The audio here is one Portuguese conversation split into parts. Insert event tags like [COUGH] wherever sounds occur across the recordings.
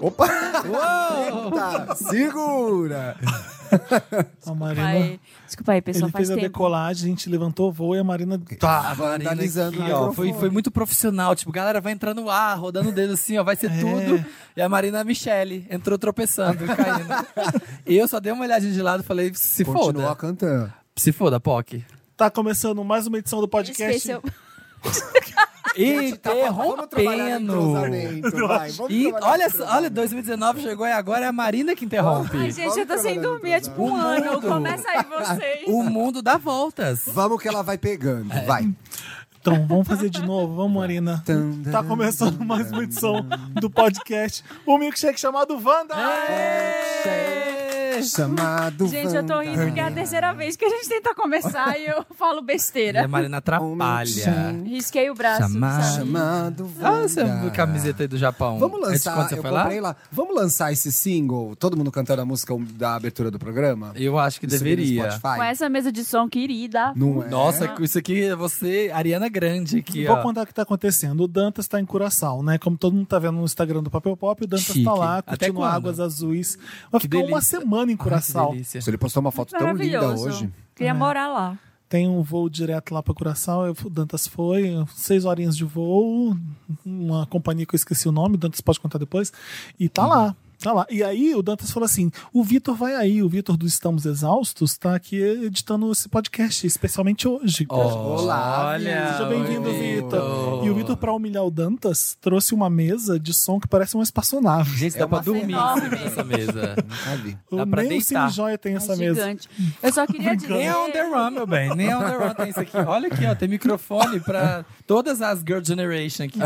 Opa! Eita, segura! A Marina Aí, desculpa aí, pessoal, ele faz fez a tempo. decolagem, a gente levantou o voo e a Marina. Tá Tá. vandalizando aqui, o ó, microfone. foi, foi muito profissional. Tipo, galera, vai entrar no ar, rodando o dedo assim, ó, vai ser É. tudo. E a Marina Michele entrou [LAUGHS] tropeçando, caindo. e eu só dei uma olhadinha de lado e falei, se Continua foda. cantando. Se foda, POC. Tá começando mais uma edição do podcast. Esqueceu. Gente, tá falando- vamos trabalhar no Interrompendo. cruzamento, vai, vamos E trabalhar no olha, só, cruzamento. olha, 2019 chegou e agora é a Marina que interrompe. Ai, gente, eu tô Vamos sem trabalhar dormir há no tipo um ano. mundo. Começa [LAUGHS] aí vocês. O mundo dá voltas. Vamos que ela vai pegando, É. vai. Então, vamos fazer de novo, vamos, Marina. Tum, Tá tum, começando mais uma edição do podcast. O milkshake chamado Wanda! É, Chamado Gente, eu tô rindo porque é a terceira vez que a gente tenta começar e eu E falo a [LAUGHS] Um besteira. Marina atrapalha. Risquei o braço. Chamar. sabe? Chamado Ah, Wanda. essa camiseta aí do Japão. Vamos É de lançar, quando você eu foi lá? comprei lá? Vamos lançar esse single, todo mundo cantando a música um, da abertura do programa? Eu acho que E subir no deveria. Spotify? Com essa mesa de som, querida. Não é? Nossa, isso aqui é você, Ariana Grande, aqui, Vou ó. contar o que tá acontecendo. O Dantas tá em Curaçao, né? Como todo mundo tá vendo no Instagram do Papel Pop, o Dantas Chique. tá lá, Até curtindo quando? águas azuis. Vai Que ficar uma delícia. semana em Curaçao. delícia. Ele postou uma foto tão linda Maravilhoso. hoje. Queria morar lá. Tem um voo direto lá pra Curaçao. eu- O Dantas foi, seis horinhas de voo, uma companhia que eu esqueci o nome, o Dantas pode contar depois. E tá lá, tá lá. E aí o Dantas falou assim: o Vitor vai aí, o Vitor do Estamos Exaustos tá aqui editando esse podcast, especialmente hoje. Olá, olha. Seja bem-vindo, oi, Vitor. E o Vitor, pra humilhar o Dantas, trouxe uma mesa de som que parece uma espaçonave. Gente, dá pra dormir enorme. nessa mesa. Ali. Dá pra Nem o deitar. Cine Joia tem essa é mesa. gigante. Eu só queria dizer. É Nem um on the run, meu bem. Nem on the run tem isso aqui. Olha aqui, ó. Tem microfone pra todas as Girl Generation aqui.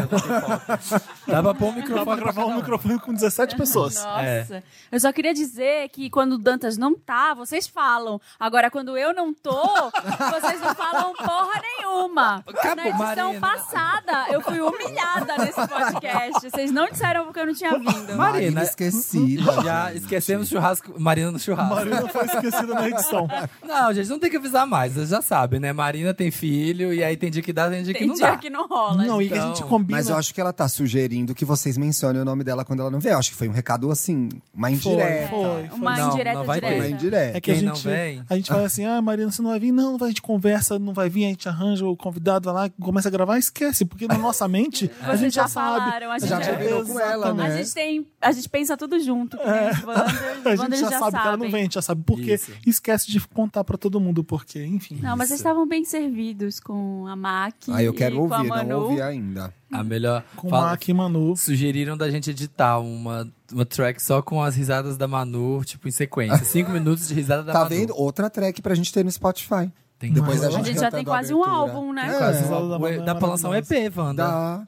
ó. Dá pra pôr um microfone. Dá pra gravar um microfone com 17 pessoas. Nossa. Eu só queria dizer que quando o Dantas não tá, vocês falam. Agora, quando eu não tô, vocês não falam porra nenhuma. Acabou, Na edição Marina. passada, eu fui humilhada nesse podcast. Vocês não disseram porque eu não tinha vindo. Marina, Marina esquecida. [LAUGHS] já gente. esquecemos o churrasco. Marina no churrasco. Marina foi esquecida na edição. Não, gente, não tem que avisar mais. Vocês já sabem, né? Marina tem filho e aí tem dia que dá, tem dia que Tem não dia dá. que não rola. Não, e a Então, gente combina. Mas eu acho que ela tá sugerindo que vocês mencionem o nome dela quando ela não vier. Eu acho que foi um recado assim, uma indireta. Foi, foi. Uma Não, indireta não vai ter. Uma direta. indireta. É que a Quem gente, não vem? a gente fala assim, ah, Marina, você não vai vir? Não, vai, a gente conversa, não vai vir, a gente arranja o convidado, vai lá, começa a gravar, esquece, porque na nossa [LAUGHS] mente a Vocês gente já já sabe. falaram, a gente Já já- combinou com ela, A né? gente tem. A gente pensa tudo junto. que nem os Wanders, [LAUGHS] os A gente Wanders já, sabe que ela não sabem. vem, a gente já sabe por quê. Isso. E Esquece de contar pra todo mundo o porquê, enfim. Não, mas vocês estavam bem servidos com a Mac Ah, eu quero e com a ouvir, Manu. não ouvi ainda. A melhor. Com Fala- Mac e Manu. Sugeriram da gente editar uma, uma track só com as risadas da Manu, tipo, em sequência. [LAUGHS] Cinco minutos de risada da Tá Manu. vendo? Outra track pra gente ter no Spotify. Tem Depois mais. a A gente, gente já tem cantando a quase um tá abertura. álbum, né? É, Quase risada da O- Manu é Dá pra lançar um EP, Wanda. Dá.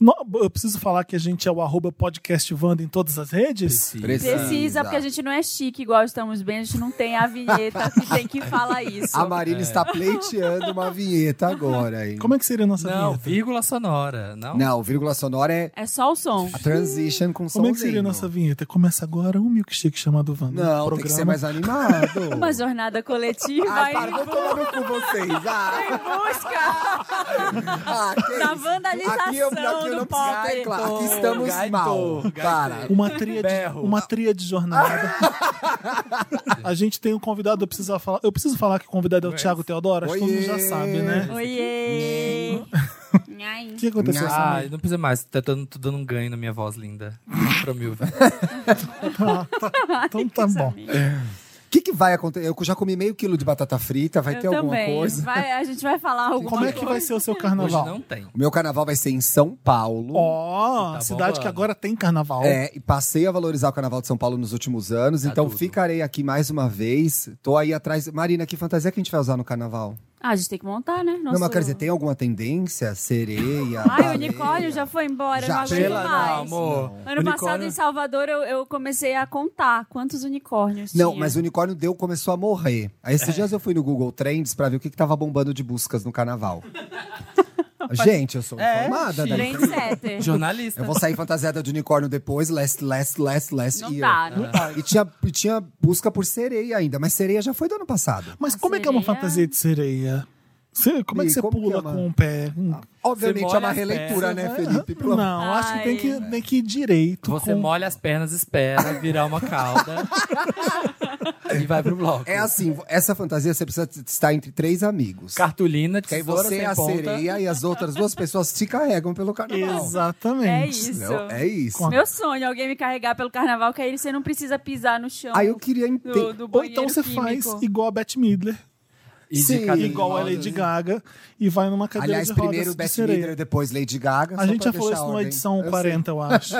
No- eu preciso falar que a gente é o arroba podcast Wanda em todas as redes. Precisa. Precisa, porque a gente não é chique igual estamos bem, a gente não tem a vinheta que tem que falar isso. A Marília está pleiteando uma vinheta agora, hein? Como é que seria a nossa Não, vinheta? vírgula sonora. Não? Não, vírgula sonora é É só o som. a transition com som. Como é que seria a nossa vinheta? Começa agora um milkshake chamado Wanda. Não, tem Programa. que ser mais animado. Uma jornada coletiva Ah, em para, vou tomar no cu vocês. Ah, busca ah, que isso. Aqui da eu, vandalização aqui eu do não preciso pop. teclar. Aqui estamos Gaito, mal. gaito. Para. Uma tria de, Berro. uma tria de jornada. [LAUGHS] a gente tem um convidado, eu preciso falar. Eu preciso falar que o convidado é o Thiago Teodoro, acho que todo mundo já Oiê! sabe, né? Oiê! Hum. Nhaim. O que aconteceu essa Ai, não precisa mais. Tá dando, tô dando um ganho na minha voz linda. pra me [LAUGHS] ouvir. Então tá bom. O que, que vai acontecer? Eu já comi meio quilo de batata frita, vai Eu ter é alguma também. coisa? Vai- a gente vai falar alguma Como é que vai coisa. ser o seu Hoje carnaval? não tem. O meu carnaval vai ser em São Paulo. Ó, Tá cidade que bombando. agora tem carnaval. É, e passei a valorizar o Carnaval de São Paulo nos últimos anos, então tudo. ficarei aqui mais uma vez. Tô aí atrás. Marina, que fantasia que a gente vai usar no Carnaval? Ah, a gente tem que montar, né? Não, mas quer dizer, tem alguma tendência? Sereia? Ai, o baleia? unicórnio já foi embora, eu Já, não aguento pela- Pela, não, mais. amor. Ano passado em Salvador eu, eu comecei a contar quantos unicórnios Não, tinha. mas o unicórnio deu, começou a morrer. Aí esses dias eu fui no Google Trends pra ver o que, que tava bombando de buscas no carnaval. Gente, eu sou informada, né? Trendsetter. Jornalista. Eu vou sair fantasiada de unicórnio depois, last, last, last, last Não year. É. tá, não tá. E tinha, e tinha busca por sereia ainda, mas sereia já foi do ano passado. Mas como é que é uma Sereia? fantasia de sereia? Você- como é que Ih, você como que pula ama? com o pé? Um Obviamente molha é uma as releitura, peças, né, Felipe? Pelo- Não, acho que tem que, tem que ir direito. Você com- molha as pernas, espera virar uma [LAUGHS] calda e vai pro bloco. É assim, essa fantasia você precisa estar entre três amigos. Cartolina, Que aí tesoura você é sem a ponta. sereia e as outras duas pessoas te carregam pelo carnaval. É Exatamente. isso. Não, é isso. Meu sonho, alguém me carregar pelo carnaval, que aí você não precisa pisar no chão Aí eu queria do, entender. do Ou banheiro então você químico. faz igual a Beth Midler, E de Sim, cadeira de igual a rodas. Lady Gaga, e vai numa cadeira Aliás, de rodas primeiro de Beth sereia. Midler, depois Lady Gaga. A só gente pra já falou deixar a isso na ordem. edição Eu sei. 40, [LAUGHS] eu acho.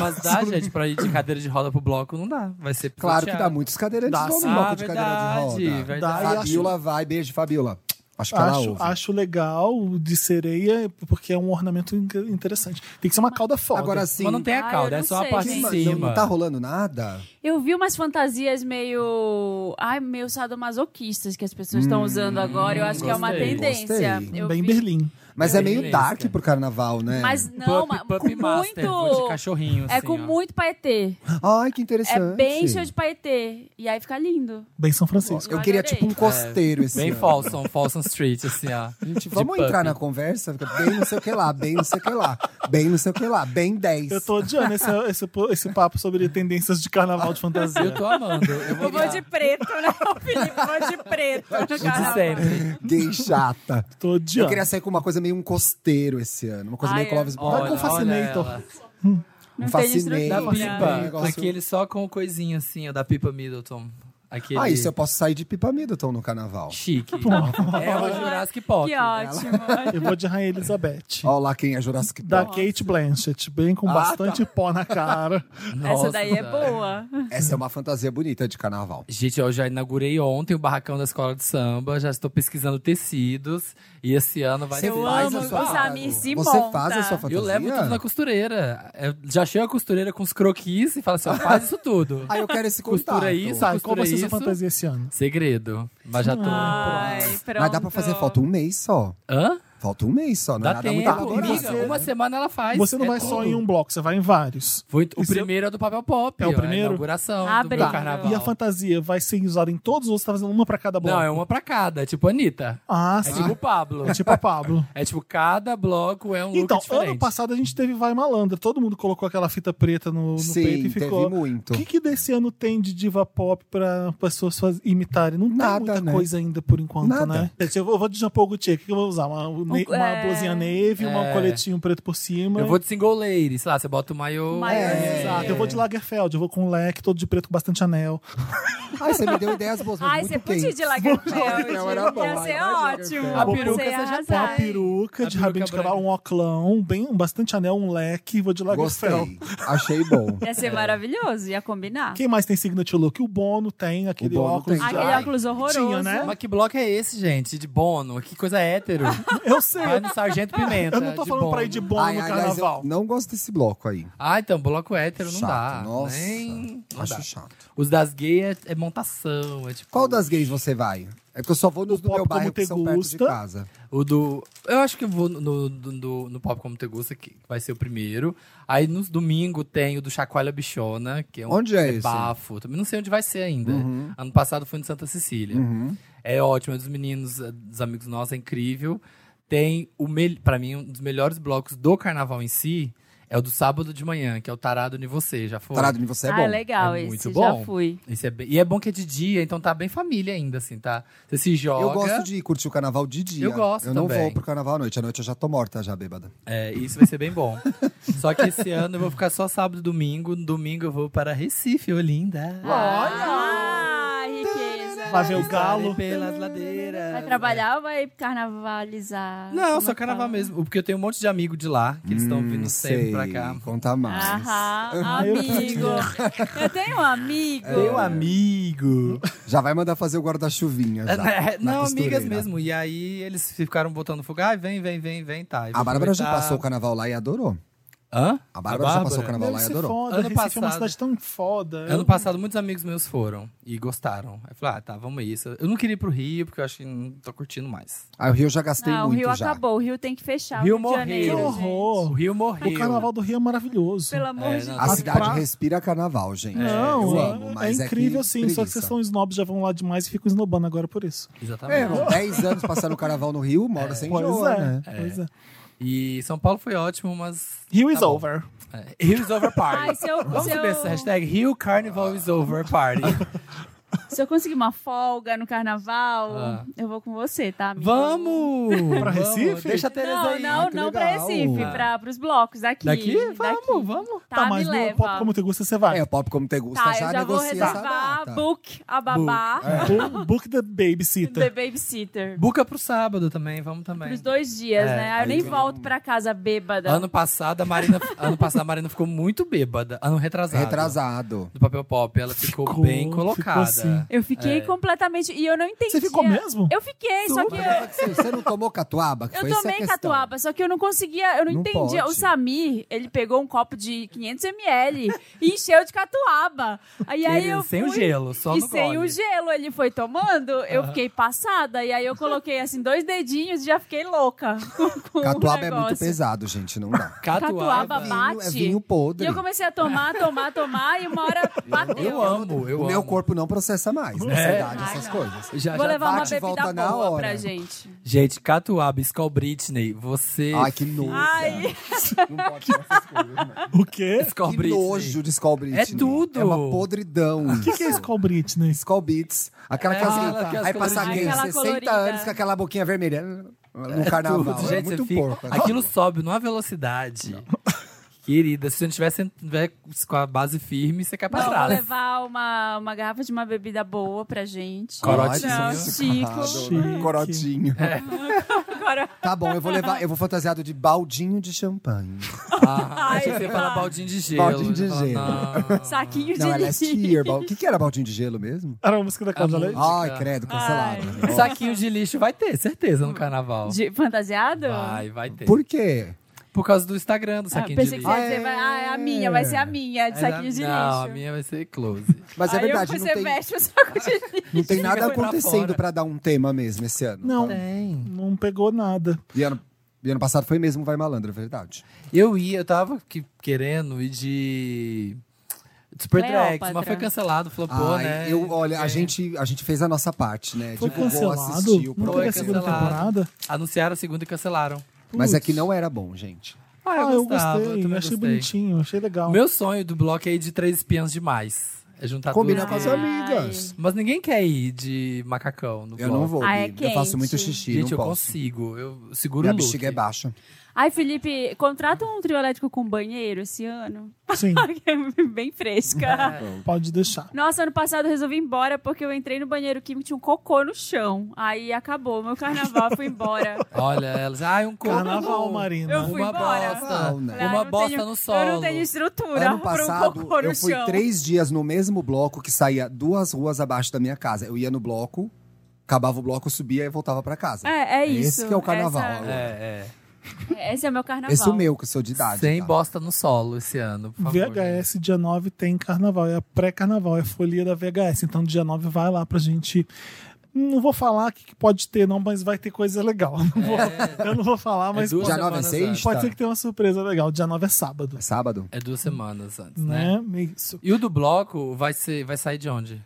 Mas dá, gente, pra ir de cadeira de roda pro bloco, não dá. Vai ser Claro que pisoteado. dá muitos cadeirantes Dá, dá, no sim. bloco Ah, de verdade, cadeira de roda. verdade. Dá, e Fabiola vai, beijo, Fabiola. Acho que ela Acho, ouve. acho legal o de sereia, porque é um ornamento in- interessante. Tem que ser uma cauda foda. Agora sim, Mas não tem a Ah, cauda, eu é não só a sei, parte quem- de gente. assim, não, cima. não tá rolando nada? Eu vi umas fantasias meio. Ai, meio sadomasoquistas que as pessoas estão usando agora. Eu acho que é uma Hum, gostei. tendência. Gostei. Eu Bem vi. Berlim. Mas é meio Beleza. dark pro carnaval, né? Mas não, Pup- mas Pup com Master, vou de muito. cachorrinho, É assim, com ó. muito paetê. Ai, que É interessante. bem cheio de paetê. E aí fica lindo. Bem São Francisco. Eu queria Adorei. tipo um costeiro esse É, Bem ano. Folsom, Folsom Street, assim, ó. De Gente, vamos pup. entrar na conversa? Fica bem não sei o que lá, bem não sei o que lá, bem não sei o que lá, bem 10. Eu tô odiando esse, esse, esse papo sobre tendências de carnaval de Eu fantasia. tô amando. Eu vou, Eu vou de preto, né? O Felipe foi de preto no de carnaval. sempre. Gay [LAUGHS] chata. Tô Eu odiando. queria sair com uma coisa meio um costeiro esse ano, uma coisa Ai, meio Clóvis é. Borges. Vai com Fascinator. ela. Não Um tem né? fascinante. Da Olha, é um pipa. negócio- Aquele só com coisinha assim, ó, da pipa Middleton. Aquele Ah, isso eu posso sair de Pipa Middleton no carnaval. chique. é o Jurassic né? Pop. Que ótimo. Eu vou de Rainha Elizabeth. Olha lá quem é Jurassic Da Park. Kate Blanchett, bem Ah, com bastante tá. pó na [LAUGHS] cara. Essa daí é Nossa. boa. Essa é uma fantasia bonita de carnaval. Gente, eu já inaugurei ontem o barracão da escola de samba, já estou pesquisando tecidos e esse ano vai Eu ser faz mais a amo um sua o barraco. Samir fantasia? se Você faz a monta. sua Eu fantasia? Eu levo tudo na costureira. Eu já chego a costureira com os croquis e falo assim: ó, faz isso [LAUGHS] tudo. Ah, eu quero esse contato. [LAUGHS] Costura isso, Sabe, qual vai ser Costura sua isso. fantasia esse ano? Segredo. Mas já tô. Ai, pronto. Mas dá pra fazer, falta um mês só. Hã? Falta um mês só, não é Dá nada tempo. muito elaborado. amiga, uma semana ela faz. Você não é vai tudo. só em um bloco, você vai em vários. Foi o Isso é- primeiro é... do papel pop. É o ó, A primeiro? inauguração do Abre. Tá. meu carnaval. E a fantasia vai ser usada em todos ou você tá fazendo uma pra cada bloco? Não, é uma pra cada. É tipo Anitta. Ah, É sim. tipo [LAUGHS] Pablo. É tipo [LAUGHS] a Pablo. É tipo, cada bloco é um look Então, diferente. ano passado a gente teve Vai Malandra. Todo mundo colocou aquela fita preta no, no peito Sim, e teve ficou. muito. O que, que desse ano tem de diva pop pra pessoas faz- imitarem? Não Nada, tem muita né? coisa ainda por enquanto, Nada. né? Gente, Eu vou, eu vou de Japão Gutier. O que, que eu vou usar? Uma, um ne- uma é. blusinha neve, um É. coletinho preto por cima. Eu vou de single lady, sei lá, você bota o maiô. Maiô. É. Exato. Eu vou de Lagerfeld. Eu vou com um leque todo de preto com bastante anel. [LAUGHS] Ai, você me deu ideias boas, mas Ai, muito você podia ir quentes. de Lagartel. Não, era bom, Ia vai, ser vai de ótimo. Lagerfeld. A peruca Você você ia já Com arrasar. uma peruca, A de rabinho de peruca cavalo, um oclão, bem, bastante anel, um leque. Vou de Lagerfeld. Gostei, [LAUGHS] achei bom. Ia ser maravilhoso, ia combinar. Quem mais tem signature look? O Bono tem aquele Bono óculos tem. de Aquele Ai, óculos horroroso. tinha, né? Mas que bloco é esse, gente? De bono? Que coisa hétero. [LAUGHS] Eu sei. Vai no Sargento Pimenta. Eu não tô de falando bono. pra ir de bono Ai, no aliás, eu carnaval. não gosto desse bloco aí. Ah, então, bloco hétero não chato, dá. nossa. Nem... não acho dá. chato. Os das gays é, é montação, é tipo... Qual das gays você vai? É porque eu só vou nos do Pop meu Como bairro Te que são perto de Gusta. casa. O do... Eu acho que eu vou no, do- do- no Pop Como Te Gusta, que vai ser o primeiro. Aí, nos domingo, tem o do Chacoalha Bichona, que é um Onde é esse? bafo. Também não sei onde vai ser ainda. Uhum. Ano passado foi no Santa Cecília. É ótimo, é dos meninos, é dos amigos nossos, é incrível. Tem, o me... pra mim, um dos melhores blocos do carnaval em si... É o do sábado de manhã, que é o Tarado em Você, já foi? Tarado em você é ah, bom. legal É esse, muito já bom. fui. Esse é bem- E é bom que é de dia, então tá bem família ainda, assim, tá? Você se joga. Eu gosto de curtir o carnaval de dia. Eu gosto Eu não também. vou pro carnaval à noite. À noite eu já tô morta, já bêbada. É, isso vai ser bem bom. [LAUGHS] só que esse ano eu vou ficar só sábado e domingo. No domingo eu vou para Recife, Olinda. Olha! riqueza. Vai ver o Estarei galo. pelas ladeiras. Vai trabalhar ou vai carnavalizar? Não, Como só é que carnaval fala? mesmo. Porque eu tenho um monte de amigo de lá, que eles estão vindo sempre Hum, sei, pra cá. Conta mais. Aham, eu amigo. Eu tenho um amigo. Meu [LAUGHS] amigo. Já vai mandar fazer o guarda-chuvinha já. [LAUGHS] É, na Não, amigas costureira. mesmo. E aí eles ficaram botando fogo. Ai, vem, vem, vem, vem, tá. Eu A vou Bárbara já aproveitar. passou o carnaval lá e adorou. Hã? A Bárbara já passou o carnaval Deve lá e ser adorou. foda, Ano Recife é uma passado- cidade tão foda. Ano passado, muitos amigos meus foram e gostaram. Aí eu falei, ah, tá, vamos isso. Eu não queria ir pro Rio, porque eu acho que não tô curtindo mais. Ah, o Rio eu já gastei Não, o muito Rio já. acabou. O Rio tem que fechar. Rio o Rio de Janeiro, Que morreu. gente. horror. O Rio morreu. O carnaval do Rio é maravilhoso. Pelo amor É, de não, A As cidade pra- respira carnaval, gente. Não, eu é, amo, é mas é que incrível sim. Só que preguiça. vocês são snobs, já vão lá demais e ficam esnobando agora por isso. É, Exatamente. irmão, 10 anos passando o carnaval no Rio, mora sem pois, enjoa, é, né? pois é. E São Paulo foi ótimo, mas. Rio is Tá bom. over. É, Rio is over party. Ai, se eu- Vamos se subir eu- essa hashtag Rio Carnival is over party. Se eu conseguir uma folga no carnaval, Ah. eu vou com você, tá? amigo? Vamos! Pra Vamos, Recife? Deixa a Tereza Não, aí. não, Ah, que não pra legal. Recife, Ah. pra, pros blocos daqui. Daqui? Vamos, vamos. Tá, Tá, me mas no leva. Pop Como Te Gusta você vai. É, o Pop Como Te Gusta tá, já, eu já vou negocia essa reservar data. book, a babá, é. Book, book the the Babysitter. babysitter. Buca é pro sábado também, vamos também. É Pros dois né? dias, É, né? Aí eu aí nem tem volto pra casa bêbada. Ano passado, a Marina, ano passado, a Marina ficou muito bêbada. Ano retrasado. É Retrasado. Do papel pop. Ela ficou, Ficou, bem ficou colocada. assim. Eu fiquei É. completamente. E eu não entendi. Você ficou mesmo? Eu fiquei, só que eu. Mas é Você você não tomou catuaba? Que Eu foi essa a tomei questão. catuaba, só que eu não conseguia, eu não, Não entendia. pode. O Samir, ele pegou um copo de 500ml e encheu de catuaba. Aí, aí eu sem o fui- gelo, só e no sem o gole. gelo ele foi tomando, eu fiquei passada. E aí eu coloquei assim dois dedinhos e já fiquei louca [LAUGHS] com, com o Catuaba é muito um negócio. pesado, gente, não dá. Catuaba. Catuaba [LAUGHS] bate. Vinho, é vinho podre. E eu comecei a tomar, tomar, tomar e uma hora bateu. Eu amo, eu o amo. meu corpo não processa mais, É. né? Essa idade, Ai, essas [LAUGHS] não. coisas. Já, Vou já tá. levar uma bate e bebida volta na boa hora. pra gente. Gente, Catuaba, Skull Britney, você... Ai, que nojo. Ai, Não pode ter essas coisas, não. O quê? Skull Que Britney. nojo de Skull Britney. É tudo. É uma podridão. O que, que é isso com o Britney? Skull Beats. Aquela que É, as- aquela que as Aí passa quem? coloridinhas. 60 Aquela anos com aquela boquinha vermelha no carnaval. Tudo, é gente, muito você fica- porco. Aquilo sobe numa velocidade. Querida, se você não tivesse tiver com a base firme, você cai pra não, vou trás. levar uma, uma garrafa de uma bebida boa pra gente. Corote. Não, Chico. Chico. Chique. Corotinho. Agora... né? Tá bom, eu vou levar, eu vou fantasiado de baldinho de champanhe. Ah, [LAUGHS] Ai, achei que você ia falar tá. baldinho de gelo. Baldinho de Eu ia falar, gelo. não. Saquinho de Não, é last year. lixo. bal- O que, que era baldinho de gelo mesmo? Era uma música da Cláudia Ah, Leite? Ai, credo, cancelado. Ó, Saquinho de lixo vai ter, certeza, no carnaval. Hum, De fantasiado? Vai, vai ter. Por, Por quê? causa do Instagram do Ah, saquinho de pensei que lixo. você ia dizer, vai- ah, é a minha, vai ser a minha, de Mas a- saquinho de Não, a lixo. minha vai ser close. Mas é Aí verdade, eu, não você tem, mexe o saco de lixo. [LAUGHS] não tem nada Fica pra acontecendo fora. pra dar um tema mesmo esse ano. Não. tá? Tem. Não pegou nada. E ano, e ano passado foi mesmo Vai Malandro, é verdade. Eu ia, eu tava que- querendo ir de. de Super Drags, Cleópatra. mas foi cancelado, flopou, Ai, né? eu, olha, a É. gente, a gente fez a nossa parte, né? Foi Divulgou, cancelado? assistiu, Não procurou. teve Foi a segunda é cancelado. temporada? Anunciaram a segunda e cancelaram. Mas é Putz. que não era bom, gente. Ah, eu, gostava, gostei. também achei gostei. bonitinho, achei legal. Meu sonho do bloco é ir de três espiãs demais. É juntar Combina tudo. com as Ai. amigas. Mas ninguém quer ir de macacão no Eu bloco. não vou, Ah, é Bi. eu faço quente. muito xixi, Gente, não eu posso. consigo. Eu seguro um Minha o look. bexiga é baixa. Ai, Felipe, contrata um trio elétrico com banheiro esse ano. [LAUGHS] é Sim, Bem fresca. É. pode deixar. Nossa, ano passado eu resolvi ir embora porque eu entrei no banheiro químico e tinha um cocô no chão. Aí acabou, meu carnaval [LAUGHS] foi embora. Olha, elas. Ai, um corpo. Carnaval, Eu Marina. fui uma embora. bosta. Não, né? Falei, ah, Uma não bosta tenho- no solo. É, Eu não tenho estrutura Ano pra um passado, cocô no eu fui chão. três dias no mesmo bloco que saía duas ruas abaixo da minha casa. Eu ia no bloco, acabava o bloco, subia e voltava pra casa. É, é isso. Esse que é o carnaval. Essa- É, é. Esse é meu carnaval. Esse é o meu, que sou de idade. Sem tá? bosta no solo esse ano, por favor. gente. VHS dia 9 tem carnaval, é a pré-carnaval, é a folia da VHS. Então dia 9 vai lá pra gente. Não vou falar o que que pode ter, não, mas vai ter coisa legal. [LAUGHS] Não vou- eu não vou falar, mas é duas Já semanas nove é seis? antes. pode tá. ser que tenha uma surpresa legal. Dia 9 é sábado, É sábado? É duas semanas antes, né? né? Isso. E o do bloco vai, ser, vai sair de onde?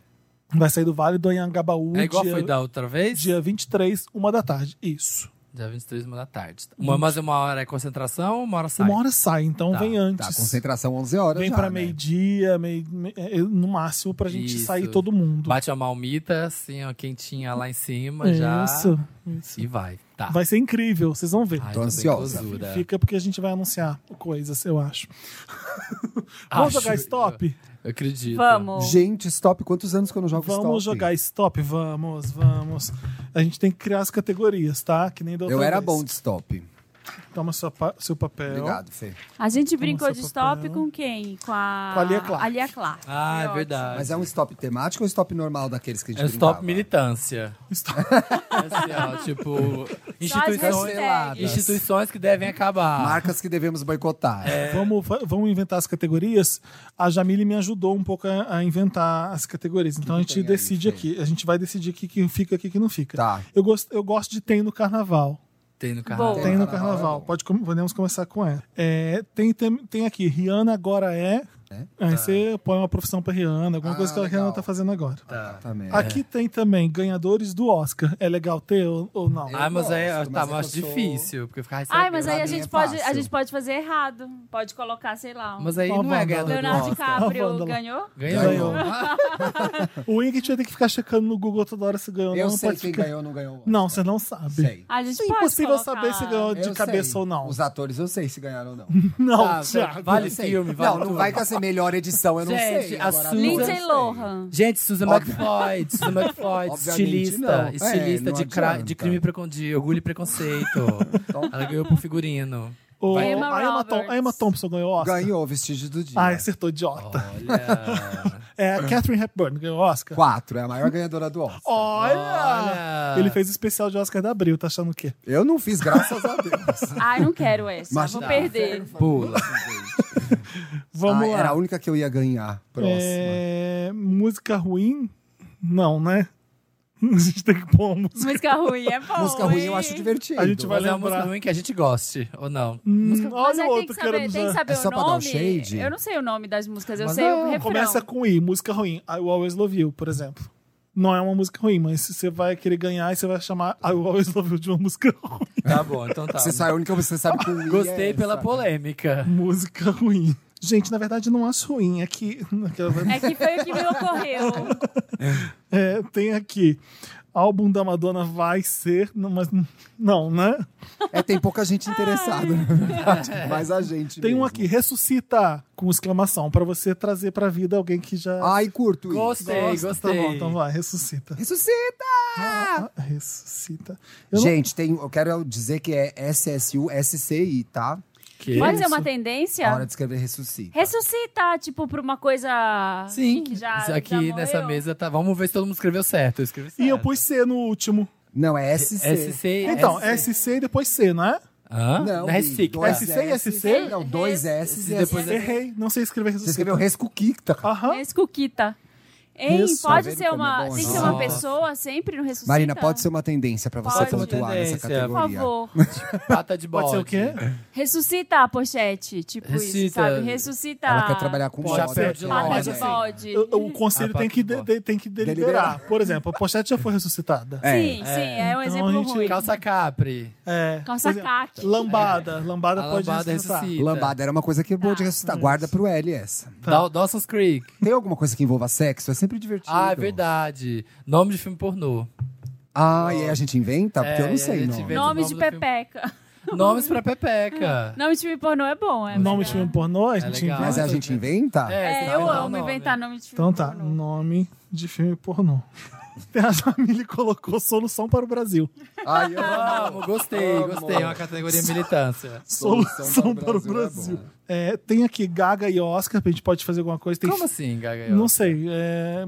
Vai sair do Vale do Anhangabaú É igual dia, foi da outra vez? dia 23, uma da tarde. Isso. Dia 23, uma da tarde. Uma, mas uma hora é concentração, uma hora sai. Uma hora sai, então Tá, vem Tá, antes. concentração 11 horas Vem já, pra né? meio-dia, meio, me- é, no máximo, pra gente Isso. sair todo mundo. Bate a malmita, assim, ó, quentinha lá em cima, já. Isso, isso. E vai. Tá. Vai ser incrível, vocês vão ver. Ai, Tô bem ansiosa. cozura. Fica porque a gente vai anunciar coisas, [LAUGHS] eu acho. Acho, Vamos jogar stop? Eu acredito. Vamos. Gente, stop. Quantos anos que eu não jogo Vamos stop? jogar stop? Vamos, vamos. A gente tem que criar as categorias, tá? Que nem da outra Eu era vez. bom de stop. Toma sua pa- seu papel. Obrigado, Tá Fê. A gente brincou seu de stop papel. com quem? Com a, Com a Lia Clark. a Lia Clark. Ah, é Ótimo. verdade. Mas é um stop temático ou stop normal daqueles que a gente É o brincava? stop militância. [LAUGHS] Assim, ó, tipo, instituições, hashtags. instituições que devem acabar. Marcas que devemos boicotar. Vamos, va- vamos inventar as categorias? A Jamile me ajudou um pouco a, a inventar as categorias. Então a gente tem aí, decide Fê? aqui. A gente vai decidir aqui que fica aqui que não fica. Tá. Eu, gosto, eu gosto de tem no carnaval. Tem no Boa. carnaval. Tem no Carnaval é carnaval. bom. Pode, com- podemos começar com ela. É, tem, tem, tem aqui, Rihanna agora é. Aí você põe uma profissão pra Rihanna, Tá. alguma Ah, coisa que a legal. É. Rihanna tá fazendo agora. Também. Aqui tem também ganhadores do Oscar. É legal ter ou, ou não? Ah, mas aí gosto, tá, mas é mas que eu sou- difícil. Porque ficar Ai, mas aí a mim é gente, pode, a fácil. gente pode fazer errado. Pode colocar, sei lá. um- Mas aí Ó, não é Wanda. ganhador do Leonardo tá Oscar. Ó, DiCaprio Wanda lá. ganhou? Ganhou. Ganhou. O Ingrid vai ter que ficar checando no Google toda hora se ganhou ou não. Eu sei pode quem ficar- ganhou ou não ganhou. o Oscar. Não, você não sabe. Sei. A gente É pode impossível colocar. saber se ganhou de Eu cabeça sei. ou não. Os atores eu sei se ganharam ou não. Não, Tá, Thiago. vale Eu sei. filme, vale Não, não tudo. vai que essa melhor edição, eu não Gente, sei. a Agora, Susan- ator, eu Lindsay sei. Lohan. Gente, Susan Óbvio. McFloyd, Susan McFloyd, Obviamente estilista, não. É, estilista não de, cra- adianta. de crime e precon- de orgulho e preconceito. Ela ganhou por figurino. O- Vai- Emma a, Emma Thom- Roberts. a Emma Thompson ganhou Oscar. Ganhou o vestido do dia. Ah, acertou, idiota. Olha. [LAUGHS] É a Catherine Hepburn ganhou Oscar. Quatro, é a maior ganhadora do Oscar. Olha! Olha. Ele fez o especial de Oscar da Abril, tá achando o quê? Eu não fiz, graças a [LAUGHS] Deus. Ai, não quero essa. Mas Vou tá. perder. Pula. Vamos Ah, lá. Era a única que eu ia ganhar. Próxima. É, música ruim? Não, né? [LAUGHS] A gente tem que pôr uma música. Música ruim é bom. Música ruim hein? eu acho divertido. A gente vai Mas é uma lembrar. música ruim que a gente goste, ou não? Hum, Mas olha aí o tem que outro que saber, era tem do que Jean. saber É o só pra dar um nome. shade? Eu não sei o nome das músicas, eu Mas sei o não, refrão. Começa com I, música ruim. I Will Always Love You, por exemplo. Não é uma música ruim, mas se você vai querer ganhar, aí você vai chamar I Will Always Love You de uma música [LAUGHS] ruim. Tá bom, então tá. Você sabe a única que você sabe que eu ia Gostei é pela essa. polêmica. música ruim. Gente, na verdade, não acho ruim. É que. Aquela... É que foi o que me ocorreu. É, tem aqui. Álbum da Madonna vai ser. Não, mas. Não, né? É, tem pouca gente interessada, na [LAUGHS] verdade. Mas a gente. Tem um mesmo. aqui, ressuscita! Com exclamação, pra você trazer pra vida alguém que já. Ai, curto. isso. Gostei, gosta. gostei. Tá bom, então vai, ressuscita. Ressuscita! Ah, ressuscita. Eu não- Gente, tem, eu quero dizer que é SSU-SCI, tá? Que? Pode ser isso? uma A hora tendência? de escrever ressuscita. Ressuscita, tipo, pra uma coisa assim, Sim, que já isso já aqui morreu. nessa mesa tá. Vamos ver se todo mundo escreveu certo. Eu escrevi certo. E eu pus C no último. Não, é SC. SC. Então, SC. SC e depois C, né? Hã? Não, Não, é SC. que tá. dois SC e SC? Não, dois S e E depois depois é- Errei, não sei escrever Você ressuscita. escreveu rescuquita. É Aham. Rescuquita. Hein, Isso, tá pode vendo ser como é uma. bom tem que isso? ser uma Nossa. pessoa sempre no ressuscita. Marina, pode ser uma tendência pra você Pode. pontuar nessa Tendência. Por categoria. [LAUGHS] favor. Pata de bode. Pode ser o quê? Ressuscita a pochete. Tipo isso, Ressuscita. sabe? Ressuscita. Ela quer trabalhar com Pode moda, ser de ela Pata Mas de quer- assim, bode. O, o conselho Ah, tem, que de- pá, de- tem que deliberar. Deliberar. Por exemplo, a pochete já foi ressuscitada. É. Sim, sim, é um então exemplo a gente- ruim. Calça capri. É. Calça Por exemplo, caque. Lambada. Lambada É. A pode lambada ressuscitar. ressuscita. Lambada era uma coisa que é boa de ressuscitar. Guarda pro L essa. Da- Dawson's Creek. Tem alguma coisa que envolva sexo? É sempre divertido. Ah, é verdade. Nome de filme pornô. Ah, e aí a gente inventa? É, Porque eu e a não sei, gente não. inventa. Nome Nome de do filme. pepeca. Nomes pra Pepeca. Nome de filme pornô é bom, é. Nome de filme pornô, a É gente legal. Mas a gente inventa? tem É, que eu inventar um amo nome. inventar nome de filme Então tá, pornô. nome de filme pornô. [LAUGHS] Tem A Jamile colocou solução para o Brasil. Ai, eu Vamos, gostei, Amo. gostei. É uma categoria militância. Solução, para, o Brasil. É, tem aqui Gaga e Oscar, a gente pode fazer alguma coisa. Tem Como assim, Gaga? Não sei. É...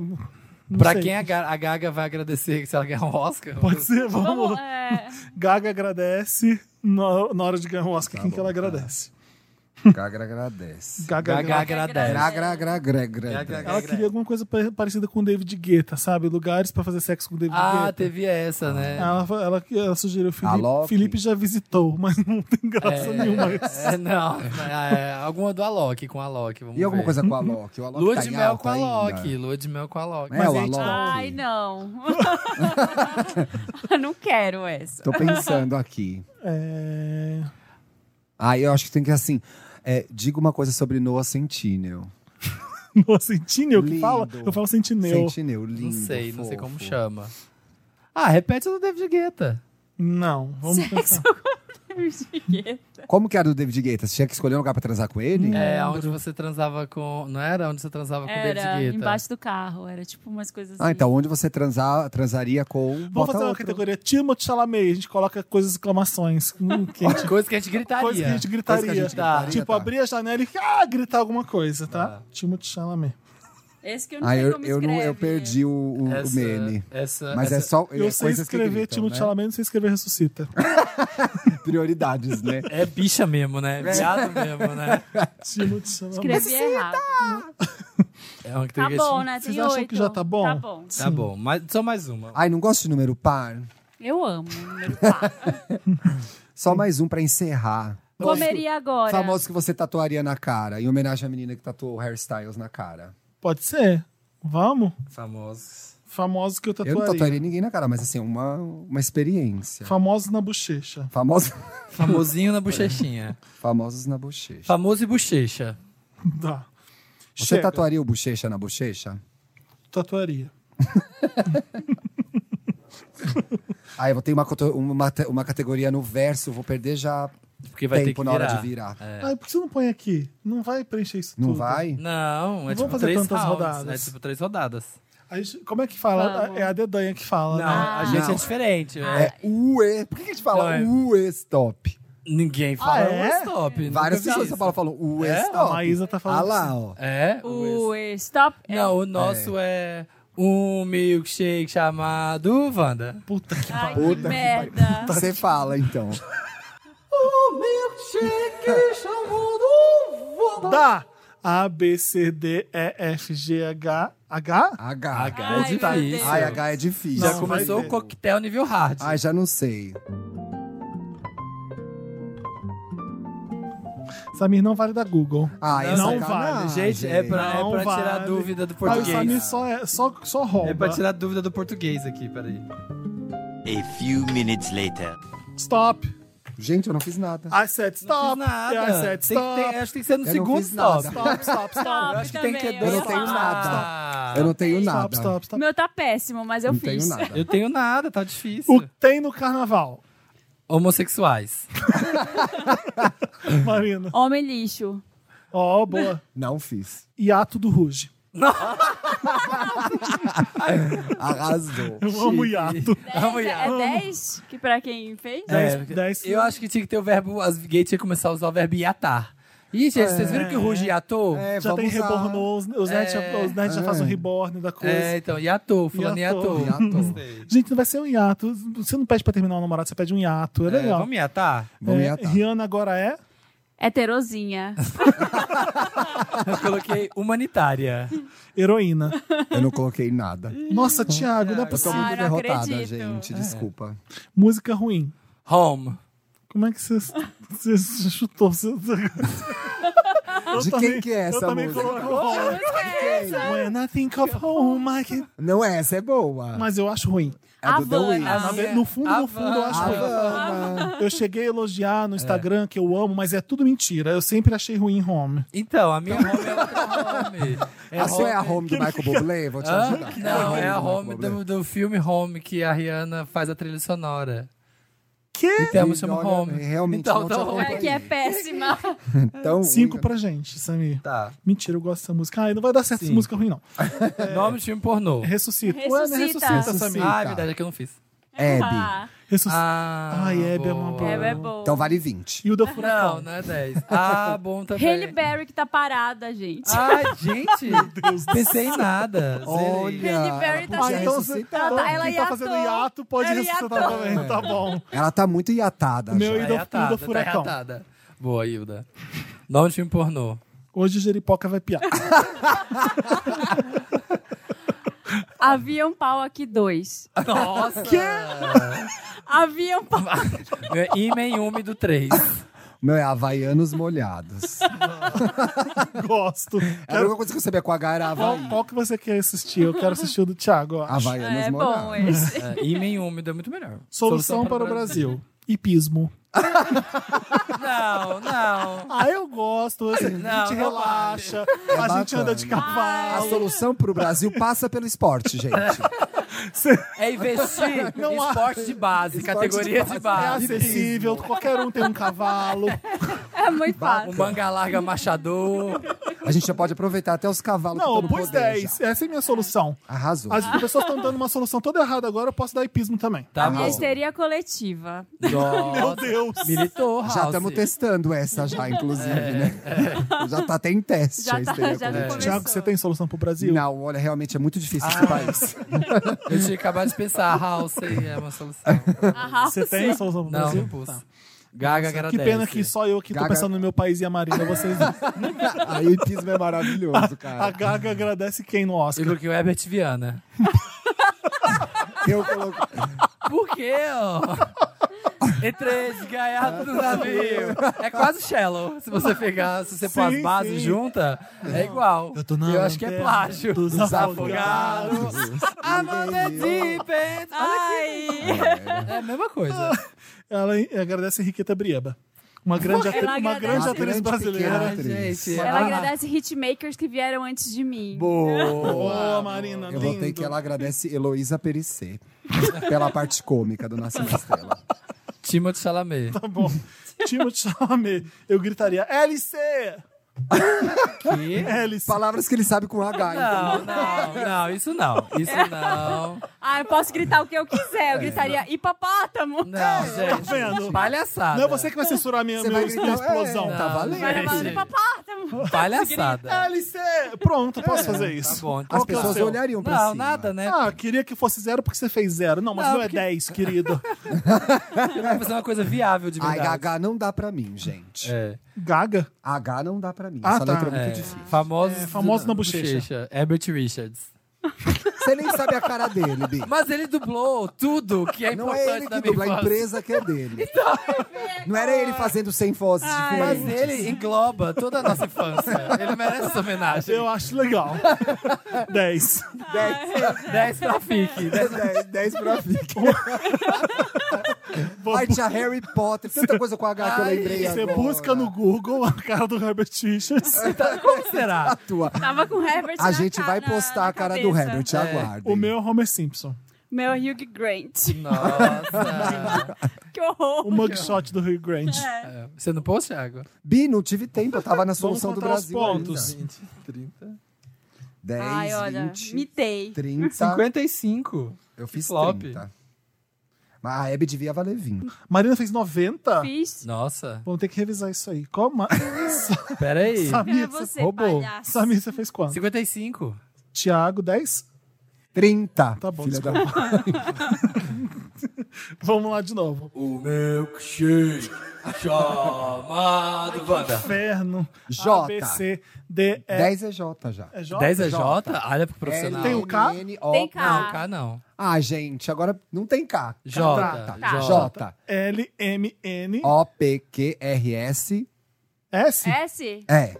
não Pra sei. quem é a, Ga- a Gaga vai agradecer se ela ganhar um Oscar? Pode ser, vamos. Vamos, é, Gaga agradece na, na hora de ganhar o Tá Oscar. quem que ela agradece? Gagra agradece. Gaga, Gaga agradece. agradece. Gra, gra, gra, gra, gra, É. Gra, gra. gra, Ela queria alguma coisa pa- parecida com o David Guetta, sabe? Lugares pra fazer sexo com o David Ah, Guetta. teve essa, né? Ela, fa- ela, ela sugeriu Felipe. Alok. Felipe já visitou, [LAUGHS] mas não tem graça nenhuma. [LAUGHS] É, não, é, alguma do Alok, com a Alok. Vamos E alguma ver. coisa com a Loki? O Alok Lua tá de em mel alta com a Loki, ainda. lua de mel com a Loki. É, o aí, tipo, Alok. Ai, [LAUGHS] não. não quero essa. Tô pensando aqui. É... Ah, eu acho que tem que assim. é, diga uma coisa sobre Noah Sentinel. No Sentinel é que Lindo. fala? Eu falo Sentinel. Sentinel, lindo. Não sei, não sei fofo. como chama. Ah, repete o do David Guetta. Não, vamos pensar. Como que era do David Guetta? Você tinha que escolher um lugar pra transar com ele? É, onde você transava com. Não era? Onde você transava com o Era David Guetta? embaixo do carro, era tipo umas coisas assim. Ah, então onde você transar, transaria com. Vamos bota fazer uma outro. categoria Timothy Chalamet. A gente coloca coisas exclamações. Hum, que a gente- Coisa que a gente gritaria. coisa que a gente Coisa gritaria. que a gente gritaria, tipo, tá. abrir a janela e ah, gritar alguma coisa, tá? Timothy Chalamet. Esse que eu não Ah, sei eu, como eu, não, escreve. eu perdi o, o- o Essa- meme. Essa, Mas é essa- só. Eu é sei coisas que escrever gritam, Timothy né? Chalamet, não sei escrever [LAUGHS] Ressuscita. Prioridades, né? É bicha mesmo, né? Viado mesmo, né? Timothy Chalamet. Escrevi errado. É uma que Tá tem bom, né? Vocês Tem acham oito. que já tá bom? Tá bom. Tá bom, mas, só mais uma. Ai, não gosto de número par. Eu amo né? o número 4. Só mais um pra encerrar. Comeria agora. Famoso que você tatuaria na cara, em homenagem à menina que tatuou hairstyles na cara. Pode ser. Vamos? Ah. Famosos. Famosos que eu Eu não tatuaria. tatuaria ninguém na cara, mas assim, uma, uma experiência. Famosos na bochecha. Famosos, Famosinho na bochechinha. [LAUGHS] famosos na bochecha. Famoso e bochecha. Tá. Você Chega. tatuaria o bochecha na bochecha? Tatuaria. Ah, eu vou ter uma, coto- uma, te- uma categoria no verso, vou perder já Porque vai ter tempo que na hora virar. É, de virar. Ai, por que você não põe aqui? Não vai preencher isso Não tudo. vai? Não, é Vamos tipo fazer três tantas rounds, rodadas. É tipo três rodadas. A gente- como é que fala? Vamos. É a dedanha que fala. Não, né? a gente não. é diferente. é. É UE. Por que que a gente Não, fala é. UE stop? Ninguém fala Ah, é? um stop. nunca Várias vi pessoas isso. só falam, falam UE É? stop. A Maísa tá falando Ah lá, ó. É? O stop. é- Não, o nosso é. um milkshake chamado Wanda. Puta que Ai, pariu. Puta que que merda. Você fala, então. Dá! A, B, C, D, E, F, G, H. H? H. H Ai, é difícil. Ai, H é difícil. Já Não, começou vai o ver. coquetel nível hard. Ai, Ah, já não sei. Samir não vale da Google. Ah, é Não sacanagem. vale, Gente, é pra, é Não pra tirar vale. dúvida do Ah, o Samir português. só, é, só, só rouba. É pra tirar dúvida do português aqui, peraí. A few minutes later. Stop! Gente, eu não fiz nada. I said stop! Não fiz nada. I said Tem que stop! ter- acho que tem que ser no Eu não segundo fiz [LAUGHS] nada. stop. Stop, stop, stop! Eu Stop acho que tem que ter também, dois eu ia não tenho falar. nada. eu não tenho nada. Stop, stop, O stop. meu tá péssimo, mas eu não fiz. tenho nada. Eu tenho nada, tá difícil. O que tem no carnaval? Homossexuais. Marina. [LAUGHS] Homem lixo. Ó, [LAUGHS] boa. Não fiz. Hiato do Ruge. Arrasou. Eu amo hiato. Vamos É lá. 10? Que pra quem fez? É, Dez- dez- eu acho que tinha que ter o verbo. As gays tinha que começar a usar o verbo iatar. Ih, gente, vocês viram que o Ruge iatou? É, É, Já tem vamos lá. É. rebornou, os, os nerds já, os nerds já fazem o reborn da coisa. então, iatou, fulano Iatou. iatou. Iatou. Gente, não vai ser um hiato. Você não pede pra terminar o namorado, você pede um hiato. É É, legal. vamos iatar? Vamos É, iatar. Rihanna agora é? Heterosinha. Eu coloquei humanitária. [LAUGHS] Heroína. Eu não coloquei nada. Nossa, Thiago, não é Eu tô possível. Ah, muito não derrotada, acredito. gente. Desculpa. Música ruim. Home. Como é que você- você você chutou? Você- De também- quem que é Eu essa também música? coloco home. When I think of home, I can... Não é, essa é boa. Mas eu acho ruim. É do The Havana. Weeknd. Na Ah, ve- é. No fundo, no fundo, eu acho ruim. Havana. Eu cheguei a elogiar no É. Instagram, que eu amo, mas é tudo mentira. Eu sempre achei ruim home. Então, a minha home é outra home. É a sua é a home do Michael Bublé? Vou te Hã? ajudar. Não, é a do home Michael Bublé. do, do filme Home que a Rihanna faz a trilha sonora. Que? Então, chama olha, Home. realmente então, não te então, É, que é [LAUGHS] péssima. Então, tá Cinco pra gente, Samir. Tá. Mentira, eu gosto dessa música. Ai, não vai dar certo essa Sim. música ruim, não. É. Nome de filme pornô. Ressuscita. Ressuscita. Ué, não é ressuscita, Ressuscita. Samir. Ah, é verdade, é que eu não fiz. Hebe. Ah, Ressuscita. Ah, Ai, Hebe é uma boa. é, é bom. Então vale 20. E o da Não, Furacão. não é 10. [LAUGHS] Ah, bom também. Halle Berry que tá parada, gente. Ah, gente, pensei em nada. Zerei. Olha, Halle Berry tá ela podia Ah, então, você, ressuscitar. Ela então tá- ela quem tá fazendo hiatou. hiato pode Ela ressuscitar hiatou. também, tá bom. Ela tá muito iatada Meu já. e- Tá do- do reatada, tá furacão. reatada. Boa, Hilda. Nome de filme pornô. Hoje o Jeripoca vai piar. Havia um pau aqui dois. Nossa! Havia um pau. Imen úmido 3. Meu, é Havaianos Molhados. Gosto. Era a única coisa que eu sabia com H era Qual, Havaí. qual que você quer assistir? Eu quero assistir o do Thiago. eu acho. Havaianos É bom Molhados. esse. É, Imen úmido é muito melhor. Solução, para o Brasil. Hipismo. Não, não. Ah, eu gosto. A gente Não, não relaxa. a gente bacana. anda de A cavalo. solução pro Brasil passa pelo esporte, gente. É investir Não em há- esporte de base, Esporte categoria de de É base. acessível, qualquer um tem um cavalo. É muito O fácil. Um manga larga machador. A gente já pode aproveitar até os cavalos que Não, eu estão no pus poder 10. já. Essa é a minha solução. Arrasou. As pessoas estão dando uma solução toda errada agora, eu posso dar hipismo também. Tá E bom. a histeria coletiva. Nossa. Meu Deus. Militou, House. Já estamos testando essa já, inclusive, né? É. Já tá até em teste É. Já a tá- histeria já tá coletiva. começou. Tiago, você tem solução pro Brasil? Não, olha, realmente é muito difícil esse Ah. país. Eu tinha acabado de pensar, House aí é uma solução. A House. Você tem solução pro Não, Brasil? não pus. Gaga agradece. Que pena que só eu que tô Gaga- pensando no meu país e a Marina. Vocês... [LAUGHS] Aí o hipismo é maravilhoso, a cara. Gaga agradece quem no Eu Oscar? coloquei o Herbert Viana. ah. Eu coloco... Por quê, ó? [LAUGHS] Entrei desgaiado do navio. É quase shallow. Se você pegar, se você pôr Sim, as bases sim. junta, é igual. Eu tô na acho que é lanterna plágio. dos afogados. I'm on the deep end. Ah. Ai. É a mesma coisa. Ela en- agradece a Henriqueta Brieba. Uma grande, atri- Ela uma agradece. grande Uma atriz grande pequena brasileira. Ai, atriz. gente. Ela Ah, agradece hitmakers que vieram antes de mim. Boa. Boa, Marina. Eu lindo. votei que ela agradece Heloísa Perissé pela parte cômica do Nascimento Estrela. Timothy Chalamet. Tá bom. Timothy Chalamet. Eu gritaria, LC! Que? LC. Palavras que ele sabe com H, Não, então. não, não, isso não. Isso não. Ah, eu posso gritar o que eu quiser. É. Eu gritaria hipopótamo. Não, gente. vendo? Palhaçada. Não é você que vai censurar minha, Você minha, vai minha gritar, explosão. é, tá valendo. Vai na bala do Gente. hipopótamo. Palhaçada. LC! Pronto, posso fazer isso. Tá bom. então É. As que é o pessoas seu? olhariam pra Não, cima. nada, né? Ah, queria que fosse zero porque você fez zero. Não, mas Não, não, é porque- 10, querido. Vai fazer uma coisa viável de Ai, verdade. H não dá pra mim, gente. É. Gaga? H não dá pra mim. Ah, Essa tá. letra é muito É. difícil. Famosos É, famosos na bochecha. Herbert Richards. Você nem sabe a cara dele, Bi. Mas ele dublou tudo que é Não importante é ele na que minha dubla, a infância. empresa que é dele. [LAUGHS] Não era ele fazendo sem vozes Ai. diferentes. [LAUGHS] Mas ele engloba toda a nossa infância. Ele merece essa homenagem. Eu acho [LAUGHS] legal. 10. 10 pra FIC. 10 10, 10 pra ficar. Ai, Vamos- tinha Harry Potter, tanta coisa com H que eu Ai, lembrei Você agora. busca no Google a cara do Herbert Richards. pra- Como será? Tua. Tava com o Herbert A na gente ca- vai na- postar na a cara do cabeça. Herbert, aguardem. O meu é Homer Simpson. Meu Hugh Grant. [LAUGHS] Nossa. Que horror. O mugshot do Rio Grande. [LAUGHS] É. Você não pôs, Thiago? Bi, não tive tempo, eu tava na Vamos solução do contar os Brasil pontos. 20, 30. ainda. 10, Ai, olha, 20, mitei. 30. 55. Eu fiz Flop. 30. Mas a Hebe devia valer 20. Marina fez 90? Fiz. Nossa. Vamos ter que revisar isso aí. Qual ma... Pera aí. Pra Samir, você... você, roubou. palhaço. Samir, você fez quanto? 55. Tiago, 10? 30. Tá bom, Filha da... Vamos lá de novo. O milkshake chamado Wanda. Inferno. J. A, B, C, D, E. 10 é J já. É J? 10 é J? Olha pro profissional. um Tem o K? N, O. Tem Não, K. K não. Ah, gente, agora não tem K. J. Tá, tá. J. J. L, M, N, O, P, Q, R, S. S. S? É.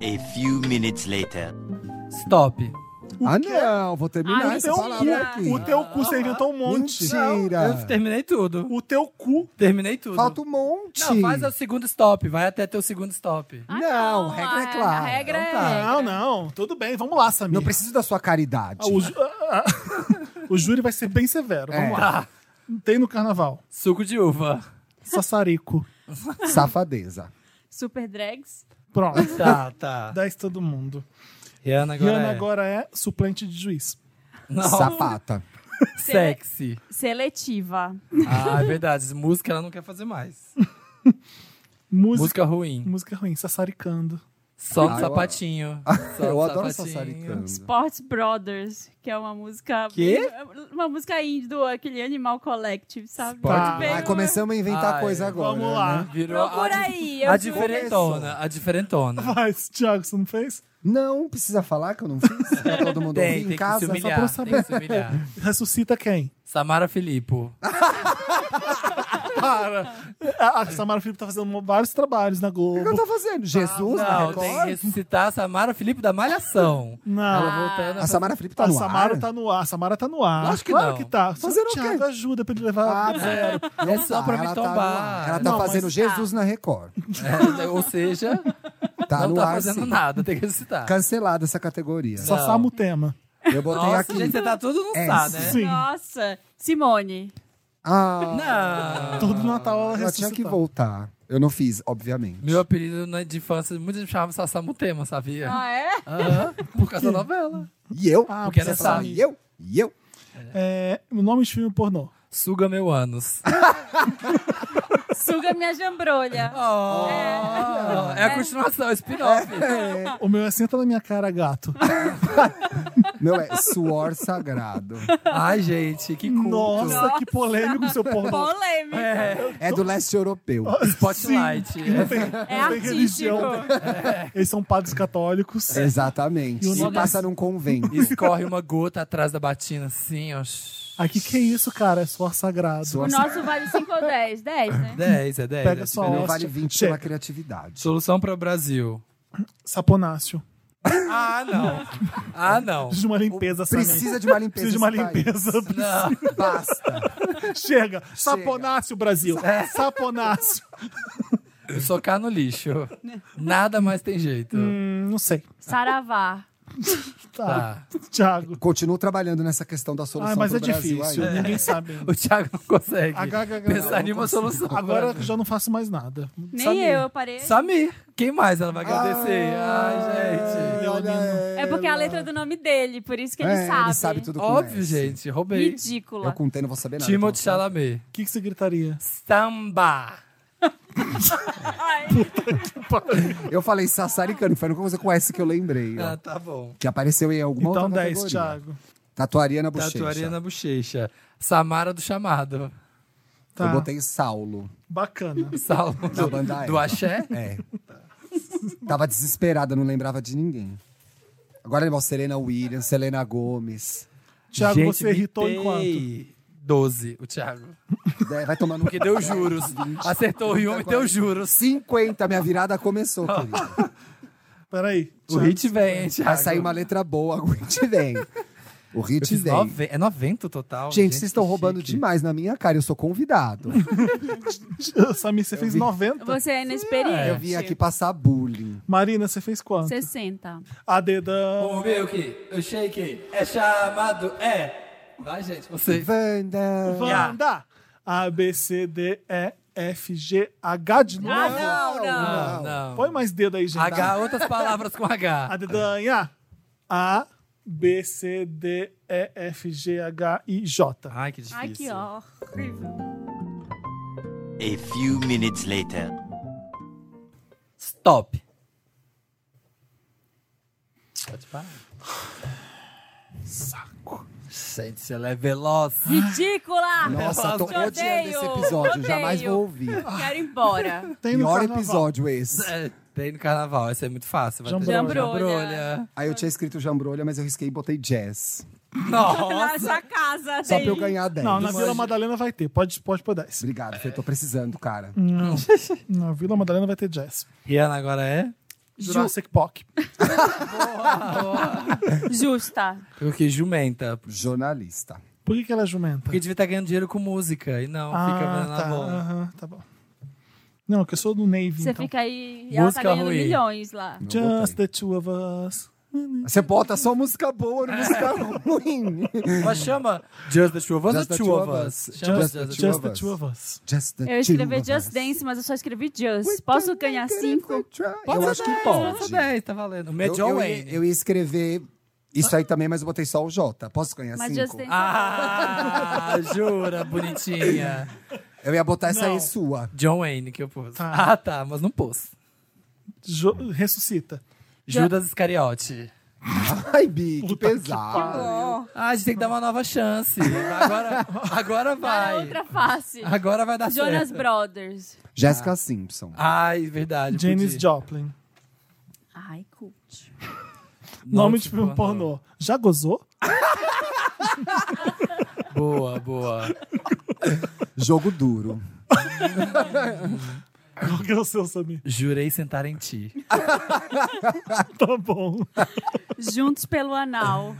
A few minutes later. Stop. O ah, quê? não, vou terminar Ai, essa Teu então, palavra Mentira. aqui. cu. O teu cu você inventou um monte. Eu Mentira. terminei tudo. O teu cu. Terminei tudo. Ah. Falta um monte. Não, faz o segundo stop. Vai até teu segundo stop. Ah, Não, não, regra é a- clara. A regra Então tá. é. Não, não. Tudo bem. Vamos lá, Samir. Não preciso da sua caridade. Ah, o, ju- [LAUGHS] ah, ah. O júri vai ser bem severo. Vamos É. lá. Tem no carnaval. Suco de [LAUGHS] uva. Sassarico. [LAUGHS] Safadeza. Super drags. Pronto. [LAUGHS] Tá, tá. 10 todo mundo. Rihanna agora. Rihanna é. agora é suplente de juiz. Não. Sapata. [LAUGHS] [LAUGHS] Sexy. Seletiva. Ah, é verdade. Música ela não quer fazer mais. Música, Música ruim. música ruim, sassaricando. Só Ah, um eu- [LAUGHS] sapatinho. Só Eu um adoro sapatinho. sassaricando. Sports Brothers, que é uma música. Quê? Uma música indie do aquele Animal Collective, sabe? Sports Tipo, Ai, é eu- começamos a inventar Ai, coisa agora. Vamos lá. né? Virou a, Procura di- aí. a eu juro. diferentona. A diferentona. Mas, Thiago, você não fez? Não precisa falar que eu não fiz. [LAUGHS] Tá todo mundo ouvindo Tem, em tem que casa. se só pra humilhar. eu Tem que se humilhar. Ressuscita quem? Samara Filippo. Ah, A, a Samara Felipe tá fazendo vários trabalhos na O que eu Globo. tô fazendo? Jesus, na Ah, Não, Record? tem que ressuscitar a Samara Filipe da Malhação. Não. Ela voltando. [LAUGHS] Ah. A Samara Felipe tá a no Samara ar? tá no ar. A Samara tá no ar. Acho que claro não. que tá. Só Fazendo o quê? Thiago ajuda pra ele levar. Ah, zero. É só pra me ela tá no tombar. ar. ela tá Não, fazendo mas- Jesus na Record. É, ou seja, Tá não no tá ar, fazendo sim. nada, tem que citar. Cancelada essa categoria. Só Não. Samu tema. Eu botei Nossa, aqui. gente, você tá tudo no É, sá, né? Sim. Nossa, Simone. Ah, Não. Tudo na taola eu tinha que ressuscitar. voltar. Eu não fiz, obviamente. Meu apelido na de infância, muitos me chamavam Sassamu Tema, sabia? Ah, é? Aham, por causa da novela. E eu? Ah, Porque você era Só sabe. E eu? E eu? É, o nome de filme pornô. Suga meu ânus. Suga minha jambrolha. Ah, Oh. é a continuação, é o spin-off. O meu é Senta na Minha [LAUGHS] Cara, Gato. Meu, é suor sagrado. Ai, gente, que culto. Nossa, que polêmico seu pornô. Polêmico. É do leste europeu. Spotlight. É. É Tem artístico. religião. Eles são padres católicos. É. Exatamente. E o E nome é passa num convento. Escorre uma gota atrás da batina, assim, ó. Aqui que é isso, cara? É suor sagrado. Suor O nosso vale 5 ou 10? 10, né? 10, é 10. Pega é só diferente. Não vale 20 Chega. pela criatividade. Solução para o Brasil. Saponáceo. Ah, não. Ah, não. Precisa de uma limpeza, sabe? Precisa de uma limpeza. tá Precisa de uma esse país. limpeza. Não. Basta. [LAUGHS] Chega. Saponáceo, Brasil. É. Saponáceo. Socar no lixo. Nada mais tem jeito. Hum, não sei. Saravá. Tá. Tá. Tiago. Continuo trabalhando nessa questão da solução Ah, mas pro é Brasil difícil. ainda. Ninguém sabe. ainda. O Thiago não consegue Ah, gá, gá, gá, pensar não em uma consigo. solução. Agora [LAUGHS] eu já não faço mais nada. Nem Samir. eu, eu parei. Samir. Quem mais ela vai agradecer? Ah, Ai, gente. Ai, olha ela. É porque é a letra do nome dele, por isso que ele É, sabe. Ele sabe tudo com Óbvio, S. gente. Roubei. Ridícula. Eu contei, não vou saber nada. Timothée então. Chalamet. O que, que você gritaria? Samba. Ai, Eu falei sassaricano, foi a única coisa com S que eu lembrei. ó. Ah, tá bom. Que apareceu em alguma então outra 10, categoria. Thiago. Tatuaria na bochecha. Tatuaria na bochecha. Samara do [LAUGHS] chamado. Tá. Eu botei Saulo. Bacana. Salmo do, banda Eva. do axé. [LAUGHS] É. Tava desesperada, não lembrava de ninguém. Agora lembro Serena Williams, Selena Gomes. Thiago, Gente, você irritou mitei. enquanto? 12, o Thiago. É, Vai tomando. Porque deu [LAUGHS] juros. Acertou o Rio e deu juros. 50, minha virada começou, querida. Peraí. O Thiago. hit vem, hein, Thiago? Vai sair uma letra boa, [LAUGHS] aguente vem. O Eu hit fiz vem. nove- É 90 o total. Gente, vocês estão que roubando chique. demais na minha cara, eu sou convidado. [LAUGHS] Samir, você fez 90. você é inexperiente. Eu vim aqui passar bullying. Marina, você fez quanto? 60. A dedão. O Milk, o Shake, é chamado, é. Vai, gente, você. Wanda. Wanda. A, B, C, D, E, F, G, H de novo. Ah, não, não. Não, não. Põe mais dedo aí, gente. H, outras palavras com A H. dedanha. A, B, C, D, E, F, G, H, I, J. [LAUGHS] Ai, que é difícil. Ai, que horrível. A few minutes later. Stop. Pode parar. Saco. Gente, se ela é veloz. Ridícula! Nossa, tô Te odiando esse episódio, te jamais odeio. vou ouvir. Quero ir embora. [LAUGHS] Tem no Pior carnaval. episódio esse. É, Tem no carnaval, esse é muito fácil. vai ter Jambrolha. [LAUGHS] Jambrolha. Aí eu tinha escrito jambrolha, mas eu risquei e botei jazz. Nossa. Nossa casa, Só pra tem. eu ganhar 10. Não, na Vila Madalena vai ter. Pode, pode pôr 10. Obrigado, Fê, eu tô precisando, cara. Na Vila Madalena vai ter jazz. Rihanna agora é? Jurassic Park. Justa. Porque jumenta. Jornalista. Por que, que ela é jumenta? Porque devia estar ganhando dinheiro com música. E não, fica né, ah, na tá. bola. aham, tá bom. Não, que eu sou do Navy, Você então. fica aí e ela Música tá ganhando ruim. milhões lá. Não Just botei. the two of us. Você bota só música boa, não música ruim. Mas chama Just the Two of Us Just ou the Two Two of of Us? Us. Chama Just the Two Just of the Us. two of us. Just the Eu escrevi two of Just us. Dance, mas eu só escrevi Just. Posso ganhar cinco? eu acho que pode. 10, tá valendo. O Eu, Major eu, ia, Wayne. eu ia escrever isso aí também, mas eu botei só o J. Posso ganhar Mas Just cinco? Dance. Ah, [LAUGHS] jura, bonitinha. Eu ia botar essa Não. aí sua. [LAUGHS] John Wayne que eu pus. Tá. Ah, tá, mas não pôs. Jo- ressuscita. Judas Iscariote. Ai, Bi, que pesado. Ah, a gente tem que dar uma nova chance. Agora, [LAUGHS] agora Para vai. outra face. Agora vai dar Jonas certo. Brothers. Jéssica Simpson. Ai, verdade. Janis podia. Joplin. Ai, cult. Nome de filme pornô. Já gozou? Boa, boa. Jogo duro. Qual que é o seu, Samir? [LAUGHS] Jurei sentar em ti. Tá bom. Juntos [LAUGHS] pelo anal.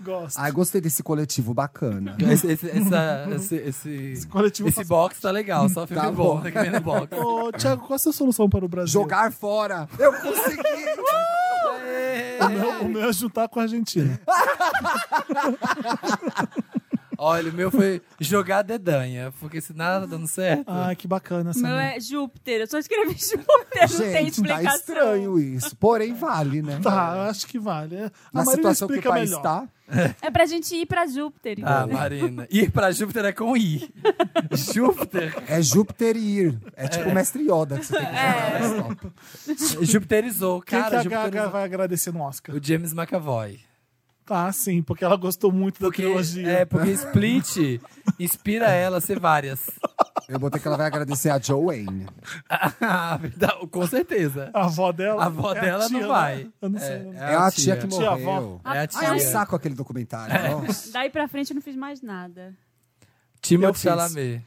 Gosto. Ai, gostei desse coletivo bacana. Esse, esse, essa- esse, esse, Ah, esse, coletivo faz- box tá legal, só filme Tá bom. bom. Tem que ver no box. Ô, Thiago, qual é a sua solução para o Brasil? Jogar fora. Eu consegui. O meu, o meu é juntar com a [LAUGHS] Argentina. Olha, o meu foi jogar dedanha, porque se nada tá dando certo. Ah, que bacana essa. Meu né? é Júpiter. Eu só escrevi [LAUGHS] Júpiter, [LAUGHS] não tem Gente, tá explicação. estranho isso. Porém, vale, né? Tá, eu acho que vale. A Na Marina situação que o explica país tá, melhor. está. É pra gente ir pra Júpiter. Ah, Marina. Ir pra Júpiter é com I. Júpiter. É Júpiter e Ir. É tipo o mestre Yoda que você tem que jogar. né? É. no stop. Júpiterizou. Quem Cara, que é a Gaga Júpiterizou. vai agradecer no Oscar? O James McAvoy. Tá, sim, porque ela gostou muito da Porque, trilogia. é, porque Split inspira ela a ser várias. Eu botei que ela vai agradecer a Joanne. Ah, verdade, com certeza. A avó dela. A avó é dela tia, não vai. né? Eu não sei. É, né? É, a tia, que Tia, morreu. avó. É a Ai, é um tia. saco aquele documentário. Nossa. Ah, Daí pra frente eu não fiz mais nada. Eu Timothée fiz. Chalamet.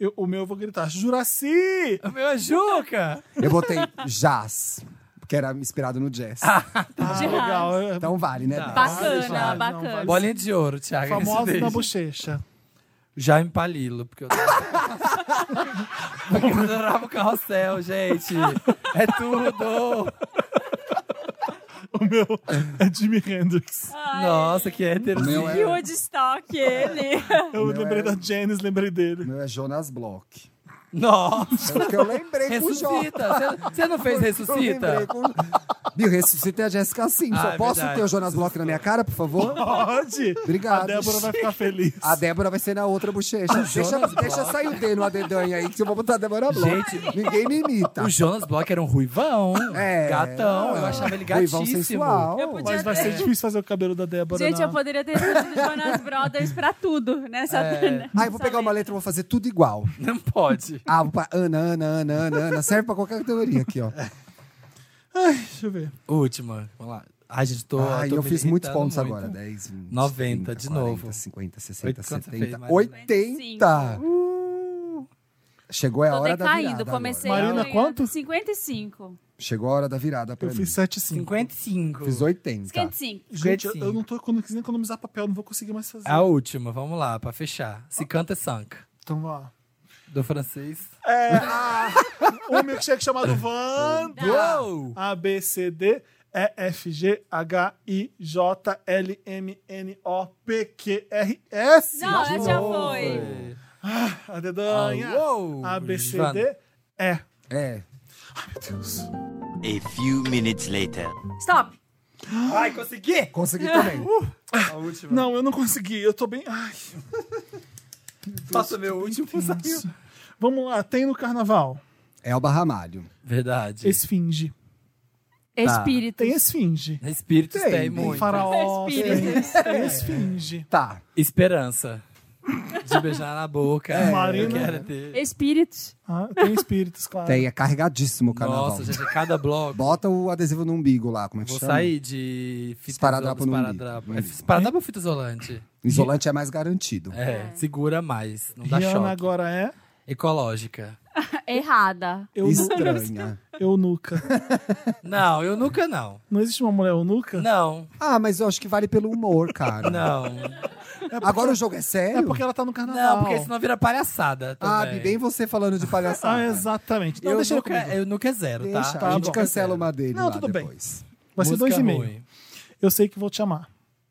Eu- o meu eu vou gritar: Juraci! O meu é Juca. Eu botei Jazz, porque era inspirado no jazz. Ah, Juraci. legal. é- Então vale, né? Tá. Bia? Bacana, vale, não, bacana. vale. Bolinha de ouro, Thiago. [LAUGHS] Famosa Esse na beijo. bochecha. Jaime Palilo, porque eu, [LAUGHS] porque eu adorava o carrossel, gente. É tudo. O meu é Jimi Hendrix. Ai, Nossa, que hétero. O meu Que Woodstock ele. Ah, Eu meu lembrei é- da Janice, lembrei O dele. meu é Jonas Bloch. Nossa. É o que eu lembrei com o Jó. Ressuscita. Você- Você não fez Ressuscita? Bill, ressuscita é a Jéssica Simpson. Ah, é Posso verdade. ter o Jonas Bloch na minha cara, por favor? Pode! Obrigado. A Débora vai ficar feliz. A Débora vai ser na outra bochecha. Deixa, Ah, Jonas deixa Bloch. sair o dedo no adedanha aí, que eu vou botar a Débora Bloch. Gente, Ninguém me imita. O Jonas Bloch era um ruivão, É. gatão. Eu achava ele Ruivão gatíssimo. sensual. Eu podia- Mas vai É. ser difícil fazer o cabelo da Débora. Gente, na- eu poderia ter escolhido Jonas Brothers pra tudo nessa. [LAUGHS] nessa Ah, eu vou pegar uma letra e vou fazer tudo igual. Não pode. Ah, vou pra Ana, Ana, Ana, Ana, Ana. Serve pra qualquer categoria aqui, ó. Ai, deixa eu ver. Última. Vamos lá. Ai, gente, [LAUGHS] tô. Ai, tô eu me fiz muitos irritando pontos muito. agora. 10, 20, 90, 30, de 40, novo. 50, 60, Oito, quanto você 70, fez, Marina? 80! Chegou é a Tô hora da virada. decaindo, agora. Tá. comecei Marina, ganhando quanto? 55. Chegou a hora da virada pra Eu mim. fiz 7,5. 55. Fiz 80. 55. Gente, eu, 55. eu não tô conseguindo economizar papel, não vou conseguir mais fazer. A última, vamos lá, pra fechar. Se canta, é sank. Então, ó. Do francês. É, a, um milkshake [LAUGHS] chamado Wanda. Uou! A, B, C, D, E, F, G, H, I, J, L, M, N, O, P, Q, R, S. Não, é essa já foi. A dedanha. Uou! A, B, C, Wanda. D, E. É. A few minutes later. Tá. Stop. Ai, consegui! Consegui [LAUGHS] também. A última. Não, eu não consegui. Eu tô bem... Ai, Faça meu último saiu. vamos lá. Tem no carnaval. É o Barramalho. Verdade. Esfinge. Espírito. Tem esfinge. Espíritos Tem, tem, tem muito. Faraó. Tem, Espíritos. É. tem esfinge. Tá. Esperança. De beijar na boca. É, Marina. Eu quero ter. Espíritos. Ah, tem espíritos, claro. Tem, é carregadíssimo o carnaval. Nossa, gente, cada bloco. Bota o adesivo no umbigo lá, como é que Vou chama? sair de fita Esparadrapo no umbigo. esparadrapo. No É, umbigo. esparadrapo ou fita isolante? Isolante é mais garantido. É, segura mais, não dá Rihanna choque. agora é Ecológica. Errada. eu, Estranha. eu nuca. Não, eu nunca não. Não existe uma mulher eunuca? Não, Ah, mas eu acho que vale pelo humor, cara. não. Agora o jogo é sério? É porque ela tá no carnaval. Não, porque senão vira palhaçada Ah, então também. bem você falando de palhaçada. [LAUGHS] Ah, exatamente. Não, eu, deixa nunca, eu comigo. eu nunca é zero, Deixa, tá? a Eu gente nunca cancela zero. uma dele Não, lá tudo bem. depois. Vai é ser Música dois e meio. ruim. Eu sei que vou te amar.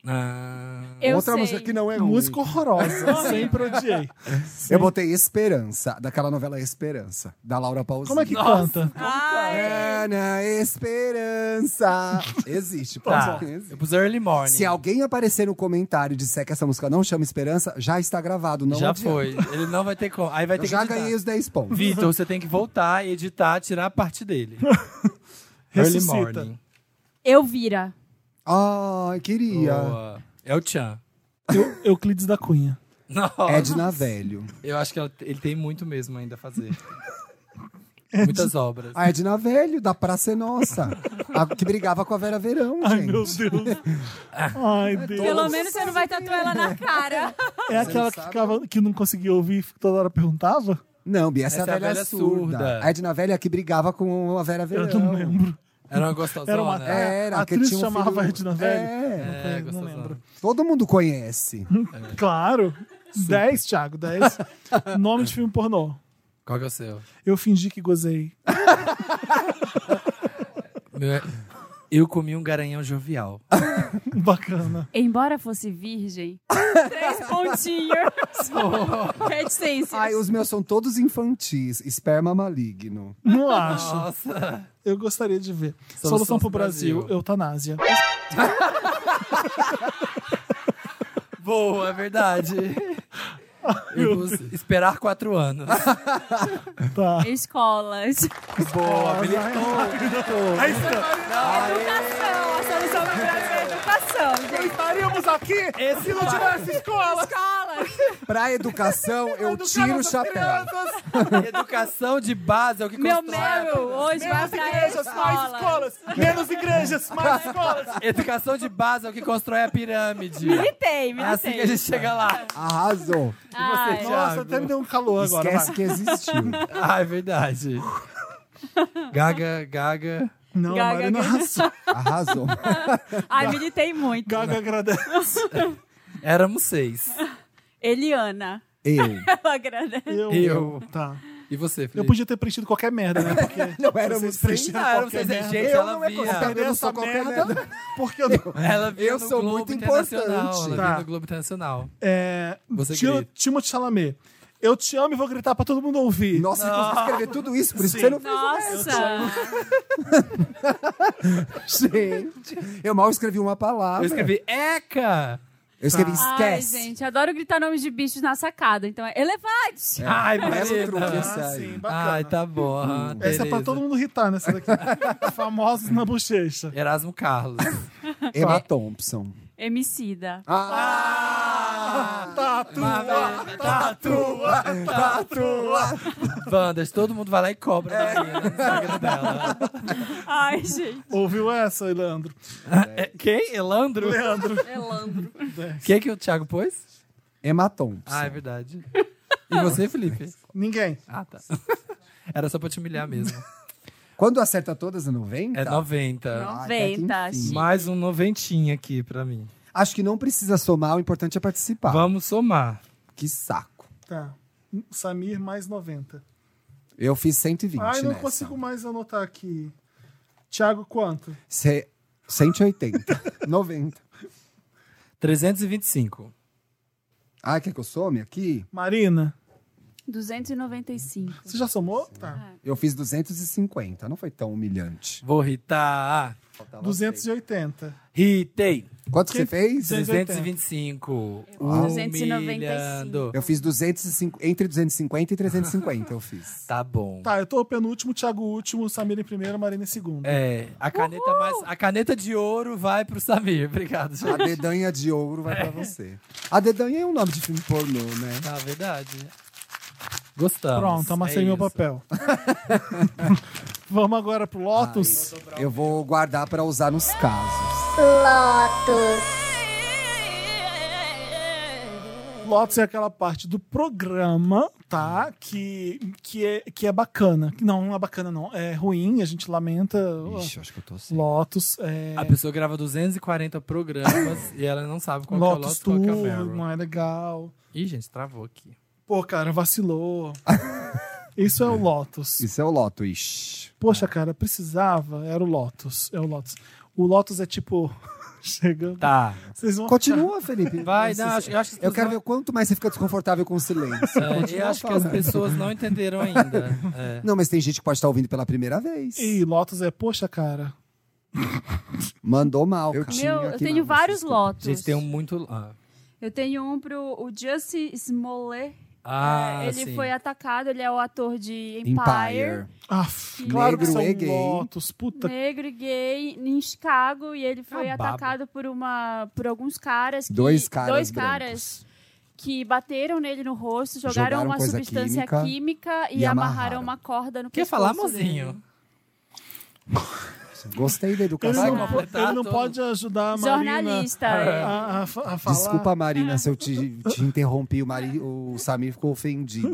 Ah, Eu Outra sei. música que não é ruim. [LAUGHS] Música horrorosa. sempre odiei. Eu botei Esperança, daquela novela Esperança, da Laura Pausini. Como é que canta? Ai, Ana Esperança. Existe, pode tá. ser que Eu existe. pus early morning. Se alguém aparecer no comentário e disser que essa música não chama Esperança, já está gravado, não já adianta. foi. Ele não vai ter como. Aí vai ter Eu que já editar. ganhei os 10 pontos. Vitor, você tem que voltar, editar, tirar a parte dele. early Ressuscita. morning. eu vira. Ai, queria. Boa. É o Chan. Eu- Euclides da Cunha. Não, Edna Velho. eu acho que ela- ele tem muito mesmo ainda a fazer. Muitas obras. A Edna Velho, da Praça é Nossa. A que brigava com a Vera Verão, Ai, gente. meu Deus. [LAUGHS] Ai, É Deus. Pelo menos você não vai tatuar ela na cara. É aquela que, ficava, que não conseguia ouvir e toda hora perguntava? Não, Bia, essa, é a velha, surda. surda. A Edna Velha que brigava com a Vera Verão. Eu não lembro. Era uma gostosona. Era uma- né? Era, é, A que atriz tinha um chamava filho... Edna Velha? É, É, não gostosona. lembro. todo mundo conhece. Claro. 10, [LAUGHS] Thiago, 10. Nome de filme pornô. Qual que é o seu? Eu fingi que gozei. [LAUGHS] Meu é- Eu comi um garanhão jovial. Bacana. [LAUGHS] Embora fosse virgem, [LAUGHS] três [LAUGHS] pontinhos. Reticências. Ai, os meus são todos infantis. Esperma maligno. Não acho. Nossa! Eu gostaria de ver. Solução Solução, pro pro Brasil, Brasil. eutanásia. Boa, é verdade. Eu vou esperar quatro anos. Tá. Escolas. Boa, militou. Educação. A solução do Brasil é educação, gente. Estaríamos aqui Esse não tivesse escola. Escolas. Pra educação, eu tiro o chapéu. Educação de base é o que Meu constrói. Meryl hoje vai pra escola. Menos igrejas, mais escolas. Educação de base é o que constrói a pirâmide. Militei, É militei. assim que a gente chega lá. Arrasou. Ai. você, Thiago? Nossa, até me deu um calor agora. Esquece vai. que existiu. Ah, é verdade. Gaga, Gaga. Não, Gaga, Marina, Gaga. Arrasou. Ai, militei muito. Gaga agradece. Éramos seis. Eliana. [LAUGHS] Eu. Ela agradece. Eu. Eu. Tá. E você, Felipe? Eu podia ter preenchido qualquer merda, né? Porque [LAUGHS] Não éramos vocês seis. preencheram Ah, éramos qualquer seis. merda. Gente, Eu ela não é via. constante, eu não sou Essa qualquer merda. merda. Porque eu não... Ela viu no Eu sou Globo muito Internacional, importante. Ela viu Tá. no Globo Internacional. É, Você Tio- grita. Timothée Chalamet. Eu te amo e vou gritar pra todo mundo ouvir. Nossa, então você conseguiu escrever tudo isso, por isso que você não Nossa. Gente, eu mal escrevi uma palavra. Eu escrevi ECA! Eu escrevi Ai, esquece. gente, adoro gritar nomes de bichos na sacada. Então é elefante. Ai, Belo tá truque Marina. esse aí. sim, bacana. Ai, tá bom. aham, Essa é pra beleza. todo mundo irritar [LAUGHS] nessa daqui. Famosos na bochecha. Erasmo Carlos. Emma Thompson. Emicida. Ah! Tatua! Tatua! Tatua! Bandas, todo mundo vai lá e cobra É. da menina no Instagram dela. Ai, gente. Ouviu essa, Leandro? É, quem? Elandro? Leandro. Elandro. Quem que o Thiago pôs? Emma Thompson. Ah, é verdade. [LAUGHS] E você, Felipe? Ninguém. Ah, tá. [LAUGHS] Era só pra te humilhar mesmo. Quando acerta todas, não vem? Tá. tá. É 90. até que 90. enfim. Mais um noventinho aqui pra mim. Acho que não precisa somar, o importante é participar. Vamos somar. Que saco. Tá. Samir mais 90. Eu fiz 120 Ai, não nessa. consigo mais anotar aqui. Thiago, quanto? Cê- [LAUGHS] 180. 90. 325. Ai, quer que eu some aqui? Marina, 295. você já somou? Tá. Eu fiz 250. Não foi tão humilhante. Vou ritar. 280. Ritei. Quanto você fez? 325. 295. Humilhando. Eu fiz 205, entre 250 e 350 [LAUGHS] eu fiz. Tá bom. Tá, eu tô penúltimo, Thiago último, Samir em primeiro, Marina em segundo. É, a caneta, mais, a caneta de ouro vai pro Samir. [LAUGHS] Obrigado, A gente. dedanha de ouro vai pra você. A dedanha é um nome de filme pornô, né? Na verdade. Gostamos. Pronto, amassei é meu isso. [LAUGHS] papel. Vamos agora pro Lotus. Eu vou guardar pra usar nos casos. Lotus é aquela parte do programa, tá? Que, que, é, que é bacana. Que Não, não é bacana, não. É ruim, a gente lamenta. Ixi, acho que eu tô sem. Lotus. É... A pessoa grava 240 programas e ela não sabe qual Lotus que é o Lotus, qual Tour, que é o Meryl. não é legal. Ih, gente, travou aqui. Pô, cara, vacilou. Isso é o Lotus. Isso é o Loto, ixi. Poxa, cara, precisava. Era o Lotus. É o Lotus. O Lotus é tipo. [LAUGHS] Chega. Tá. Vocês vão. [LAUGHS] Continua, Felipe. Vai, não, acho, eu acho que Eu quero ver o quanto mais você fica desconfortável com o silêncio. É, eu Continua acho que as falando. pessoas não entenderam ainda. É. Não, mas tem gente que pode estar ouvindo pela primeira vez. E Lotus é, poxa, cara. Mandou mal, Meu, eu tenho não, vários desculpa. lotos. Gente, tem um muito. Ah, Eu tenho um pro o Justin Smollett. Ah, É, ele sim. foi atacado, ele é o ator de Empire, Empire. Ah, claro Negro que são e gay. Lotus. Puta negro e gay, em Chicago, e ele foi Acabado. atacado por uma por alguns caras que Dois caras dois brancos. caras que bateram nele no rosto, jogaram, Jogaram uma coisa substância química química, e, e amarraram. amarraram uma corda no Quer pescoço falar, dele. mozinho? Gostei da Ele educação. não, po- completar ele não todo. pode ajudar a Marina [LAUGHS] Jornalista. a, é. a, a falar. Desculpa, Marina, se eu te, te interrompi. O, Mari, o Samir ficou ofendido.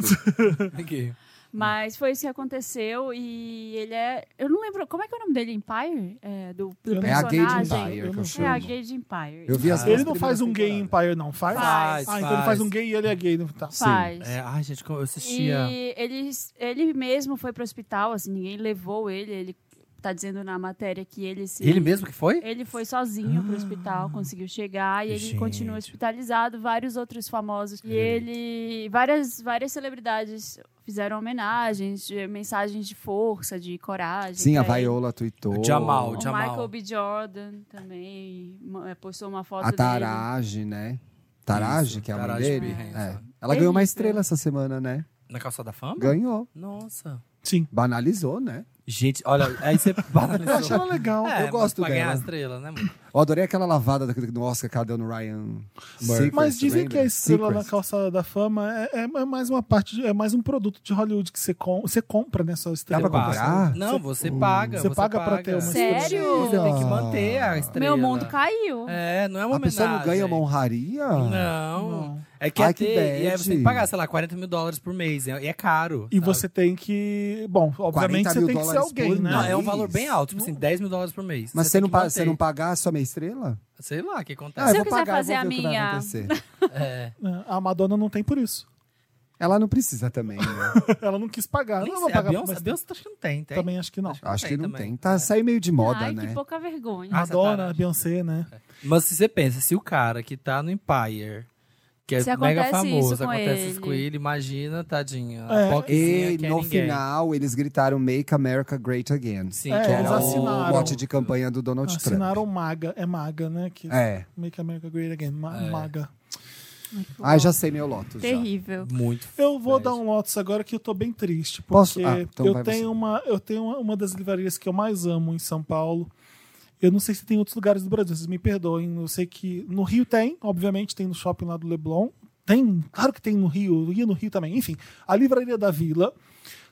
Aqui. Mas foi isso que aconteceu e ele é. Eu não lembro. Como é que é o nome dele? Empire? É, do, do Eu não- É a Gage personagem? Empire que eu É a chamo. Gage Empire. Eu vi as Ah. duas Ele não faz um gay primeiras empire, não. Faz? Faz, Ah, então ele faz faz. um gay e ele é gay. Tá. sim. Faz. É, ai, gente, como eu assistia. E ele, ele mesmo foi pro hospital, assim, ninguém levou ele. Ele tá dizendo na matéria que ele se. Ele mesmo que foi? Ele foi sozinho pro hospital, conseguiu chegar e ele Ah. Gente. continua hospitalizado. Vários outros famosos. E ele. Várias, várias celebridades fizeram homenagens, de- mensagens de força, de coragem. né? Sim, a pra ele. Viola tweetou. O Jamal, O Jamal. Michael B. Jordan também ma- eh, postou uma foto A dele. Tarage, né? Tarage, Isso, que é a mãe Tarage dele. Johansson. É. Ela ganhou uma estrela essa semana, né? Na calçada da fama? Ganhou. Nossa. Sim. Banalizou, né? Gente, olha, aí [LAUGHS] você Eu achei banalizou. ela é legal. É, eu gosto pra ganhar dela. a estrela, né, mano? Eu adorei aquela lavada daquele do Oscar que ela deu no Ryan. Seacrest, Mas dizem lembra? que a estrela na Seacrest. calçada da fama é, é- é mais uma parte, de- é mais um produto de Hollywood que você, com- você compra, né? Sua estrela. Dá pra na comprar? calçada. Não, você paga. Você paga pra ter uma Sério? estrela. Você tem que manter a estrela. Meu mundo caiu. É, não é uma A pessoa não homenagem. ganha uma honraria? Não. É que é Ai, que ter, e aí você tem bad. que pagar, sei lá, 40 mil dólares por mês. E é caro. E sabe? você tem que. Bom, obviamente 40 você mil tem que ser dólares alguém, por né? Não, é um Isso. valor bem alto, tipo assim, 10 mil dólares por mês. Mas você tem não, que pa- manter. É. você não pagar a sua meia estrela? Sei lá o que Ah, eu Se acontece. eu vou quiser pagar, eu fazer vou a ver o que vai minha- acontecer. É. né? A Madonna não tem por isso. [LAUGHS] Ela não precisa também, né? Ela não quis pagar. Ela Nem não sei, vai a pagar Beyoncé, a mas Beyoncé acho que não tem, tem? Também acho que não. Acho Acho que Tem não também. É. tem. Tá, saiu meio de moda, Ai, né? que pouca vergonha. Ah, essa Madonna, tarada. Beyoncé, né? Mas se você pensa, se o cara que tá no Empire, que é Se mega acontece famoso, isso com acontece ele. isso com ele, imagina, tadinho. É. A poquezinha E que é no ninguém. final eles gritaram Make America Great Again. Sim, É, que eles era o assinaram. mote de campanha do Donald Trump. Assinaram Maga. É Maga, né? Que É. Make America Great Again. Ma- É. Maga. Ah, já sei meu Lotus. já. Terrível. Muito Eu vou Fred. dar um Lotus agora que eu tô bem triste. Porque Posso? Ah, então eu, vai você. tenho uma, eu tenho uma, uma das livrarias que eu mais amo em São Paulo. Eu não sei se tem em outros lugares do Brasil, vocês me perdoem. Eu sei que no Rio tem, obviamente, tem no shopping lá do Leblon. Tem, claro que tem no Rio, eu ia no Rio também. Enfim, a Livraria da Vila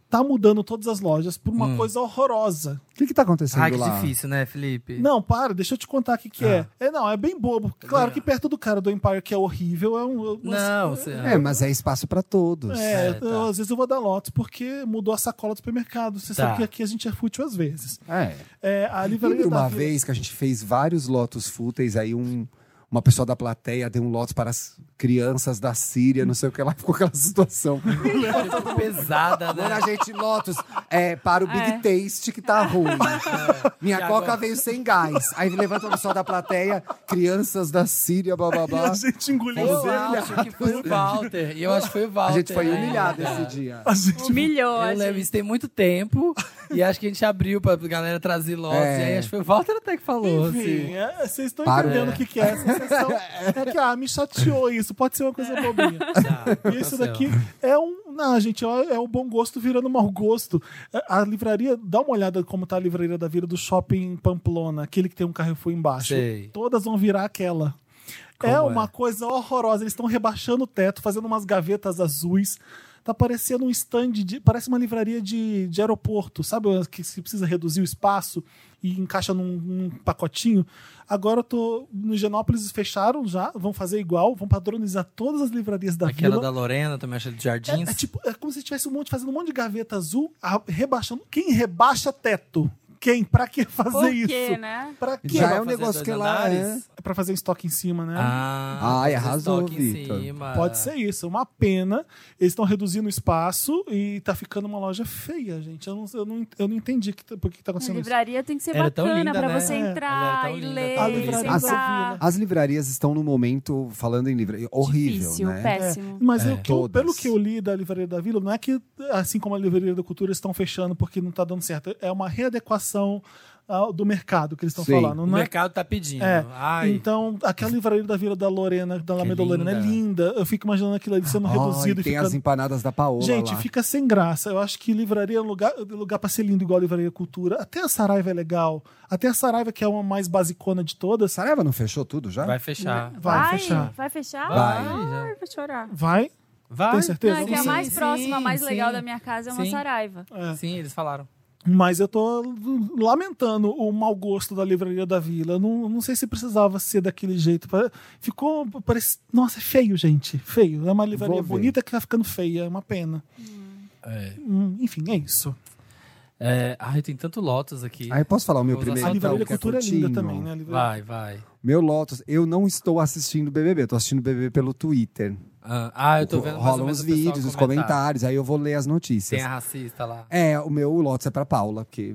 tá mudando todas as lojas por uma coisa horrorosa. O que que tá acontecendo Ai, que lá? difícil, né, Felipe? Não, para, deixa eu te contar o que, que é. É, não, é bem bobo. Claro que perto do cara do Empire, que é horrível, é um. Não, você... É, mas é espaço pra todos. né? É, É, tá. eu- às vezes eu vou dar lotes porque mudou a sacola do supermercado. Você Tá. sabe que aqui a gente é fútil às vezes. É. É, a livraria Lembra da uma Vila- [LAUGHS] vez que a gente fez vários lotos fúteis, aí um, uma pessoa da plateia deu um lotus para as crianças da Síria, não sei o que lá, [LAUGHS] ficou aquela situação. Ficou é pesada, né? Agora a gente, lotos é, para o Big É. Taste que tá [LAUGHS] ruim. É. Minha E coca agora? veio sem gás. Aí levanta o pessoal da plateia, crianças da Síria, blá blá blá. A gente engoliu. Eu a ovelha. acho que foi o Walter. Eu acho que foi o A Walter. gente É. foi né? humilhado esse dia. A gente- Humilhou, a Eu lembro, gente. isso tem muito tempo. e acho que a gente abriu pra galera trazer lotes. É. E aí acho que foi o Walter até que falou. assim. Enfim, é, vocês estão Para. entendendo o que, que é essa [LAUGHS] sessão. É que, ah, me chateou isso. Pode ser uma coisa bobinha. [LAUGHS] Tá, E [LAUGHS] Isso tá daqui certo. é um. Não, gente, ó, é o bom gosto virando mau gosto. É, A livraria, dá uma olhada como tá a livraria da Vila do shopping Pamplona, aquele que tem um Carrefour embaixo. Sei. Todas vão virar aquela. Como é é? uma coisa horrorosa. Eles estão rebaixando o teto, fazendo umas gavetas azuis. Tá parecendo um stand de. Parece uma livraria de, de aeroporto, sabe? Que se precisa reduzir o espaço e encaixa num, num pacotinho. Agora eu tô. No Genópolis fecharam já, vão fazer igual, vão padronizar todas as livrarias da Aquela vila. da Lorena também, acho de É, Jardins. é tipo, é como se tivesse um monte fazendo um monte de gaveta azul, a- rebaixando. Quem rebaixa teto? Quem? Pra que fazer Por quê, isso? né? Pra que? Já Pra é um fazer negócio dois que lá é- andares? É pra fazer estoque em cima, né? Ah, Ai, fazer arrasou, estoque em Vitor. cima. Pode ser isso, é uma pena. Eles estão reduzindo o espaço e tá ficando uma loja feia, gente. Eu não, eu não, eu não entendi que, tá- por que tá A acontecendo isso. livraria tem que ser Era tão bacana linda, pra né? você É. Ela era entrar tão e linda, ler, tão e linda. sentar. As livrarias estão no momento, falando em livraria, horrível, Difícil, né? É, péssimo. mas eu- que eu- Todas. pelo que eu li da Livraria da Vila, não é que, assim como a Livraria da Cultura, estão fechando porque não tá dando certo. É uma readequação ah, do mercado que eles estão Sim. falando. O Não é mercado tá pedindo. É. Ai, Então, aquela livraria da Vila da Lorena, da Alameda Lorena, é linda. Eu fico imaginando aquilo ali sendo Ai, reduzido e tem ficando. as empanadas da Paola Gente, lá. fica sem graça. Eu acho que livraria é um lugar, lugar pra ser lindo igual a Livraria Cultura. Até a Saraiva é legal. Até a Saraiva, que é uma mais basicona de todas, Saraiva não fechou tudo já? vai fechar. né, vai fechar. Vai fechar? Vai, Ai, já. vou chorar. Vai? Vai. Tem certeza? Não, é que a Sim, mais sim, próxima, a mais sim. legal da minha casa é uma Sim. Saraiva. É. Sim, eles falaram. Mas eu tô lamentando o mau gosto da Livraria da Vila. Não, não sei se precisava ser daquele jeito. Pare- Ficou. Parece... Nossa, é feio, gente. Feio. É uma livraria Vou ver. bonita que tá ficando feia. É uma pena. É. Hum, enfim, é isso. É, ai, tem tanto Lotus aqui. Aí posso falar o meu Vou usar primeiro? A Então, livraria que é Cultura é curtinho? linda também, né? A livraria- Vai, vai. Meu Lotus, eu não estou assistindo BBB, eu tô assistindo BBB pelo Twitter. Ah, ah, eu tô vendo mais ou Rolam menos os o pessoal vídeos, os comentar. comentários, aí eu vou ler as notícias. Tem a racista lá. É, o meu Lotus é pra Paula, porque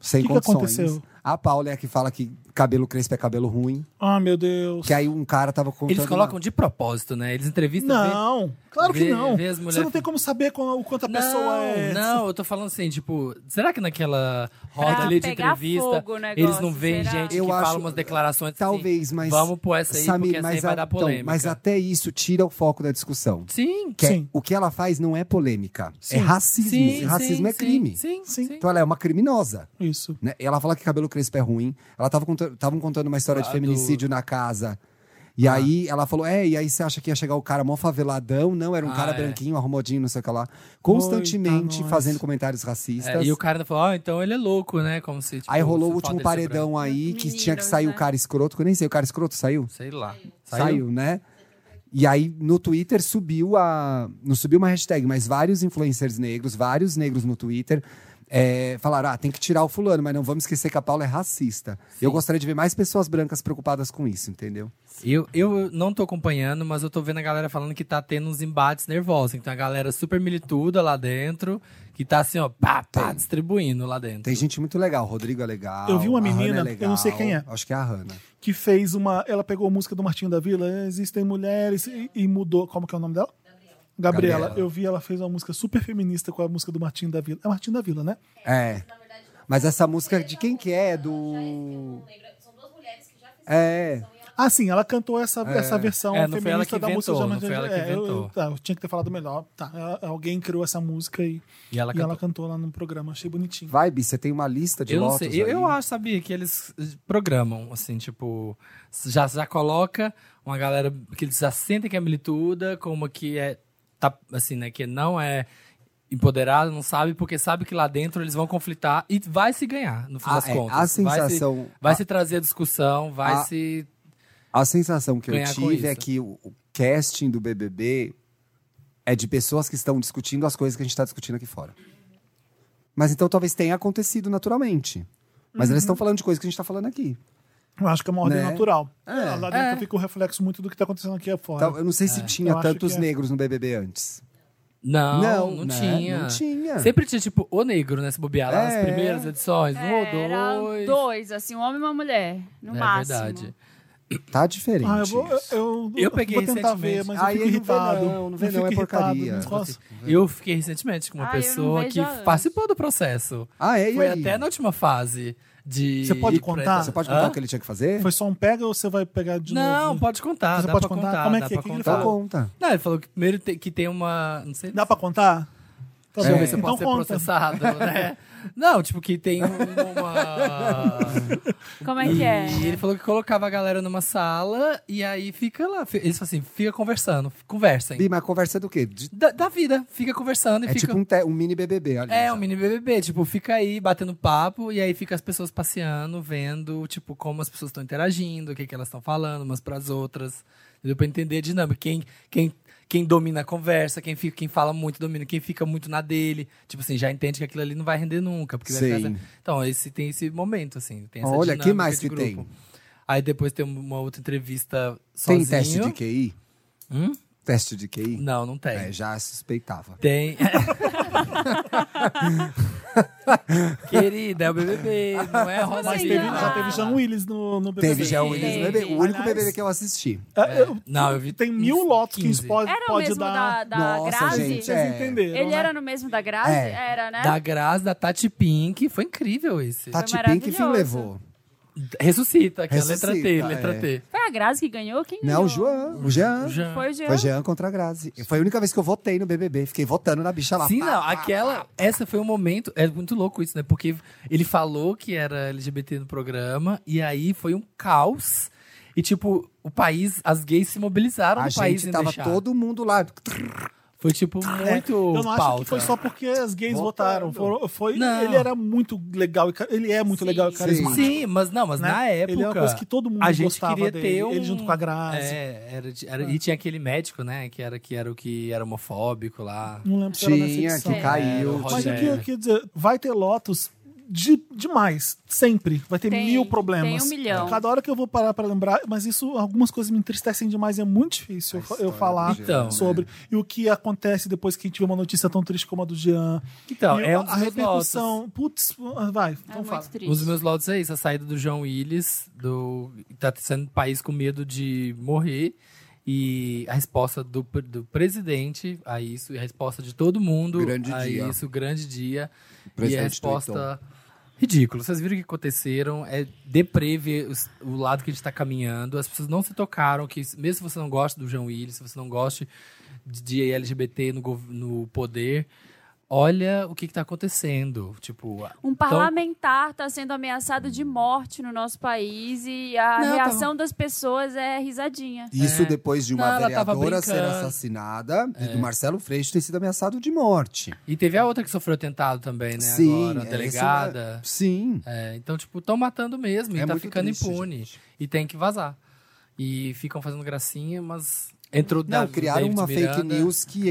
sem Que que condições. aconteceu? A Paula é a que fala que cabelo crespo é cabelo ruim. Ah, meu Deus. Que aí um cara tava contando. Eles colocam de propósito, né? Eles entrevistam... Não, claro que vê- não. vê as mulheres- Você não tem como saber qual- o quanto a Não, pessoa é. não, eu tô falando assim, tipo, será que naquela roda Pra ali de pegar entrevista fogo o negócio, eles não veem será? gente Eu que acho- fala umas declarações assim, Talvez, mas. Vamos pôr essa aí, Samir, porque essa aí vai a- dar então, polêmica. mas até isso tira o foco da discussão. Sim, Que é- Sim. o que ela faz não é polêmica. Sim. É racismo. sim, e racismo sim, é crime. Sim, sim, Sim. sim. Então ela é uma criminosa. Isso. né? Ela fala que cabelo crespo é ruim. Ela tava contando, tavam contando uma história de Ah, do- feminicídio na casa. Ah. E aí ela falou: É, e aí você acha que ia chegar o cara mó faveladão? Não, era um Ah, cara é. branquinho, arrumadinho, não sei o que lá. Constantemente Eita, nós. fazendo comentários É, racistas. e o cara ainda falou, ah, então ele é louco, né? Como se, tipo, Aí rolou se o último foda ele ser branco. paredão aí, que Meninas, tinha que sair né? o cara escroto, que eu nem sei, o cara escroto saiu? Sei lá. Saiu, né? E aí no Twitter subiu a. Não subiu uma hashtag, mas vários influencers negros, vários negros no Twitter. é, falaram, ah, tem que tirar o fulano, mas não vamos esquecer que a Paula é racista. Eu gostaria de ver mais pessoas brancas preocupadas com isso, entendeu? Eu, eu não tô acompanhando, mas eu tô vendo a galera falando que tá tendo uns embates nervosos. Então a galera super milituda lá dentro, que tá assim, ó, pá, pá, distribuindo lá dentro. Tem gente muito legal, Rodrigo é legal. Eu vi uma a menina, Hannah é eu legal, não sei quem é. Acho que é a Hannah. Que fez uma. Ela pegou a música do Martinho da Vila, Existem Mulheres, e, e mudou. Como que é o nome dela? Gabriela. Gabriela. Eu vi, ela fez uma música super feminista com a música do Martinho da Vila. É Martinho da Vila, né? É. Mas essa música de quem que é? Do. É. Ah, sim, ela cantou essa, essa versão É, não foi ela feminista que da música inventou, de não foi ela que é, eu- inventou. tá, eu tinha que ter falado melhor. Tá, ela- alguém criou essa música e, E ela e cantou. ela cantou lá no programa. Achei bonitinho. Vai, Bi, você tem uma lista de Eu não lotos sei, eu, aí? eu acho, sabia, que eles eh, programam, assim, tipo, já, já coloca uma galera que eles já sentem que é milituda, com uma que é, tá, assim, né, que não é empoderada, não sabe, porque sabe que lá dentro eles vão conflitar e vai se ganhar, no fim Ah, das é, contas. a Vai se- sensação- Vai se, a- trazer a discussão, vai a- se... A sensação que eu ganhar com tive é isso. que o, o casting do BBB é de pessoas que estão discutindo as coisas que a gente está discutindo aqui fora. Mas então talvez tenha acontecido naturalmente. Mas Uhum. eles estão falando de coisas que a gente está falando aqui. Eu acho que é uma ordem Né? natural. É. Lá dentro É. fica o reflexo muito do que tá acontecendo aqui fora. Então, eu não sei se Eu tinha acho tantos que é. negros no BBB antes. Não, não, Não, né? tinha. Não tinha. Sempre tinha, tipo, o negro, né, se bobear lá É. nas primeiras edições, um É, Era ou dois. dois, assim, um homem e uma mulher, no é máximo. verdade. Tá diferente. Ah, eu vou, eu, eu, Eu peguei vou tentar recentemente. ver, mas Aí eu fico não vê irritado. não, não vê não, Eu é fico irritado, né? porcaria. não gosto. Eu fiquei recentemente com uma Ah, eu não pessoa vejo que há anos. participou do processo. Ah, é? E Foi aí? até na última fase de. Você pode de- contar? Você pode contar Hã? o que ele tinha que fazer? Foi só um pega ou você vai pegar de Não, novo? pode contar. Você dá pode pra contar? contar. Como é dá que é? pra O que que ele Então contar. falou? conta. Não, ele falou que primeiro tem, que tem uma. Não sei. Dá pra contar? Tá Deixa eu bom, ver se então pode ser processado, [LAUGHS] né? Não, tipo, que tem um- [LAUGHS] uma. Como é que é? E ele falou que colocava a galera numa sala e aí fica lá. fi- Eles falam assim, fica conversando, f- conversem. Bi, mas conversa é do quê? De- Da, da vida, fica conversando e É fica. tipo um, te- um mini BBB ali. É, já. um mini BBB, tipo, fica aí batendo papo e aí fica as pessoas passeando, vendo, tipo, como as pessoas estão interagindo, o que, que elas estão falando umas pras outras, entendeu? Pra entender a dinâmica, quem, quem, quem domina a conversa, quem, fica, quem fala muito domina, quem fica muito na dele, tipo assim, já entende que aquilo ali não vai render nunca, porque vai ficar Sim. essa- Então, esse, tem esse momento, assim, tem essa Olha, que dinâmica mais de que grupo. tem? Aí depois tem uma outra entrevista sozinho. Tem teste de QI? Hum? Teste de QI? Não, não tem. É, já suspeitava. Tem. [LAUGHS] Querida, é o BBB, não é Rosa Mas Sim, teve, não. já teve Jean Willis no, no BBB. Teve já o Willis no Ah. Teve. BBB, o único Aliás- BBB que eu assisti. É, eu- Não, eu vi Tem uns mil lotos que a 15. gente pode, Era o pode mesmo dar. da, da Nossa, Grazi? gente, Vocês é. entenderam, Ele né? era no mesmo da Grazi? É. Era, né? Da Grazi, da Tati Pink. Foi incrível esse. Tati maravilhoso. Pink que fim levou. Ressuscita, que é a letra Ressuscita, T, letra é. T. Foi a Grazi que ganhou? Quem Não, Né? o ganhou? João. O Jean. Já. Foi o Jean. Foi Jean contra a Grazi. Foi a única vez que eu votei no BBB. Fiquei votando na bicha tá lá. Sim, Pá, não, pá. aquela. Essa foi um momento. É muito louco isso, né? Porque ele falou que era LGBT no programa, e aí foi um caos. E, tipo, o país, as gays se mobilizaram A no país gente em tava Ah, é. deixar. todo mundo lá. Foi tipo muito Eu não acho pauta. que foi só porque as gays votaram. Votaram. Foram- foi, Não. ele era muito legal. e ca- Ele é muito Sim. legal e carismático. Sim, mas não, mas né? na época. Ele é uma coisa que tá, assim. todo mundo a gente gostava queria dele. ter um- Ele junto com a Grazi. É, era, de- era- e tinha aquele médico, né, que era, que era o que era homofóbico lá. Não lembro se era nessa Tinha, edição. que caiu. É, Mas o tinha. que eu queria dizer, vai ter Lotus de- demais, sempre. Vai ter Tem, mil problemas. tem um milhão. Cada hora que eu vou parar pra lembrar, mas isso, algumas coisas me entristecem demais e é muito difícil eu- eu história falar do Então, sobre. E o que acontece depois que a gente vê uma notícia tão triste como a do Jean. Então, E é um a dos meus lotos. repercussão. Putz, vai, É então muito fala. triste. Um dos meus lotos é isso, a saída do João Willis, do tá sendo um país com medo de morrer. E a resposta do, pre- do presidente a isso, e a resposta de todo mundo Grande a dia. isso, grande dia. E a presidente resposta. Ridículo. Vocês viram o que aconteceram. É deprê ver os- o lado que a gente está caminhando. As pessoas não se tocaram. que Mesmo se você não gosta do João Willis, se você não gosta de, de LGBT no, gov- no poder, olha o que está acontecendo. Tipo, a- Um parlamentar está sendo ameaçado de morte no nosso país e a Não, reação das pessoas é risadinha. Isso É. depois de Não, uma ela tava vereadora ser brincando. É. assassinada e do Marcelo Freixo ter sido ameaçado de morte. E teve a outra que sofreu atentado também, né? Sim, agora, a é, delegada. isso é- sim. É, então, tipo, estão matando mesmo e É tá muito ficando triste, impune. gente. E tem que vazar. E ficam fazendo gracinha, mas entrou Não, Davi- criaram David uma fake Miranda, news que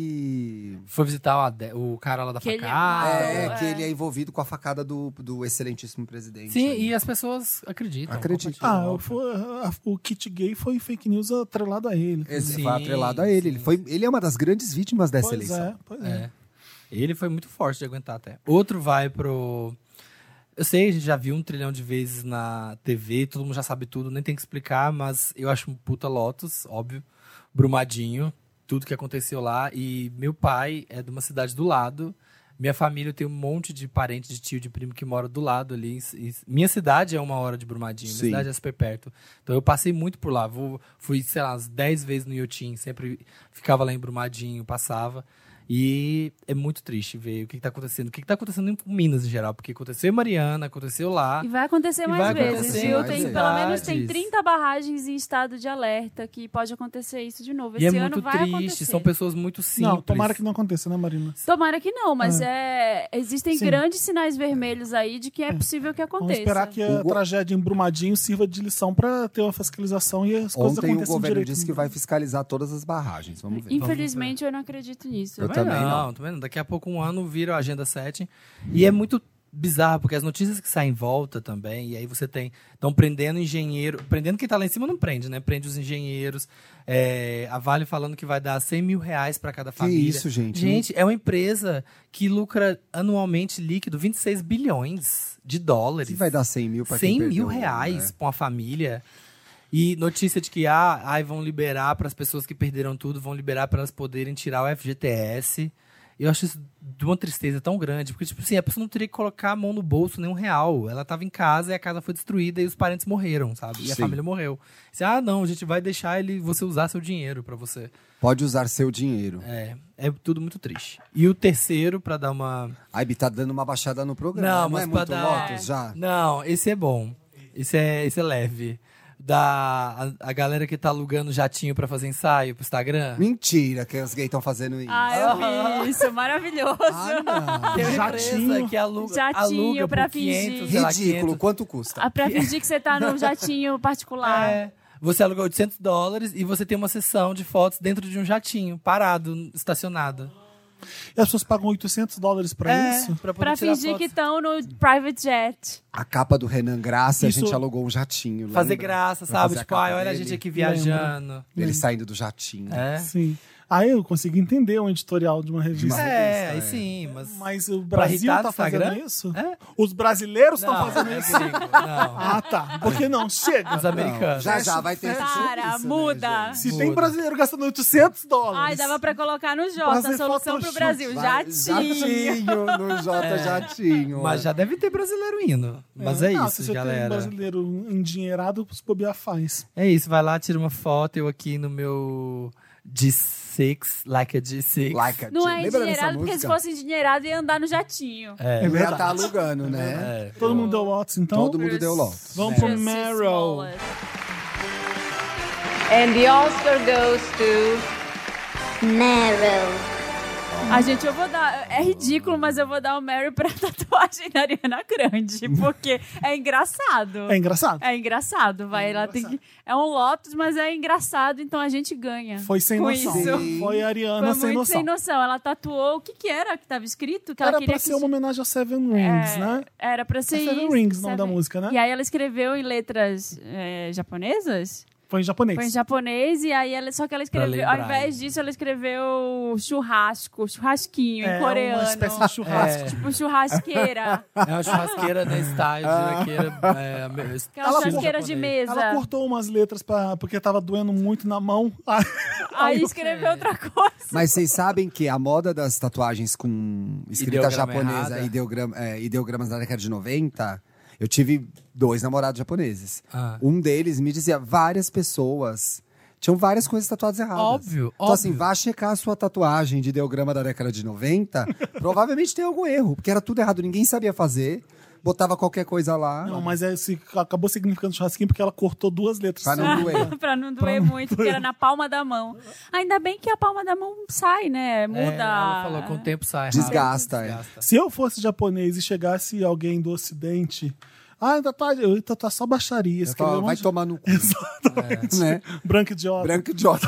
ele Foi visitar o, Ade- o cara lá da Que ele é facada. mau. é, é. que ele é envolvido com a facada do, do excelentíssimo presidente. Sim, né? e as pessoas acreditam. Acreditam. Ah, compartilham. eu fui- a- o kit gay foi fake news atrelado a ele. Esse Sim, foi atrelado a ele. Ele, foi, ele é uma das grandes vítimas dessa pois eleição. é, pois é. É. Ele foi muito forte de aguentar até. Outro vai pro. Eu sei, a gente já viu um trilhão de vezes na TV, todo mundo já sabe tudo, nem tem que explicar, mas eu acho um puta Lotus, óbvio. Brumadinho, tudo que aconteceu lá. E meu pai é de uma cidade do lado. Minha família tem um monte de parente, de tio, de primo que mora do lado ali. E minha cidade é uma hora de Brumadinho, minha Sim. cidade é super perto. Então eu passei muito por lá. Vou- fui, sei lá, umas 10 vezes no Iotim, sempre ficava lá em Brumadinho, passava. E é muito triste ver o que está acontecendo. O que está acontecendo em Minas em geral, porque aconteceu em Mariana, aconteceu lá. E vai acontecer E mais vai vezes, acontecer viu? mais Tem, vezes. pelo menos tem Cidades. 30 barragens em estado de alerta que pode acontecer isso de novo. E é Esse ano muito vai triste, acontecer. são pessoas muito simples. Não, tomara que não aconteça, né, Marina? Tomara que não, mas é, existem Sim. grandes sinais vermelhos aí de que é possível que aconteça. Vamos esperar que a O go- tragédia em Brumadinho sirva de lição para ter uma fiscalização e as coisas um Ontem o aconteçam governo direito. disse que vai fiscalizar todas as barragens. Vamos ver. Infelizmente, eu não acredito nisso. Também Eu também não, não. também não. Daqui a pouco um ano vira a Agenda 7. E é muito bizarro, porque as notícias que saem em volta também, e aí você tem. Estão prendendo engenheiro. Prendendo quem tá lá em cima não prende, né? Prende os engenheiros. é, a Vale falando que vai dar 100 mil reais para cada Que família. isso, gente? Gente, é uma empresa que lucra anualmente líquido 26 bilhões de dólares. Se vai dar 100 mil para 100 mil reais pra uma família. E notícia de que ah, ai, vão liberar para as pessoas que perderam tudo, vão liberar para elas poderem tirar o FGTS. Eu acho isso de uma tristeza tão grande, porque, tipo assim, a pessoa não teria que colocar a mão no bolso nem um real. Ela tava em casa e a casa foi destruída e os parentes morreram, sabe? E a Sim. família morreu. Assim, ah, não, a gente vai deixar ele você usar seu dinheiro para você. Pode usar seu dinheiro. É, é tudo muito triste. E o terceiro, para dar uma. A IB tá dando uma baixada no programa. Não, Não, mas é pra muito dar- Lotus já? Não, esse é bom. Esse é, esse é leve. Da a, a galera que tá alugando jatinho pra fazer ensaio pro Instagram. Mentira que os gays estão fazendo isso. Ah, eu vi isso, maravilhoso. Ah, não. Tem uma Jatinho. empresa que aluga, Jatinho aluga pra por 500, fingir. sei lá, Ridículo, 500. quanto custa? Ah, pra fingir que você tá num jatinho particular. É. Você aluga 800 dólares e você tem uma sessão de fotos dentro de um jatinho, parado, estacionado. E as pessoas pagam 800 dólares para É, isso? pra poder Pra tirar fingir fotos. que estão no private jet. A capa do Renan Graça, Isso- a gente alugou um tá- jatinho. Fazer lembra? graça, Pra sabe? fazer a Tipo, capa ai, olha a dele. gente aqui viajando. Ele saindo do jatinho. É. Sim. Aí eu consegui entender um editorial de uma revista. É, aí sim, mas. Mas o Brasil irritar tá no Instagram? fazendo isso? É. Os brasileiros estão Não, fazendo é isso? gringo, não. Ah, tá. Porque não, chega. Os americanos. Já, já, vai ter. Para, isso, né, muda. gente? Se tem brasileiro gastando 800 dólares. Ai, dava pra colocar no Jota, Fazer a solução pro photoshoot, Brasil. Vai- Jatinho. Jatinho, no Jota Jatinho. Mas já deve ter brasileiro indo. Mas é, Ah, isso, se você tem um galera. brasileiro endinheirado, se bobear faz. É isso, vai lá, tira uma foto, eu aqui no meu D6, like a D6. Like a Não Teen. é Lembra dessa endinheirado, porque se música? fosse endinheirado ia andar no jatinho. É, Ele já tá alugando, né? é. Todo mundo deu Lotus, então? Todo mundo deu Lotus. Vamos É. pro Meryl. And the Oscar goes to Meryl. A gente, eu vou dar. É ridículo, mas eu vou dar o Mary pra [LAUGHS] tatuagem da Ariana Grande, porque é engraçado. É engraçado. É engraçado, vai. ela tem que. É um Lotus, mas é engraçado, então a gente ganha. Foi sem com noção. isso. Sim. Foi a Ariana Foi sem muito noção. sem noção. Ela tatuou o que, que era que estava escrito? Que ela Era queria pra que ser uma homenagem ao Seven Rings, É, né? Era pra ser É Seven isso, Rings, o nome da Seven- música, né? E aí ela escreveu em letras eh, japonesas? Foi em japonês. Foi em japonês, e aí ela, só que ela escreveu, ao lembrar, invés disso, ela escreveu churrasco, churrasquinho em coreano. É, Uma espécie de churrasco. É. Tipo churrasqueira. [LAUGHS] É uma churrasqueira na estádio, Ah. churrasqueira. É, me- Aquela Ela- churrasqueira de mesa. Ela cortou umas letras pra, porque tava doendo muito na mão. [LAUGHS] Ah, Aí escreveu outra [LAUGHS] coisa. Mas vocês sabem que a moda das tatuagens com escrita Ideograma japonesa errada. e ideograma, é, ideogramas da década de 90, eu tive dois namorados japoneses. Ah. Um deles me dizia várias pessoas. Tinham várias coisas tatuadas erradas. Óbvio, Então, óbvio. assim, vá checar a sua tatuagem de ideograma da década de 90. provavelmente tem algum erro, porque era tudo errado, ninguém sabia fazer. Botava qualquer coisa lá. Não, mas é, se- acabou significando churrasquinho porque ela cortou duas letras. Pra [LAUGHS] não doer. [LAUGHS] pra não doer muito, porque era na palma da mão. Ainda bem que a palma da mão sai, né? Muda. É, ela falou, com o tempo sai. rápido. Desgasta, é. Desgasta. Se eu fosse japonês e chegasse alguém do ocidente, ah, tatuagem, eu ia tatuar só baixaria. Eu escrever falava, um vai monte de- tomar no cu, [LAUGHS] Exatamente. né? Branco idiota. Branco [LAUGHS] idiota.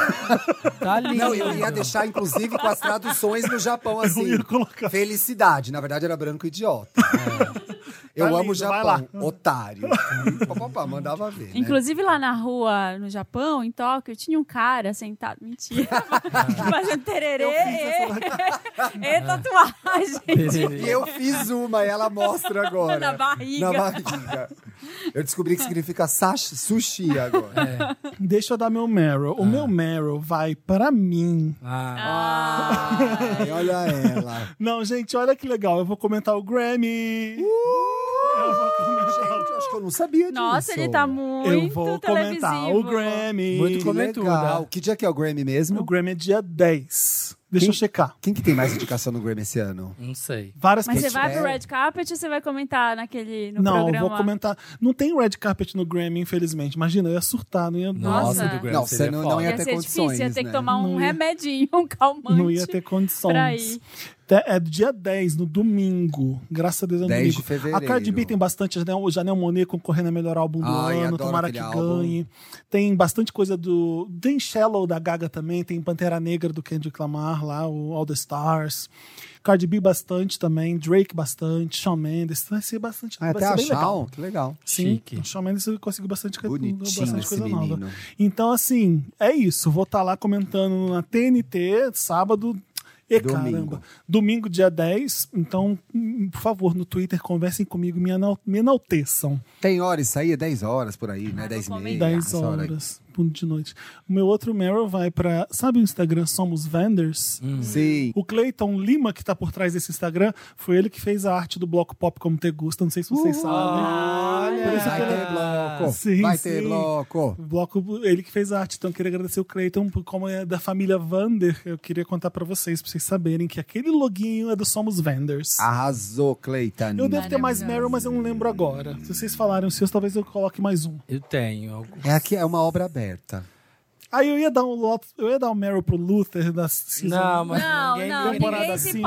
Tá lindo. Não, eu [LAUGHS] ia deixar, inclusive, com as traduções no Japão, assim. ia colocar. Felicidade. Na verdade, era branco [LAUGHS] idiota. É. Eu Tá amo o lindo, vai Japão. [LAUGHS] Otário. Pá, pá, pá, mandava ver. né? Inclusive lá na rua, no Japão, em Tóquio, tinha um cara sentado. [LAUGHS] Mentira. Fazendo tererê e, [LAUGHS] e tatuagem. E eu fiz uma e ela mostra agora. [LAUGHS] Na barriga. Na barriga. Eu descobri que significa sash- sushi agora. Deixa eu dar meu Meryl. É. O meu Meryl vai para mim. Ah, Ai, olha ela. Não, gente, olha que legal. Eu vou comentar o Grammy. Uh, Eu vou comentar. Gente, eu acho que eu não sabia disso. Nossa, ele tá muito Eu vou comentar televisivo. o Grammy. Que Muito com- legal. Que dia que é o Grammy mesmo? O Grammy é dia 10. Deixa Quem- eu checar. Quem que tem mais indicação no Grammy esse ano? não sei. Várias Mas você pessoas. vai tiver. pro Red Carpet ou você vai comentar naquele, no É. Não, eu programa? vou comentar. Não tem red carpet no Grammy, infelizmente. Imagina, eu ia surtar, não ia, Nossa. do Grammy Não, seria você não- foda. não ia Ia ter ser difícil, ia condições, ter que né? tomar um Não ia- remedinho, um calmante. não ia ter condições. pra ir. Te- É dia 10, no domingo. Graças a Deus é no 10 domingo. de fevereiro. A Cardi B tem bastante, né, o Janel Monet concorrendo a melhor álbum do Ai, ano. adoro Tomara que aquele álbum. ganhe. Tem bastante coisa do. Tem Shallow da Gaga também, tem Pantera Negra do Kendrick Lamar lá, o All the Stars. Cardi B bastante também, Drake bastante, Shawn Mendes. Vai ser bastante. Ah, vai até ser a bem legal. Shawn, que legal. Sim, Chique. o Shawn Mendes conseguiu bastante, Bonitinho bastante esse coisa nova. menino. Então, assim, é isso. Vou estar lá comentando na TNT, sábado. E Domingo. caramba. Domingo, dia 10. Então, hum, por favor, no Twitter, conversem comigo, me, enal me enalteçam. Tem hora isso aí? É 10 horas por aí, né? 10 e Ah, vou meia. 10 essa hora aí. horas, ponto de noite. O meu outro Meryl vai pra. Sabe o Instagram Somos Vendors? Hum. Sim. O Clayton Lima, que tá por trás desse Instagram, foi ele que fez a arte do bloco pop como te gusta. Não sei se vocês sabem. Por isso Uh, Vai que- ter bloco. Sim, Vai ter sim. bloco. O bloco, ele que fez a arte. Então, eu queria agradecer o Cleiton, por- como é da família Vander. Eu queria contar pra vocês, pra vocês saberem que aquele loginho é do Somos Vendors. Ah, Arrasou, Cleitan. eu devo ter mais Meryl, mas eu não lembro agora. Se vocês falarem os seus, talvez eu coloque mais um. Eu tenho. algum- É aqui, é uma obra aberta. Aí eu ia dar um lot, eu ia dar um Meryl pro Luther da season, Não, mas Não, ninguém assim, não, lembra. temporada ninguém se cinco.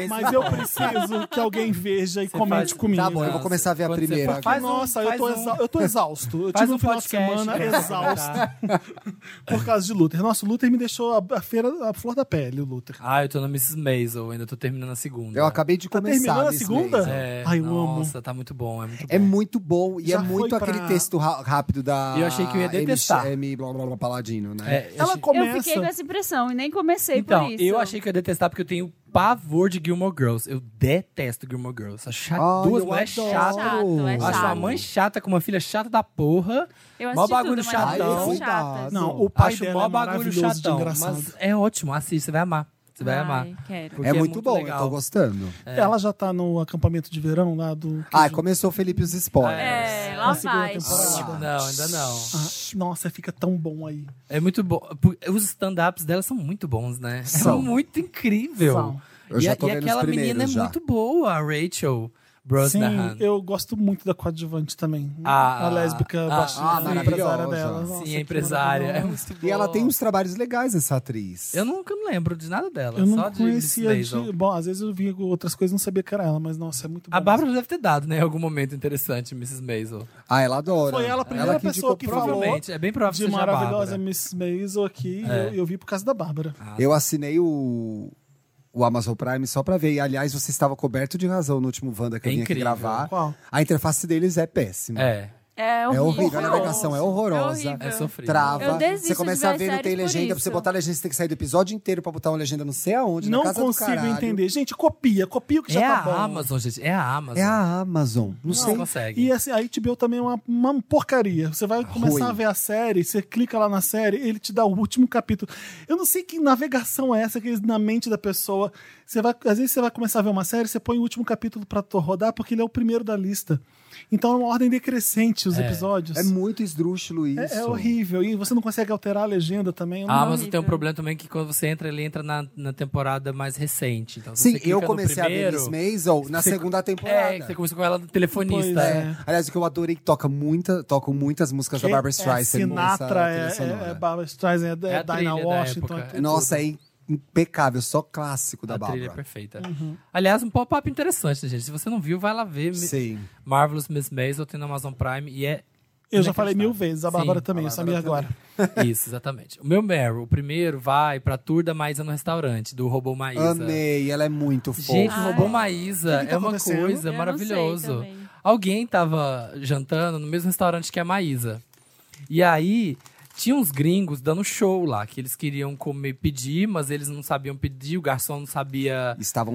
[LAUGHS] importa. mas eu preciso que alguém veja e comente faz- comigo. Tá bom, eu vou Nossa, começar a ver a quando você primeira. for- agora. Faz um- Nossa, eu, faz tô um- exa- eu tô exausto. Faz Eu tive um, um final podcast, Tá. de semana cara. exausto por causa de Luther. Nossa, o Luther me deixou a, a feira, a flor da pele, o Luther. Ah, eu tô na Mrs. Maisel, ainda tô terminando a segunda. Eu acabei de Tá começar. terminando a Miss segunda? Maisel. É, Ai, eu nossa, tá muito bom, é muito bom. É muito bom e Já é muito foi aquele pra- texto ra- rápido da. Eu achei que eu ia detestar. M. M blá, blá, blá, Paladino, né? É, eu Ela achei- começa. Eu fiquei com essa impressão e nem comecei Então, por isso. eu achei que eu ia detestar porque eu tenho pavor de Gilmore Girls. Eu detesto Gilmore Girls. Acho chato. Ai, duas eu mulheres adoro. chatas. Chato, é Acho uma chato. mãe chata com uma filha chata da porra. Eu Mó assisti bagulho tudo, mas assim. chatão. elas são chatas. Não, o pai acho dela mó é bagulho maravilhoso de chatão. engraçado. Mas é ótimo, assiste, você vai amar. Você vai Ai, amar. quero. Porque É muito, bom, eu legal. tô gostando. É. Ela já tá no acampamento de verão lá do. Ah, começou o Felipe os spoilers. É, na lá segunda vai. temporada. Ah. Não, ainda não. Ah, nossa, fica tão bom aí. É muito bom. Pu- Os stand-ups dela são muito bons, né? São São. muito incrível. São. Eu e já a- tô e vendo os aquela primeiros menina é já. muito boa, a Rachel. Bros Sim, Nahan. eu gosto muito da coadjuvante também. Ah, a lésbica ah, baixinha, ah, a empresária maravilhosa. dela. Sim, Nossa, Sim, que a empresária. É maravilhosa. muito E ela boa. tem uns trabalhos legais, essa atriz. Eu nunca me lembro de nada dela. Eu só não de conhecia. Miss Maisel. De... Bom, às vezes eu vi outras coisas e não sabia que era ela, mas nossa, é muito bom. A Bárbara deve ter dado, né? em Algum momento interessante, Mrs. Maisel. Ah, ela adora. Foi ela a primeira que pessoa indicou que pro- falou. Provavelmente. É bem provável de que seja a maravilhosa Bárbara. É. Miss Maisel aqui, eu, eu vi por causa da Bárbara. Eu assinei o, o Amazon Prime só pra ver. E, aliás, você estava coberto de razão no último Wanda que É eu vim aqui incrível. gravar. Qual? A interface deles é péssima. É, É É horrível. horrível, a navegação é horrorosa. É horrível. é sofrível. Trava. Eu desisto Você de começa ver a as ver, não séries tem por legenda. Pra isso. você botar a legenda, você tem que sair do episódio inteiro pra botar uma legenda não sei aonde. na Não casa do consigo caralho. entender. Gente, copia, copia o que É já a tá bom. Amazon, gente. É a Amazon. É a Amazon. Não, Não sei. consegue. E assim, a HBO também é uma, uma porcaria. Você vai começar Ruim. a ver a série, você clica lá na série, ele te dá o último capítulo. Eu não sei que navegação é essa que eles- na mente da pessoa. Você vai, às vezes você vai começar a ver uma série, você põe o último capítulo pra to- rodar porque ele é o primeiro da lista. Então é uma ordem decrescente os episódios. É muito esdrúxulo isso. Ah, É- é horrível. E você não consegue alterar a legenda É também. Eu não- A Amazon tem um horrível. problema também que quando você entra, ele entra na, na temporada mais recente. Então, se Sim, você clica eu no comecei primeiro, a ver Miss Maisel na você- segunda É, temporada. que você começou com ela no telefonista. né? Pois É. É. Aliás, o que eu adorei que toca muita, tocam muitas músicas da Quem- Barbara é Streisand. nessa Sinatra, é, trilha sonora. é, é Barbara Streisand, é, É a é Dinah trilha da Washington. época. é tudo. Nossa, é impecável, só clássico da A trilha é Bárbara. Uhum. perfeita. Aliás, um pop-up interessante, né, gente. Se você não viu, vai lá ver. Sim. Marvelous Miss Maisel tem na Amazon Prime e é. Eu já falei mil inacreditável. vezes, a Sim, Bárbara também, a eu sabia Bárbara agora. Isso, exatamente. O meu Meryl, o primeiro, vai pra tour da Maísa no restaurante, do Robô Maísa. Amei, ela é muito fofa. Gente, o Robô Ai. Maísa que tá é uma acontecendo? coisa Eu não sei maravilhoso. também. Alguém tava jantando no mesmo restaurante que a Maísa. E aí tinha uns gringos dando show lá, que eles queriam comer, pedir, mas eles não sabiam pedir, o garçom não sabia Estavam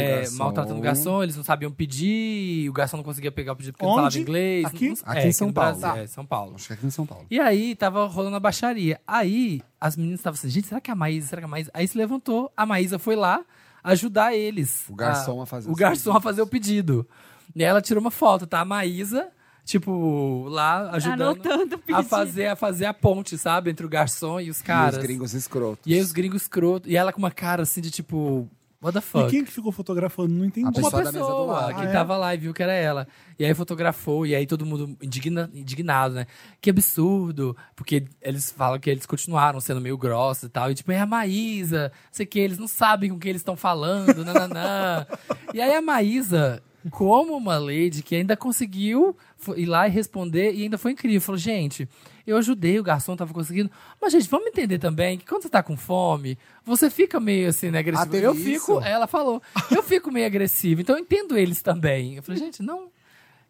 é, o garçom. maltratando o garçom, eles não sabiam pedir, o garçom não conseguia pegar o pedido porque Onde? não falava inglês. Aqui? Não- Aqui é, em São no Paulo. Brasil, é, São Paulo. Acho que aqui em São Paulo. E aí tava rolando a baixaria. Aí as meninas estavam assim, gente, será que é a Maísa? Será que é a Maísa? Aí se levantou, a Maísa foi lá ajudar eles. O garçom a fazer O os garçom a fazer o pedido. E aí ela tirou uma foto, tá? A Maísa, tipo, lá ajudando Anotando a o pedido. fazer, a fazer a ponte, sabe? Entre o garçom e os E caras. os gringos escrotos. E aí os gringos escroto. E ela com uma cara assim de tipo, what the fuck? E quem que ficou fotografando? Não entendi. A Uma pessoa- da mesa do lado. que Ah, é? tava lá e viu que era ela. E aí fotografou, e aí todo mundo indigna- indignado, né? Que absurdo. Porque eles falam que eles continuaram sendo meio grossos e tal. E tipo, é a Maísa, não sei o que, eles não sabem com o que eles estão falando, nananã. e aí a Maísa, como uma lady que ainda conseguiu fo- ir lá e responder, e ainda foi incrível. Falou, gente, eu ajudei, o garçom tava conseguindo. Mas, gente, vamos entender também que quando você tá com fome, você fica meio assim, né, agressivo. Ah, teve eu isso? fico, ela falou. Eu fico meio agressivo, então eu entendo eles também. Eu falei, gente, não.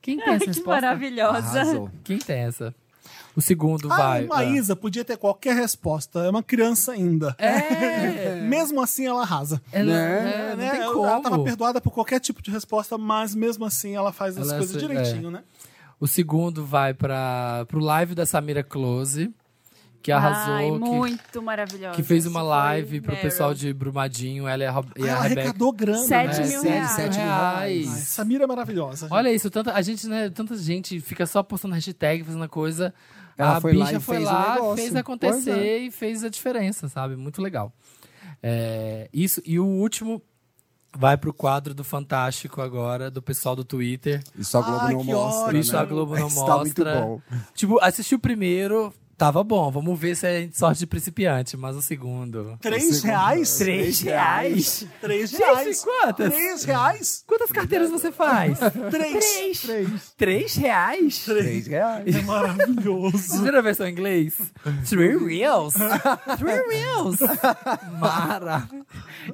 Quem tem Ai, essa que resposta? maravilhosa. Arrasou. Quem tem essa? O segundo Ah, vai. Maísa podia ter qualquer resposta. É uma criança ainda. É. [LAUGHS] Mesmo assim, ela arrasa. Ela, Né? é, não Né? tem Ela- como. Ela tava perdoada por qualquer tipo de resposta, mas mesmo assim ela faz as Ela é coisas su- direitinho, né? O segundo vai para pro live da Samira Close, que arrasou, Ai, que- muito maravilhosa. que, fez uma Foi live pro Meryl. pessoal de Brumadinho, ela e a, Rob- e Ah, a ela Rebeca. arrecadou grana. É, né? Sete mil sete- reais. sete mil reais. Ai, Samira é maravilhosa. gente. Olha isso, tanta, a gente, né, tanta gente fica só postando hashtag, fazendo coisa. Ela a foi lá bicha e foi fez o lá, negócio. fez Pois acontecer é. e fez a diferença, sabe? Muito legal. É, isso, e o último vai pro quadro do Fantástico agora, do pessoal do Twitter. E só a Globo Ah, não que mostra. ótimo. né? Isso a Globo não Isso tá muito mostra. bom. Tipo, assisti o primeiro, tava bom. Vamos ver se é sorte de principiante, mas o segundo. Três reais? Três reais? Três reais? quantas? Três reais? Quantas carteiras você faz? Três. Três. Três reais? Três reais. É [LAUGHS] maravilhoso. Vocês viram a versão em [LAUGHS] inglês? Three [LAUGHS] reels. Three reels. Mara.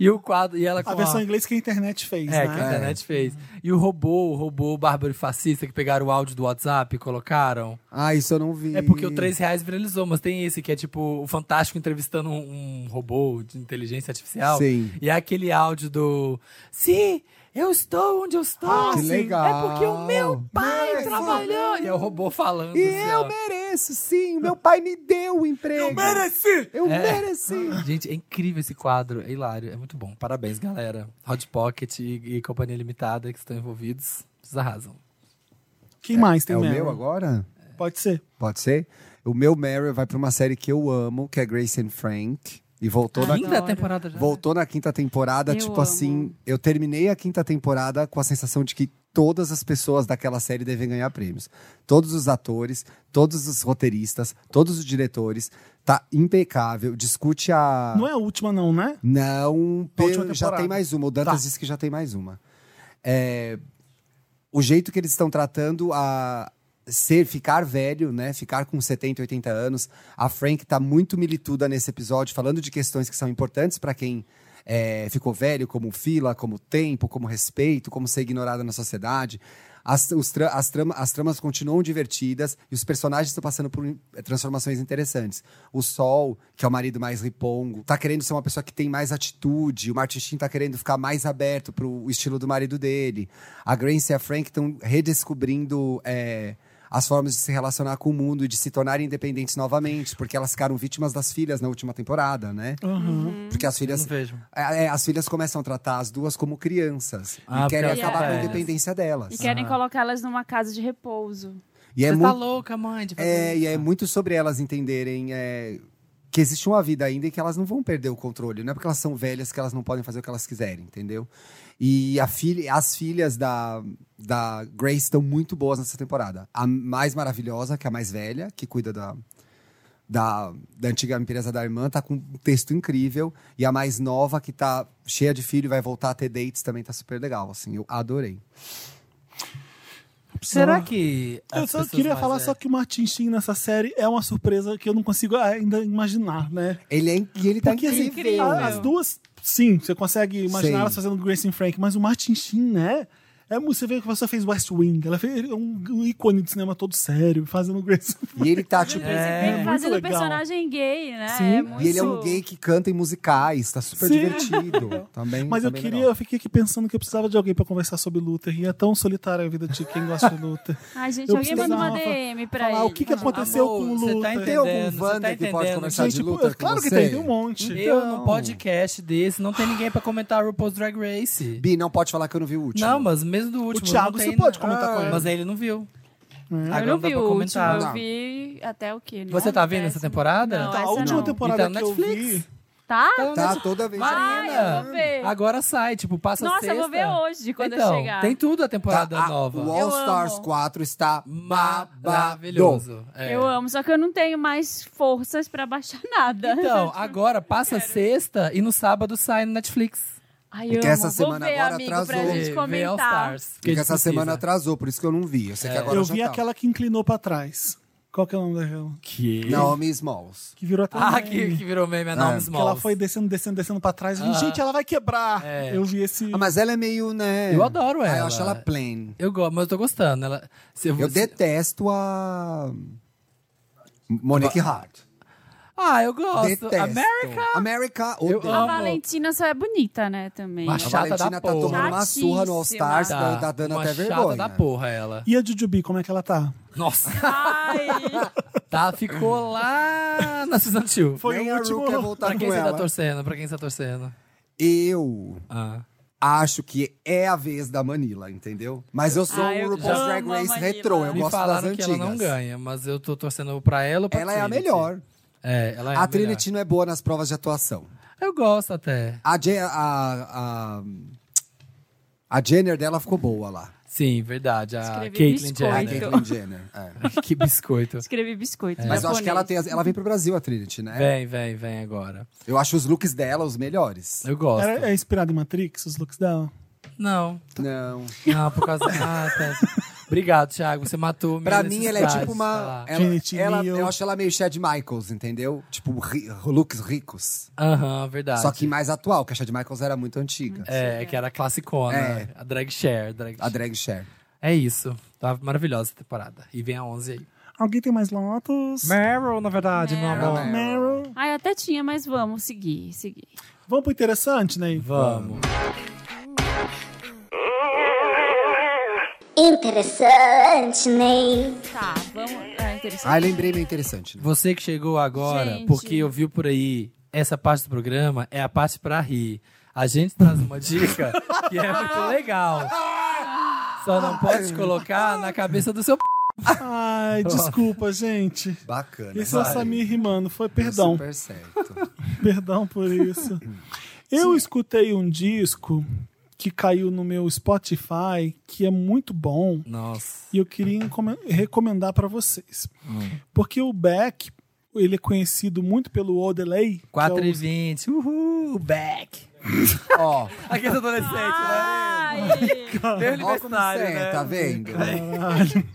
E o quadro... E ela com A versão em inglês que a internet fez, É, né? que a internet fez. E o robô, o robô bárbaro e fascista que pegaram o áudio do WhatsApp e colocaram. Ah, isso eu não vi. É porque o 3 reais viralizou, mas tem esse que é tipo o Fantástico entrevistando um, um robô de inteligência artificial. Sim. E é aquele áudio do. Sim, eu estou onde eu estou. Ah, que Sim. legal. É porque o meu pai Nossa. trabalhou. E é o robô falando. E é assim, eu ó. mereço, sim. O meu pai me deu o emprego. Eu mereci. Eu mereci. Gente, é incrível esse quadro, é hilário, é muito bom. Parabéns, galera. Hot Pocket e, e Companhia Limitada que estão envolvidos, vocês arrasam. Quem mais tem É o Meryl? meu agora? Pode ser. Pode ser? O meu Meryl vai pra uma série que eu amo, que é Grace and Frank. E voltou na Quinta temporada já. Voltou na quinta temporada, Eu tipo amo. assim, eu terminei a quinta temporada com a sensação de que todas as pessoas daquela série devem ganhar prêmios. Todos os atores, todos os roteiristas, todos os diretores. Tá impecável. Discute a. Ah. Não é a última, não, né? Não, Da pelo- última já temporada. tem mais uma. O Dantas Tá. disse que já tem mais uma. É, o jeito que eles estão tratando a ser, ficar velho, né? Ficar com 70, 80 anos. A Frank tá muito milituda nesse episódio, falando de questões que são importantes para quem é, ficou velho, como fila, como tempo, como respeito, como ser ignorada na sociedade. As, os tra- as trama- as tramas continuam divertidas e os personagens estão passando por eh, transformações interessantes. O Sol, que é o marido mais ripongo, tá querendo ser uma pessoa que tem mais atitude. O Martin Sheen tá querendo ficar mais aberto pro estilo do marido dele. A Grace e a Frank estão redescobrindo eh, as formas de se relacionar com o mundo e de se tornarem independentes novamente, porque elas ficaram vítimas das filhas na última temporada, né? Uhum. Porque as Eu não filhas vejo. é, é, as filhas começam a tratar as duas como crianças Ah, e porque querem elas são acabar com a velhas. independência delas. E Ah. querem colocá-las numa casa de repouso. E é Você tá muito, louca, mãe? de fazer é, isso. e é muito sobre elas entenderem é, que existe uma vida ainda e que elas não vão perder o controle. Não é porque elas são velhas que elas não podem fazer o que elas quiserem, entendeu? E a filha, as filhas da, da Grace estão muito boas nessa temporada. A mais maravilhosa, que é a mais velha, que cuida da, da, da antiga empresa da irmã, tá com um texto incrível. E a mais nova, que tá cheia de filho, vai voltar a ter dates, também tá super legal. Assim, eu adorei. Será que. Eu É, as só pessoas queria mais é- falar só velhas- que o Martin Sheen nessa série é uma surpresa que eu não consigo ainda imaginar, né? Ele é, in- e ele tá Porque, assim, incrível. a- as duas, sim, você consegue imaginar Sim. elas fazendo Grace and Frank, mas o Martin Sheen, né? É, mu- você vê que a pessoa fez West Wing, ela fez ele é um, um ícone de cinema todo sério, fazendo Grace. E ele tá, tipo, É, muito fazendo legal. personagem gay, né? Sim. É E muito... E ele é um gay que canta em musicais, tá super Sim. [LAUGHS] divertido. Também, Mas eu também queria, legal. eu fiquei aqui pensando que eu precisava de alguém pra conversar sobre Luther, e é tão solitária a vida de quem gosta [LAUGHS] de Luther. Ai, gente, Eu alguém manda uma precisava DM pra falar ele. o que que aconteceu Amor, com o você tá Luther. Tem algum entendendo, você Wander tá que pode entendendo. conversar de Gente, luta pô, claro com que você? tem, tem um monte. Eu, Então. num podcast desse, não tem ninguém pra comentar RuPaul's Drag Race. Bi, não pode falar que eu não vi o último. Não, mas mesmo do último. Thiago, não você tem, pode né? comentar com ele. Mas ele não viu. Agora Ah, Eu não dá vi pra o último, comentar. Não. eu vi até o quê? Tá. Você tá vendo essa temporada? Não, Tá, a essa última não. temporada Então, E tá que no eu vi. Netflix? Tá? Então, Tá deixa- toda vez. Vai, eu vou ver. Agora sai, tipo, passa Nossa, sexta. eu vou ver hoje, quando então, eu chegar. tem tudo a temporada Tá, a- nova. O Eu All Stars amo. 4 está maravilhoso. Maravilhoso. É. Eu amo, só que eu não tenho mais forças pra baixar [LAUGHS] nada. Então, agora passa sexta e no sábado sai no Netflix. Ai, Porque amo. essa semana vou ver, agora amigo, atrasou. pra gente Vê- vê All comentar. Stars, que a Porque gente essa precisa. semana atrasou, por isso que eu não vi. Eu É. sei que agora Eu já vi tá. aquela que inclinou pra trás. Qual que é o nome daquela? Que? Naomi Smalls. Que virou [LAUGHS] até um Ah, meme. que, que virou meme, é Naomi É. Que ela Smalls. foi descendo, descendo, descendo pra trás. Eu falei, Gente, ela vai quebrar. É. Eu vi esse. Ah, mas ela é meio, né? Eu adoro Ah, Eu ela. acho ela plain. Eu gosto, mas eu tô gostando. Ela, se Eu se- detesto a. Monique Hart. Ah, eu gosto. Detesto. America! América. Eu odeio. A amo. Valentina só é bonita, né, também. Mas A Chata da Valentina tá porra. tomando uma surra no All Stars, Tá, tá, tá dando uma até chata vergonha. da porra, ela. E a Jujubi, como é que ela tá? Nossa, [LAUGHS] Ai, [LAUGHS] tá, ficou lá na Season 2. Foi Nem o a último- Ru quer voltar Pra quem com você ela. tá torcendo? Pra quem você tá torcendo? Eu Ah. acho que é a vez da Manila, entendeu? Mas eu sou Ah, eu um RuPaul's amo Drag a Race Manila. retrô, eu Me gosto das falaram que antigas. ela não ganha, mas eu tô torcendo pra ela ou pra Ela é a Trinity. melhor. É, ela é a, a melhor. Trinity não é boa nas provas de atuação. Eu gosto até. A, Je- a, a, a Jenner dela ficou boa lá. Sim, verdade. A Escrevi Caitlyn biscoito. A Jenner. Caitlyn Jenner. é. que [LAUGHS] biscoito. escrevi biscoito. Mas eu acho que ela, tem, japonês. as- ela vem pro Brasil, a Trinity, né? Vem, vem, vem agora. Eu acho os looks dela os melhores. Eu gosto. Era, é inspirada em Matrix, os looks dela? Não, Não. não, por causa. Ah, tá. [LAUGHS] Obrigado, Thiago. Você matou Tá Pra minha mim, ela é necessidade tipo de uma. falar. Ela, Trinity ela- Neal. eu acho ela meio Chad Michaels, entendeu? Tipo, ri- looks ricos. Aham, verdade. Só que mais atual, que a Chad Michaels era muito antiga. É, que era a classicona. É. A drag share. Drag A drag share. É isso. Tá maravilhosa essa temporada. E vem a 11 aí. Alguém tem mais Lotus? Meryl, na verdade, É. meu amor. Meryl. Ai, até tinha, mas vamos seguir, seguir. Vamos pro interessante, Ney? Vamos. Interessante, Ney. Tá, vamos... Ah, interessante. Ah, lembrei meio interessante. Né? Você que chegou agora, Gente. porque ouviu por aí, essa parte do programa é a parte pra rir. A gente traz uma dica que é muito legal. Só não pode colocar na cabeça do seu p. Ai, desculpa, gente. Bacana. Esse é o vai. Samir rimando. Foi Deu perdão. Super certo. Perdão por isso. Eu escutei um disco que caiu no meu Spotify, que é muito bom, Nossa. e eu queria encome- recomendar pra vocês. Hum. Porque o Beck, ele é conhecido muito pelo Odelay. que é o- 4h20. Uhul, back. Ó, aqui esse adolescente, Ai, né? Tem Ó como universitário, você é, né? tá vendo? Caralho.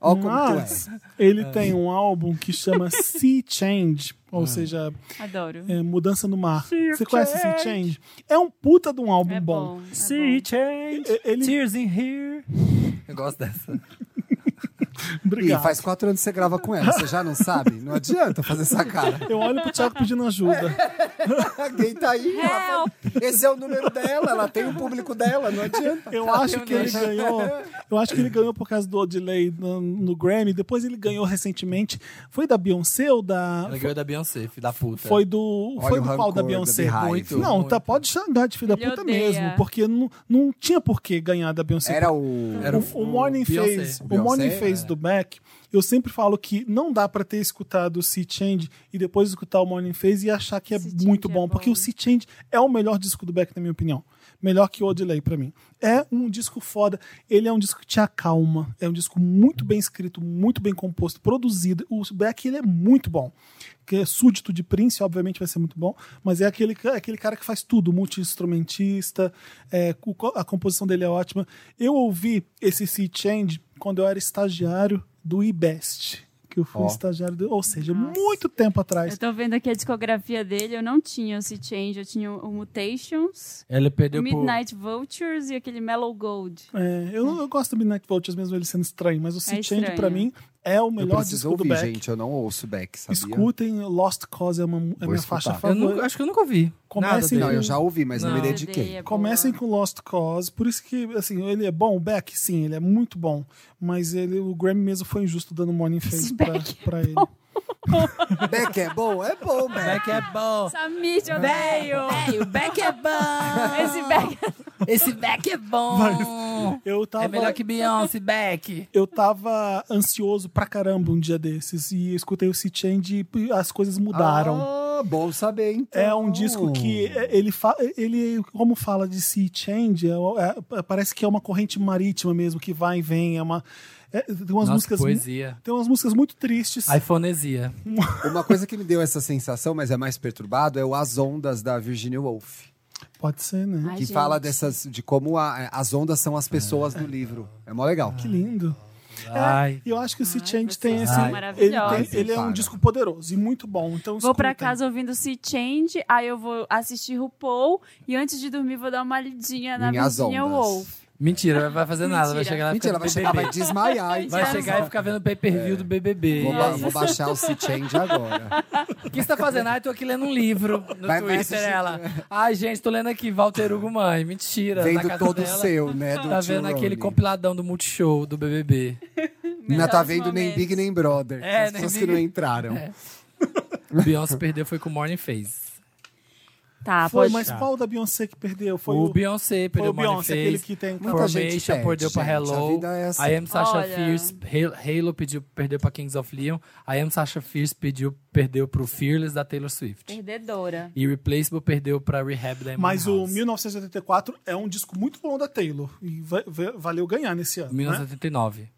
Ó como Mas tu é. É. ele tem um álbum que chama Sea Change, ou seja, adoro. é, Mudança no Mar. Você conhece Sea Change? É um puta de um álbum É bom. bom. é Sea change, E- ele- tears in here. Eu gosto dessa. E Obrigado. faz quatro anos que você grava com ela, você já não sabe? Não adianta fazer essa cara. Eu olho pro Thiago pedindo ajuda. Quem tá aí? bom. Rafa? Help! Esse é o número dela, ela tem o público dela, não adianta. Eu acho que ele ganhou. Eu acho que ele ganhou por causa do delay no, no Grammy. Depois ele ganhou recentemente. Foi da Beyoncé ou da. Ela ganhou da Beyoncé, filho da puta. Foi do. Olha foi o do pau da rancor da Beyoncé. Beehive. Muito, não, muito. tá, pode xingar de filho da Ele puta odeia. mesmo. Porque não, não tinha por que ganhar da Beyoncé. Era o. Era assim, um o, o Morning Beyoncé. Face, o Beyoncé, Morning Face é. do Beck, eu sempre falo que não dá pra ter escutado o Sea Change e depois escutar o Morning Face e achar que é Sea muito Change é bom, bom. porque o Sea Change é o melhor disco do Beck na minha opinião. Melhor que o Odelay pra mim. É um disco foda. Ele é um disco que te acalma. É um disco muito bem escrito, muito bem composto, produzido. O Beck ele é muito bom. Que é súdito de Prince, obviamente vai ser muito bom, mas é aquele, ca- aquele cara que faz tudo, multi-instrumentista, é, cu- co- a composição dele é ótima. Eu ouvi esse Sea Change quando eu era estagiário do IBEST, que eu fui Ó. estagiário, do, ou seja, muito tempo atrás. Eu tô vendo aqui a discografia dele, eu não tinha o Sea Change, eu tinha o Mutations, Ela o perdeu Midnight Vultures e aquele Mellow Gold. É, eu, eu gosto do Midnight Vultures, mesmo ele sendo estranho, mas o Sea Change, estranho. pra mim, é o Eu melhor preciso disco do ouvir, Beck. gente, eu não ouço Beck, sabia? Escutem, Lost Cause é, uma, é minha escutar. faixa Eu por... Eu favorita. nunca- acho que eu nunca ouvi. Comece Nada Não, dele. eu já ouvi, mas não, Não. me dediquei. É boa. Comecem com Lost Cause, por isso que, assim, ele é bom, o Beck, sim, ele é muito bom, mas ele, o Grammy mesmo foi injusto dando Morning Face Esse pra, Beck é pra ele. Beck é bom? É bom, Beck. Beck é bom. Samir, eu [LAUGHS] odeio! Ei, o Beck é bom. Esse Beck Esse Beck é bom. Eu tava, É melhor que Beyoncé, Beck. eu tava ansioso pra caramba um dia desses, e eu escutei o Sea Change e as coisas é mudaram. Ah, bom saber, então. É um disco que é- ele, fa- ele como fala de sea change, é- é- parece que é uma corrente marítima mesmo, que vai e vem. É uma, é- tem umas Nossa, músicas. que poesia. Tem umas músicas muito tristes. iPhonesia. Uma coisa que me deu essa sensação, mas é mais perturbado, é o As Ondas da Virginia Woolf. Pode ser, né? Ai, que gente. fala dessas de como a- é, as ondas são as pessoas no livro. É mó legal. Que lindo. Ai. E eu acho que o Sea Change vocês tem são esse. Ele, maravilhosos. tem- ele é um Para. disco poderoso e muito bom. Então, Vou pra né? escutem. casa ouvindo Sea Change, aí eu vou assistir RuPaul e antes de dormir vou dar uma lidinha na Minhas Virginia ondas. Woolf. Mentira, não vai fazer nada. Vai Mentira. chegar lá e Mentira, ela ficar no vai chegar, vai BBB. desmaiar. hein? Vai chegar e ficar vendo É. pay-per-view do BBB. Vou, ba- vou baixar o Sea Change agora. O que você tá fazendo? Ah, eu tô aqui lendo um livro no Vai- vai Twitter, assistir. ela. Ai, gente, tô lendo aqui Walter Hugo Mãe. Mentira. tá na Vendo casa todo o dela, seu, né? Do Tá tio vendo aquele Ronnie. compiladão do Multishow, do BBB. Não tá Melhores vendo nem momentos. Big nem Brother. É, as nem pessoas Big. que não entraram. Beyoncé perdeu foi com Morning Face. Tá, Foi, pode. mas qual da Beyoncé que perdeu? Foi o, o, Beyoncé foi perdeu o Morning Beyoncé, Face. aquele que tem. Muita gente Formation perde, perdeu pra gente. A Hello. vida é assim. I Am Sasha Olha. Fierce. Halo- Halo pediu, perdeu pra Kings of Leon. I Am Sasha Fierce pediu, perdeu pro Fearless da Taylor Swift. Perdedora. E Replaceable perdeu pra Rehab da Amy Mas o Winehouse. 1984 é um disco muito bom da Taylor. E va- va- valeu ganhar nesse ano. né? 1989.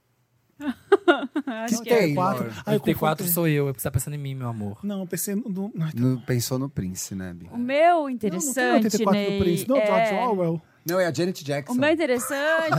Que é tem, Quatro. amor? Ai, eu 84 confundi. sou eu. Você tá pensando em mim, meu amor. Não, eu pensei no. no- Não, Não pensou no Prince, né, Bia? O meu não, não tem interessante, 84 Ney, do Prince, não, é- George Orwell. Não, é a Janet Jackson. O meu [LAUGHS] interessante,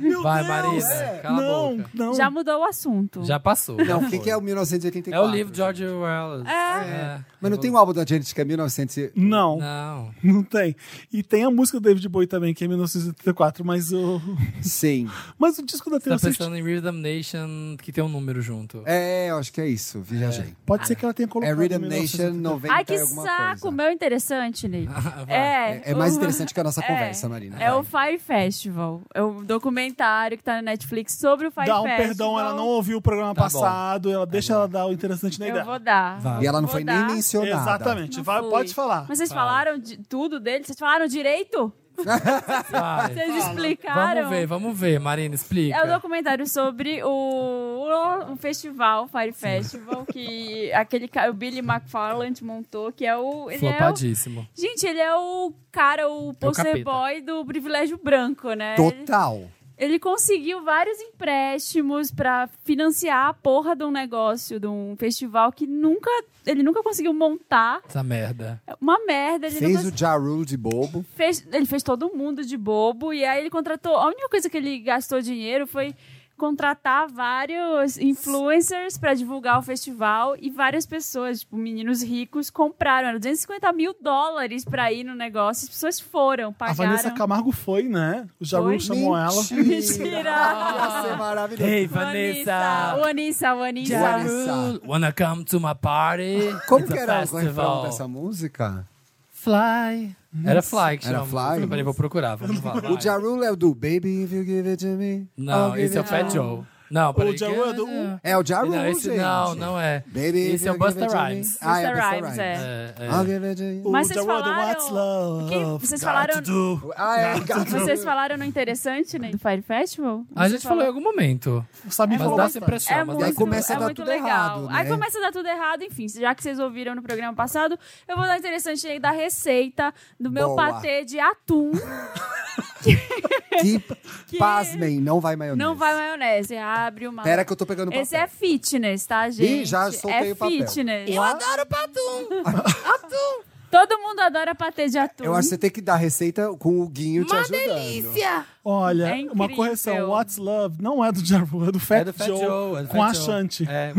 Ney, Vai, Marina. Cala a É, não, boca. não. já mudou o assunto. Já passou. Não, o já que, foi. que é o 1984? É o livro de George Orwell. É. Mas não tem um álbum da Janet que é 1900... Não, Não. não tem. E tem a música do David Bowie também, que é 1984, mas o, Sim. mas o disco da Você tá Taylor Swift. pensando em Rhythm Nation, que tem um número junto. É, eu acho que é isso. Viajei. Pode ser que ela tenha É, colocado. Rhythm 1984. Nation 90 Ai, que e alguma saco, o coisa. meu é [LAUGHS] interessante, Ney. Vai. É, É, é mais o- interessante que a nossa é, conversa, Marina. [LAUGHS] É Vai. o Fire Festival. É um documentário que tá na Netflix sobre o Fire Dá um Festival. perdão, ela não né, ouviu o programa Tá bom. Então passado, ela deixa ela dar o interessante na Eu ideia. vou dar. Vai. E ela não Vou foi dar. nem mencionada. Exatamente, Não vai, fui. pode falar. Mas vocês Fala. falaram de tudo dele? Vocês falaram direito? É. Vai. Vocês explicaram? Vamos ver, vamos ver, Marina, explica. É o documentário sobre o, o festival, Fire Festival, que aquele ca- o Billy McFarland montou, que é o. Ele é o Flopadíssimo. gente, ele é o cara, o poster É capeta. boy do privilégio branco, né? Ele, É. Total. ele conseguiu vários empréstimos pra financiar a porra de um negócio, de um festival que nunca. Ele nunca conseguiu montar. Essa merda. É Uma merda. Ele nunca Fez o Ja Rule de bobo. fez- ele fez todo mundo de bobo e aí ele contratou. A única coisa que ele gastou dinheiro foi contratar vários influencers para divulgar o festival e várias pessoas, tipo, meninos ricos compraram, era 250 mil dólares para ir no negócio, as pessoas foram, A Vanessa pagaram. Camargo foi, né? O Jaru Foi? chamou ela. [LAUGHS] Mentira. Ia ser é [LAUGHS] maravilhoso. Hey, Vanessa! Vanessa! Vanessa, Vanessa. Vanessa. Wanna come to my party? Como It's que a era o refrão festival. dessa música? Fly. Era Fly que Era chama. Fly? Peraí, vou procurar, vamos lá. vai. O Ja Rule é o do Baby If You Give It To Me. Oh, Não, I'll esse é o give it Fat to you. Joe. Não, peraí. Ja que- Rule é do- É o Ja Rule, Não, esse gente. não, não é. Baby, esse é o I'll give Busta it to you. Rhymes. Ah, é Busta Busta Rhymes, Rhymes. é. É, é. I'll give it to you. Mas o vocês Jaru é do falaram- What's Love? que- vocês Got falaram- to Uh. do. Ah, é. gato. Vocês falaram no interessante, né? Do Fire Festival? A gente falou em algum momento. É Sabe, Mas falou dá essa bastante. impressão. mas E dá aí essa começa a impressão. dar tudo errado, né? Aí começa a dar tudo errado, enfim, já que vocês ouviram no programa passado, eu vou dar interessante aí da receita do meu Boa. patê de atum. Que, pasmem, não vai maionese. Não vai maionese, abre uma. Pera que eu tô pegando papel. Esse é fitness, tá, gente? já soltei é o papel. fitness. adoro Todo mundo adora patê de atum. Ah, Eu acho que você tem que dar receita com o Guinho te ajudando. delícia! Olha, É incrível. uma correção. What's Love não é do Jaru, é do Fat, É do Fat Joe, Joe, é do com Fat a Joe. Shanti. É.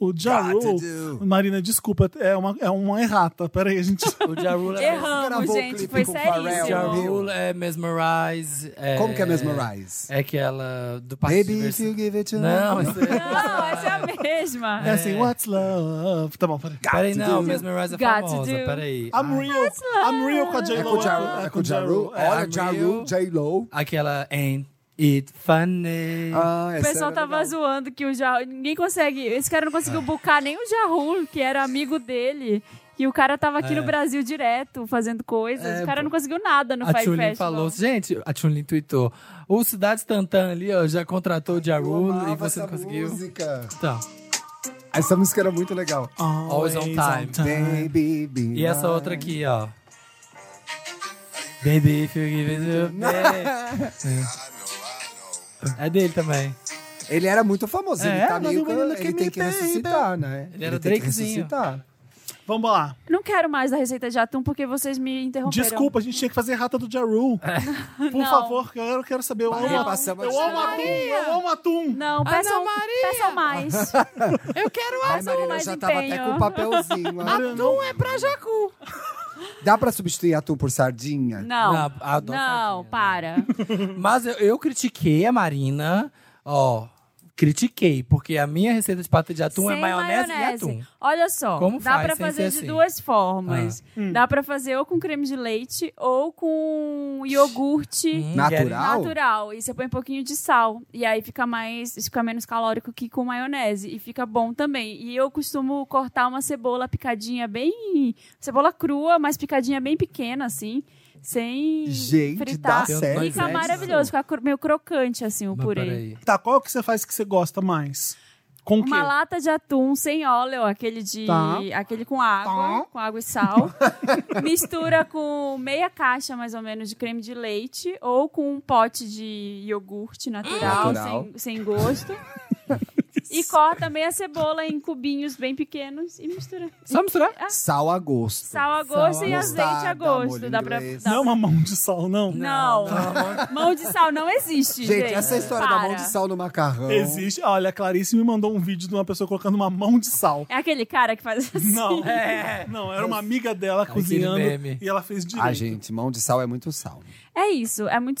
O Jaru, Got to do. Marina, desculpa, é uma, é uma errata. Peraí, a [LAUGHS] gente. O Ja Rule é- Erramos, Gravou o gente, clipe foi com o Pharrell. o Ja Jarro. seríssimo. Rule é Mesmerize. é- Como que é Mesmerize? É aquela do Partido Baby, if you give it to Não, me. esse é... Não, essa é [LAUGHS] a mesma. É assim, What's Love? Tá bom, peraí. Peraí, não, Mesmerize é Got to famosa, do. peraí. I'm real. I'm real com a É J-Lo. com o Jaru, é com o Jaru. É, Olha, I'm Jaru, real. J-Lo. Aquela Ain't It Funny. Ah, O pessoal é tava zoando que o Ja... Ninguém consegue... Esse cara não conseguiu bucar nem o Jarul, que era amigo dele. E o cara tava aqui no Brasil direto, fazendo coisas. É, o cara não conseguiu nada no A Fire Chunlin Festival. falou, assim- gente, a Chunlin tweetou, o Cidade Tantan ali, ó, já contratou o Ja Rule e você não conseguiu. Música. Então, Essa música era muito legal. Always on Time. Baby, be e essa mine. outra aqui, ó. Baby, if you give it to me. [LAUGHS] É dele também. Ele era muito famoso, ele É, tá meio que, another one ele like tem me, que ressuscitar, né? Ele era tem que Drakezinho. ressuscitar. Vamos lá. Não quero mais da receita de atum, porque vocês me interromperam. Desculpa, a gente tinha que fazer errata do Jaru. [LAUGHS] Por É. Não. favor, que eu quero saber. Eu amo, Maria, atum. passamos eu de amo atum. Eu amo atum. Não, peçam, peçam mais. [LAUGHS] Eu quero Ai, Marina, eu mais já tava até empenho. com um papelzinho. né? Marina, é. não. pra Jacu. Dá pra substituir atum por sardinha? Não, Não, adoro não sardinha. para. Mas eu, eu critiquei a Marina, ó. Critiquei, porque a minha receita de pata de atum é Sem maionese, e atum. Olha só, Como dá faz pra sem fazer ser de assim? Ah. duas formas. Dá pra fazer ou com creme de leite ou com iogurte. Hum, Natural? Natural. E você põe um pouquinho de sal. E aí fica mais. Fica menos calórico que com maionese. E fica bom também. E eu costumo cortar uma cebola picadinha bem. Cebola crua, mas picadinha bem pequena, assim. Sem Gente, fritar. dá certo. Fica Mas é maravilhoso, fica cro- meio crocante assim o Mas purê. peraí. Tá, qual que você faz que você gosta mais? Com o quê? Uma lata de atum sem óleo, aquele de Tá. aquele com água, Tá. com água e sal. [LAUGHS] Mistura com meia caixa mais ou menos de creme de leite ou com um pote de iogurte natural, Natural. Sem, [LAUGHS] sem gosto. e corta meia cebola em cubinhos bem pequenos e mistura. Só misturar? Sal a gosto. Sal a Sal, gosto e azeite mostarda, a gosto. molho Dá pra, inglês. dá- Não é uma mão de sal, não. Não. Mão de sal não existe, gente. Gente, essa é história da mão de Para. sal no macarrão. Existe. Olha, a Clarice me mandou um vídeo de uma pessoa colocando uma mão de sal. É aquele cara que faz assim. Não, [LAUGHS] É. não, era uma amiga dela Aquele cozinhando meme. e ela fez direito. Ah, gente, mão de sal é muito sal. É isso, é muito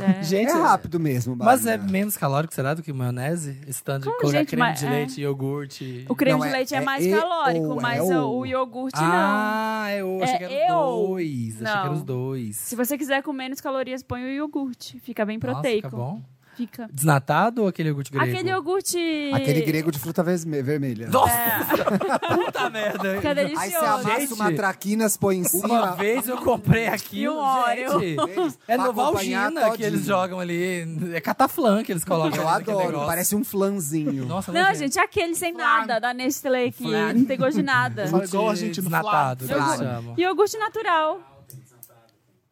[LAUGHS] É. É Gente, rápido mesmo, [LAUGHS] Mas é Marina. menos calórico, será, do que maionese? Esse tanto de Como, colocar gente, creme mas- de é. leite, iogurte. O Não, creme de é- leite é, é mais e calórico, ou, mas é o, ou. o iogurte não. ah, é o. Achei É que era eu. dois. Achei que Não. era os dois. Se você quiser com menos calorias, põe o iogurte. Fica bem Nossa, proteico. fica bom. Fica. Desnatado ou aquele iogurte grego? Aquele iogurte. Aquele grego de fruta vesme- [LAUGHS] vermelha. Nossa! É. Puta merda! Fica Aí você delicioso. amassa Gente, uma traquinas, põe em cima. Uma vez eu comprei E aquilo, um Oreo. gente. É Pra acompanhar Novalgina que todinho. eles jogam ali. É cataflã que eles colocam. Eu ali naquele adoro, negócio. parece um flanzinho. Nossa, é Não, gente, aquele sem nada da Nestlé que Flan. não tem gosto de nada. é Flan. Igual a gente no desnatado, que eles Flávio. chamam. Iogurte natural,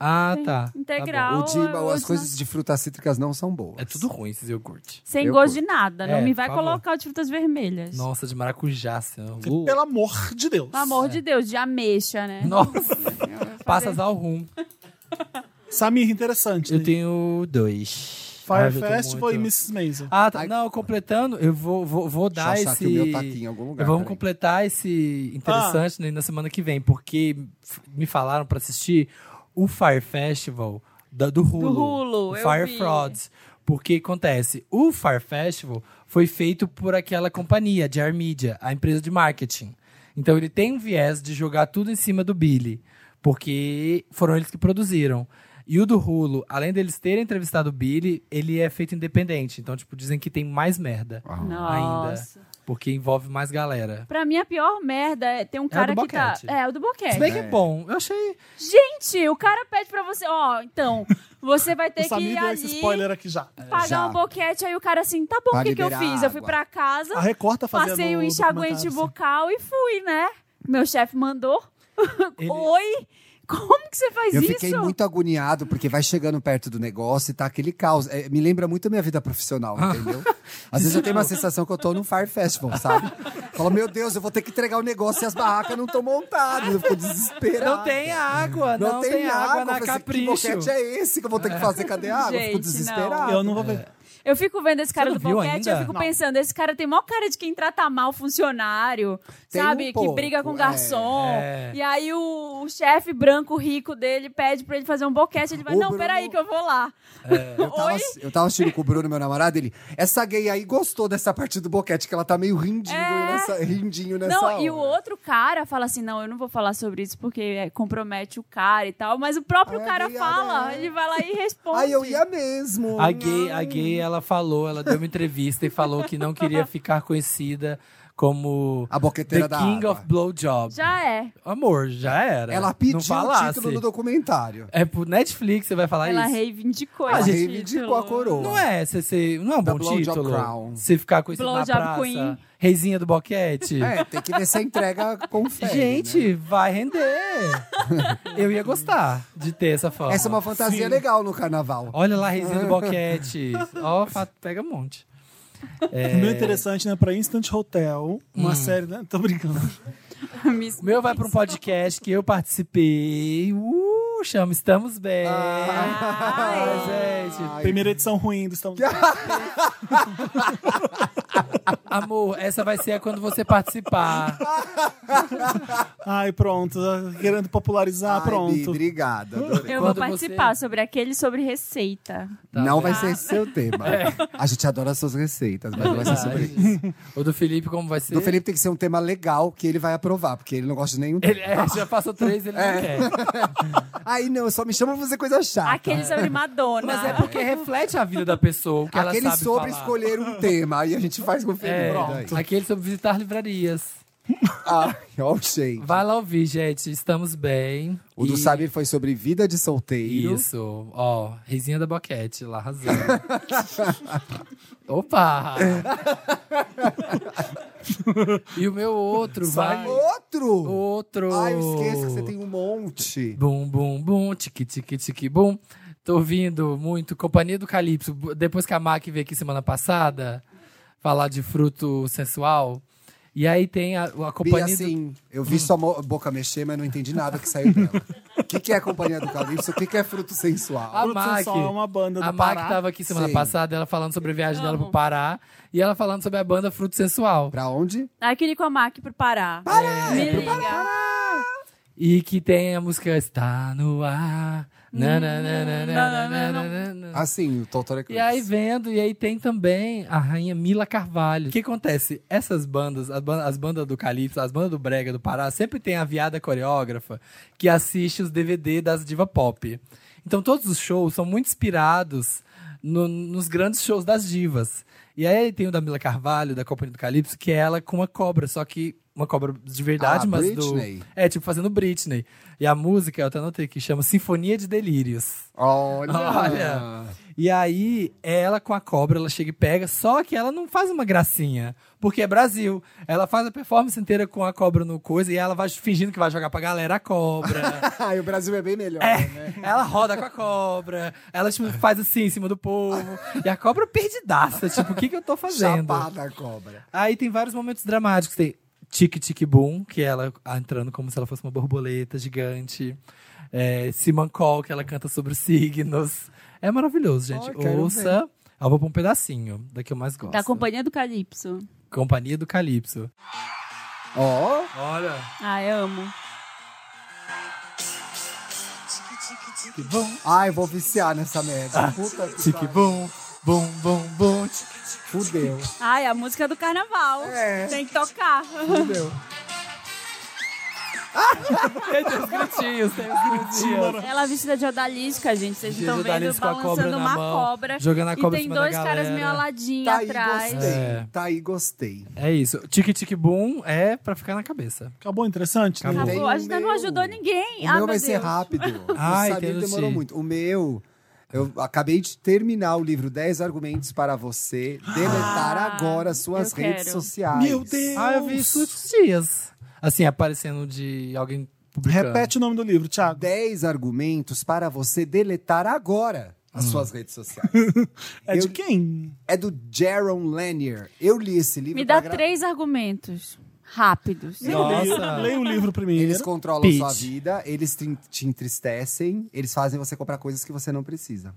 Ah, tá. Tá integral. O Diba, iogurte as coisas de frutas cítricas não são boas. bom. é tudo ruim esses iogurtes. Sem Eu gosto de nada. É, não me vai por favor. colocar o de frutas vermelhas. Nossa, de maracujá, senhor. Uh. Pelo amor de Deus. Pelo amor de Deus, de ameixa, né? Nossa, passas ao rum. Samir, interessante. né? Eu tenho dois. Ai, Ah, eu tô Fire Festival muito- e Mrs. Maisel. Ah, tá. Não, completando, eu vou, vou, vou dar Deixa eu achar esse. que o meu tá aqui em algum lugar, Vamos peraí. completar esse Ah. interessante né, na semana que vem, porque f- me falaram pra assistir o Fire Festival da- do Hulu. Hulu, o eu Fire vi. Frauds. Porque acontece, o Fire Festival foi feito por aquela companhia, a JR Media, a empresa de marketing. Então ele tem um viés de jogar tudo em cima do Billy, porque foram eles que produziram. E o do Hulu, além deles terem entrevistado o Billy, ele é feito independente. Então, tipo, dizem que tem mais merda Ah. Nossa. ainda. Porque envolve mais galera. Pra mim, a pior merda é ter um cara do que tá. boquete. É, o do Se boquete. bem que é bom. Eu achei. Gente, o cara pede pra você, ó, então, você vai O ter que ir Samir deu esse ali spoiler aqui já. pagar Já. um boquete, aí o cara assim, tá bom, Pra o que, que eu liberar fiz? Eu fui água. pra casa, A Record tá fazendo passei o um enxaguante documentário, bucal e fui, né? Meu chefe mandou. [LAUGHS] Ele- Oi? Como que você faz Eu isso? fiquei muito agoniado, porque vai chegando perto do negócio e tá aquele caos. É, me lembra muito a minha vida profissional, Ah. entendeu? Às vezes eu tenho uma sensação que eu tô num Fire Festival, sabe? Falo, meu Deus, eu vou ter que entregar o negócio e as barracas não estão montadas. Eu fico desesperado. Não tem água, Ah, Ah, não, tem, água, na Eu falei assim, Que boquete capricho. é esse que eu vou ter que fazer? Cadê a água? eu fico Gente, desesperado. assim. Eu não vou ver. Eu fico vendo esse cara não do viu boquete, ainda? eu fico pensando, esse cara tem maior cara de quem trata mal funcionário, Tem sabe? um que pouco, briga com o é, garçom. é. E aí o, o chefe branco rico dele pede pra ele fazer um boquete, ele vai, O não, Bruno- peraí que eu vou lá. Eu tava, Oi? eu tava assistindo com o Bruno, meu namorado, ele. Essa gay aí gostou dessa parte do boquete, que ela tá meio rindinho É. nessa. Rindinho nessa Não, hora. e o outro cara fala assim: não, eu não vou falar sobre isso porque é, compromete o cara e tal, mas o próprio Ah, cara obrigada, fala, é. ele vai [LAUGHS] lá e responde. Ai, eu ia mesmo. Hum. A gay, a gay, ela falou, ela deu uma entrevista e falou que não queria ficar conhecida como A boqueteira The da King água. of Blowjob. Já é. Amor, já era. Ela pediu não o falasse. título do documentário. É pro Netflix, você vai falar Ela isso. reivindicou Ela esse reivindicou título. a [LAUGHS] coroa. Não é, você, você- não é um Da bom Blowjob título. Crown. Você ficar com isso na Blowjob praça. Queen. Reizinha do boquete. É, tem que ver se a entrega confere. né? Gente, vai [LAUGHS] render. Eu ia gostar de ter essa foto. Essa é uma fantasia legal no carnaval. Olha lá, [LAUGHS] Reizinha do boquete. Ó, fato, pega um monte. É. O meu interessante, né? Pra Instant Hotel, Hum. uma série. né, Tô brincando. O meu vai para um podcast que eu participei. Uh, chama Estamos Bem. Ah, Ai, tá. gente. Primeira edição ruim do Estamos. Amor, essa vai ser a quando você [LAUGHS] participar. Ai, pronto. Querendo popularizar, Tá Ai, pronto. Bi, obrigada. adorei. Eu Quando vou você- participar sobre aquele sobre receita. Tá É. não bem. vai ser esse seu tema. A gente adora suas receitas, mas não vai ser é sobre isso. O do Felipe, como vai ser? Do Felipe tem que ser um tema legal que ele vai aprovar, porque ele não gosta de nenhum. Ele, é, já passou três, ele É. não quer. [LAUGHS] Aí não, só me chama pra fazer coisa chata. Aquele sobre Madonna. Mas é porque reflete a vida da pessoa, o que Aquele ela sabe sobre falar. escolher um tema. Aí a gente faz com o É, Felipe. daí. aquele sobre visitar livrarias. Ai, ó, o shade. Vai lá ouvir, gente. Estamos bem. O do E- Sabe foi sobre vida de solteiro. Isso, ó, risinha da boquete, lá arrasando. [LAUGHS] Opa! e o meu outro vai. Oh. Outro! Outro! Ai, eu esqueço que você tem um monte. Bum, bum, bum, tique, tique, tique, bum. Tô ouvindo muito Companhia do Calypso. B- Depois que a Mac veio aqui semana passada falar de fruto sensual. E aí tem a, a Bia, Companhia do assim, eu vi sua mo- boca mexer, mas não entendi nada que saiu dela. O que, que é a Companhia do Calypso? O que, que é fruto sensual? A Fruto Mac, Sensual é uma banda do a Mac Pará. tava aqui semana Sim. passada, ela falando sobre a viagem dela pro Pará e ela falando sobre a banda Fruto Sensual. Pra onde? Aquele com a Mac pro Pará. Pará! é Me liga. E que tem a música Está no ar. na, na, na, na, na, na, na, na, na. Assim, o Totoro E aí vendo, e aí tem também a rainha Mila Carvalho. O que acontece? Essas bandas, as bandas, as bandas do Calypso, as bandas do Brega do Pará, sempre tem a viada coreógrafa que assiste os DVD das diva pop. Então todos os shows são muito inspirados no- nos grandes shows das divas. E aí tem o da Mila Carvalho, da Companhia do Calypso, que é ela com uma cobra, só que uma cobra de verdade, Ah, mas Britney. do. É, tipo fazendo Britney. E a música, eu até anotei que chama Sinfonia de Delírios. Olha! Olha. E aí, ela com a cobra, ela chega e pega, só que ela não faz uma gracinha, porque é Brasil. Ela faz a performance inteira com a cobra no coisa e ela vai fingindo que vai jogar pra galera a [LAUGHS] cobra. Ai, o Brasil é bem melhor, né? ela roda com a cobra, ela tipo, faz assim em cima do povo. E a cobra perdidaça, tipo, o que, que eu tô fazendo? Chapada a cobra. Aí tem vários momentos dramáticos. Tem Tic Tic Boom, que ela entrando como se ela fosse uma borboleta gigante. É, Simon Call, que ela canta sobre os signos. É maravilhoso, gente. Ai, quero Ouça. Eu vou pra um pedacinho, da que eu mais gosto. Da Companhia do Calypso. Companhia do Calypso. Ó, Olha. Ah, eu amo. Que bom. ai, vou viciar nessa merda. Puta que Tic pariu. Boom. Ah, Bum, bum, bum. tic. Fudeu, Ai, a música do carnaval. É. Tem que tocar. fudeu. Tem os gritinhos, tem os [LAUGHS] gritinhos. Ela é vestida de odalisca, gente. Vocês De estão vendo odalisca com a cobra balançando na uma mão, cobra. jogando a cobra em E tem cima da dois caras galera. meio aladinho Tá aí, atrás. gostei. É. Tá aí, gostei. É isso. Tic Tic Boom é pra ficar na cabeça. Acabou interessante? né? Acabou. Tem Acabou. o A gente ainda não meu. ajudou ninguém. O ah, meu vai Deus. ser rápido. [LAUGHS] Ai, o Sabino entendi. demorou muito. O meu, eu acabei de terminar o livro 10 argumentos para você deletar Ah, agora suas eu redes quero. sociais. Meu Deus! Ah, eu vi isso esses dias. Assim, aparecendo de alguém publicando. Repete o nome do livro, Thiago. 10 argumentos para você deletar agora as suas redes sociais. É de Eu- quem? É do Jaron Lanier. Eu li esse livro. Me dá pra tá gra- três argumentos rápidos. Nossa. Leia o um livro primeiro. Eles controlam Pete. sua vida, eles te te entristecem, eles fazem você comprar coisas que você não precisa.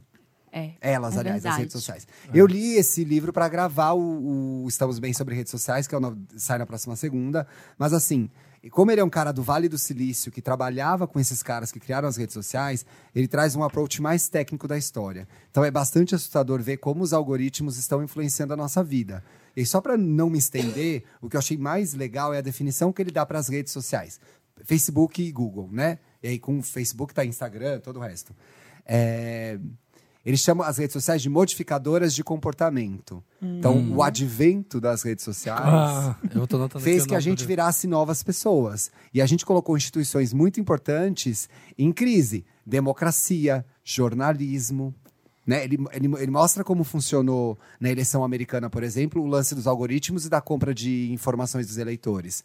É. Elas, é aliás, as verdade. redes sociais. Eu li esse livro pra gravar o, o Estamos Bem sobre Redes Sociais, que é o no- sai na próxima segunda. Mas assim, como ele é um cara do Vale do Silício, que trabalhava com esses caras que criaram as redes sociais, ele traz um approach mais técnico da história. Então é bastante assustador ver como os algoritmos estão influenciando a nossa vida. E só pra não me estender, o que eu achei mais legal é a definição que ele dá para as redes sociais. Facebook e Google, né? E aí com o Facebook tá Instagram, todo o resto. É... Eles chamam as redes sociais de modificadoras de comportamento. Então, o advento das redes sociais Ah, eu tô notando fez aqui o que a nome gente do- virasse novas pessoas. E a gente colocou instituições muito importantes em crise. Democracia, jornalismo. Né? Ele, ele, ele mostra como funcionou na eleição americana, por exemplo, o lance dos algoritmos e da compra de informações dos eleitores.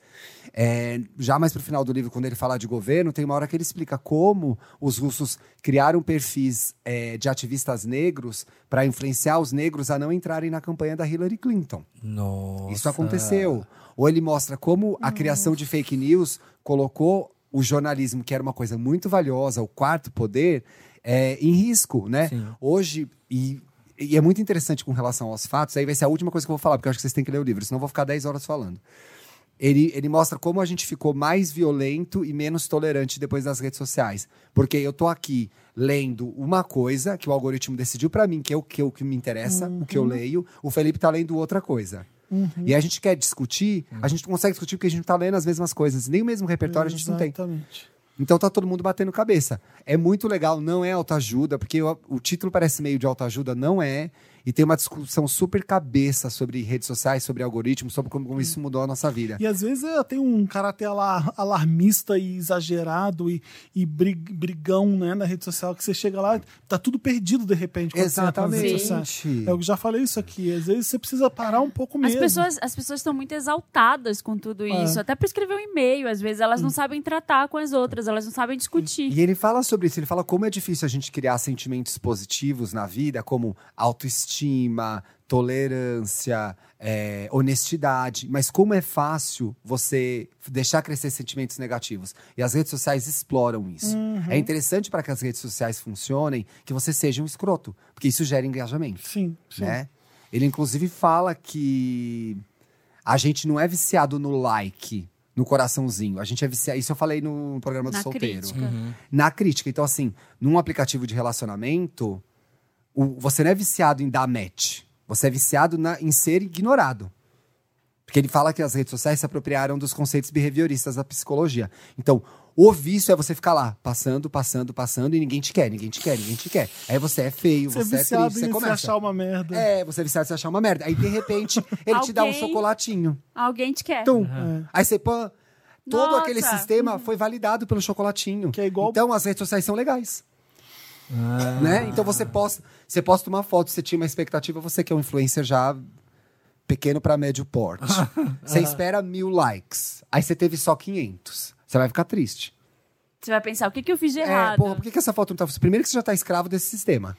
É, já mais pro final do livro, quando ele fala de governo, tem uma hora que ele explica como os russos criaram perfis é, de ativistas negros para influenciar os negros a não entrarem na campanha da Hillary Clinton. Nossa. Isso aconteceu. Ou ele mostra como a criação de fake news colocou o jornalismo, que era uma coisa muito valiosa, o quarto poder, é, em risco, né? Sim. Hoje, e, e é muito interessante com relação aos fatos, aí vai ser a última coisa que eu vou falar, porque eu acho que vocês têm que ler o livro, senão eu vou ficar 10 horas falando. Ele, ele mostra como a gente ficou mais violento e menos tolerante depois das redes sociais. Porque eu tô aqui lendo uma coisa que o algoritmo decidiu pra mim, que é o que, o que me interessa, o que eu leio. O Felipe tá lendo outra coisa. E a gente quer discutir, a gente não consegue discutir porque a gente não tá lendo as mesmas coisas. Nem o mesmo repertório a gente não tem. Exatamente. Então tá todo mundo batendo cabeça. É muito legal, não é autoajuda, porque o, o título parece meio de autoajuda, não é. E tem uma discussão super cabeça sobre redes sociais, sobre algoritmos, sobre como, como isso mudou a nossa vida. E às vezes é, tem um caráter alar- alarmista e exagerado e, e bri- brigão né, na rede social que você chega lá tá tudo perdido de repente. quando você entra tá nas redes sociais. Exatamente. É Eu já falei isso aqui. Às vezes você precisa parar um pouco As mesmo. pessoas, as pessoas estão muito exaltadas com tudo isso. Até para escrever um e-mail, às vezes elas não sabem tratar com as outras, elas não sabem discutir. Hum. E ele fala sobre isso, ele fala como é difícil a gente criar sentimentos positivos na vida, como autoestima, tolerância, é, honestidade, mas como é fácil você deixar crescer sentimentos negativos. E as redes sociais exploram isso. É interessante para que as redes sociais funcionem que você seja um escroto, porque isso gera engajamento Sim, sim. né? Ele inclusive fala que a gente não é viciado no like, no coraçãozinho. A gente é viciado. Isso eu falei no programa do Na é solteiro. crítica. Na crítica. Então, assim, num aplicativo de relacionamento, o- você não é viciado em dar match. Você é viciado na- em ser ignorado. Porque ele fala que as redes sociais se apropriaram dos conceitos behavioristas da psicologia. Então, O vício é você ficar lá, passando, passando, passando, e ninguém te quer, ninguém te quer, ninguém te quer. Aí você é feio, Você é você, é viciado triste, você em se começa. achar uma merda. É, você é viciado em se achar uma merda. Aí, de [LAUGHS] repente, ele te dá um Alguém- chocolatinho. Alguém te quer. Tum. É. Aí você pã. Todo Nossa. aquele sistema foi validado pelo chocolatinho. Que é igual- Então as redes sociais são legais. Né? Então você posta, você posta uma foto, você tinha uma expectativa, você que é um influencer já pequeno pra médio porte. Você espera mil likes, aí você teve só 500. Você vai ficar triste. Você vai pensar, o que, que eu fiz de errado? É, porra, por que, que essa foto não tá. Primeiro que você já tá escravo desse sistema.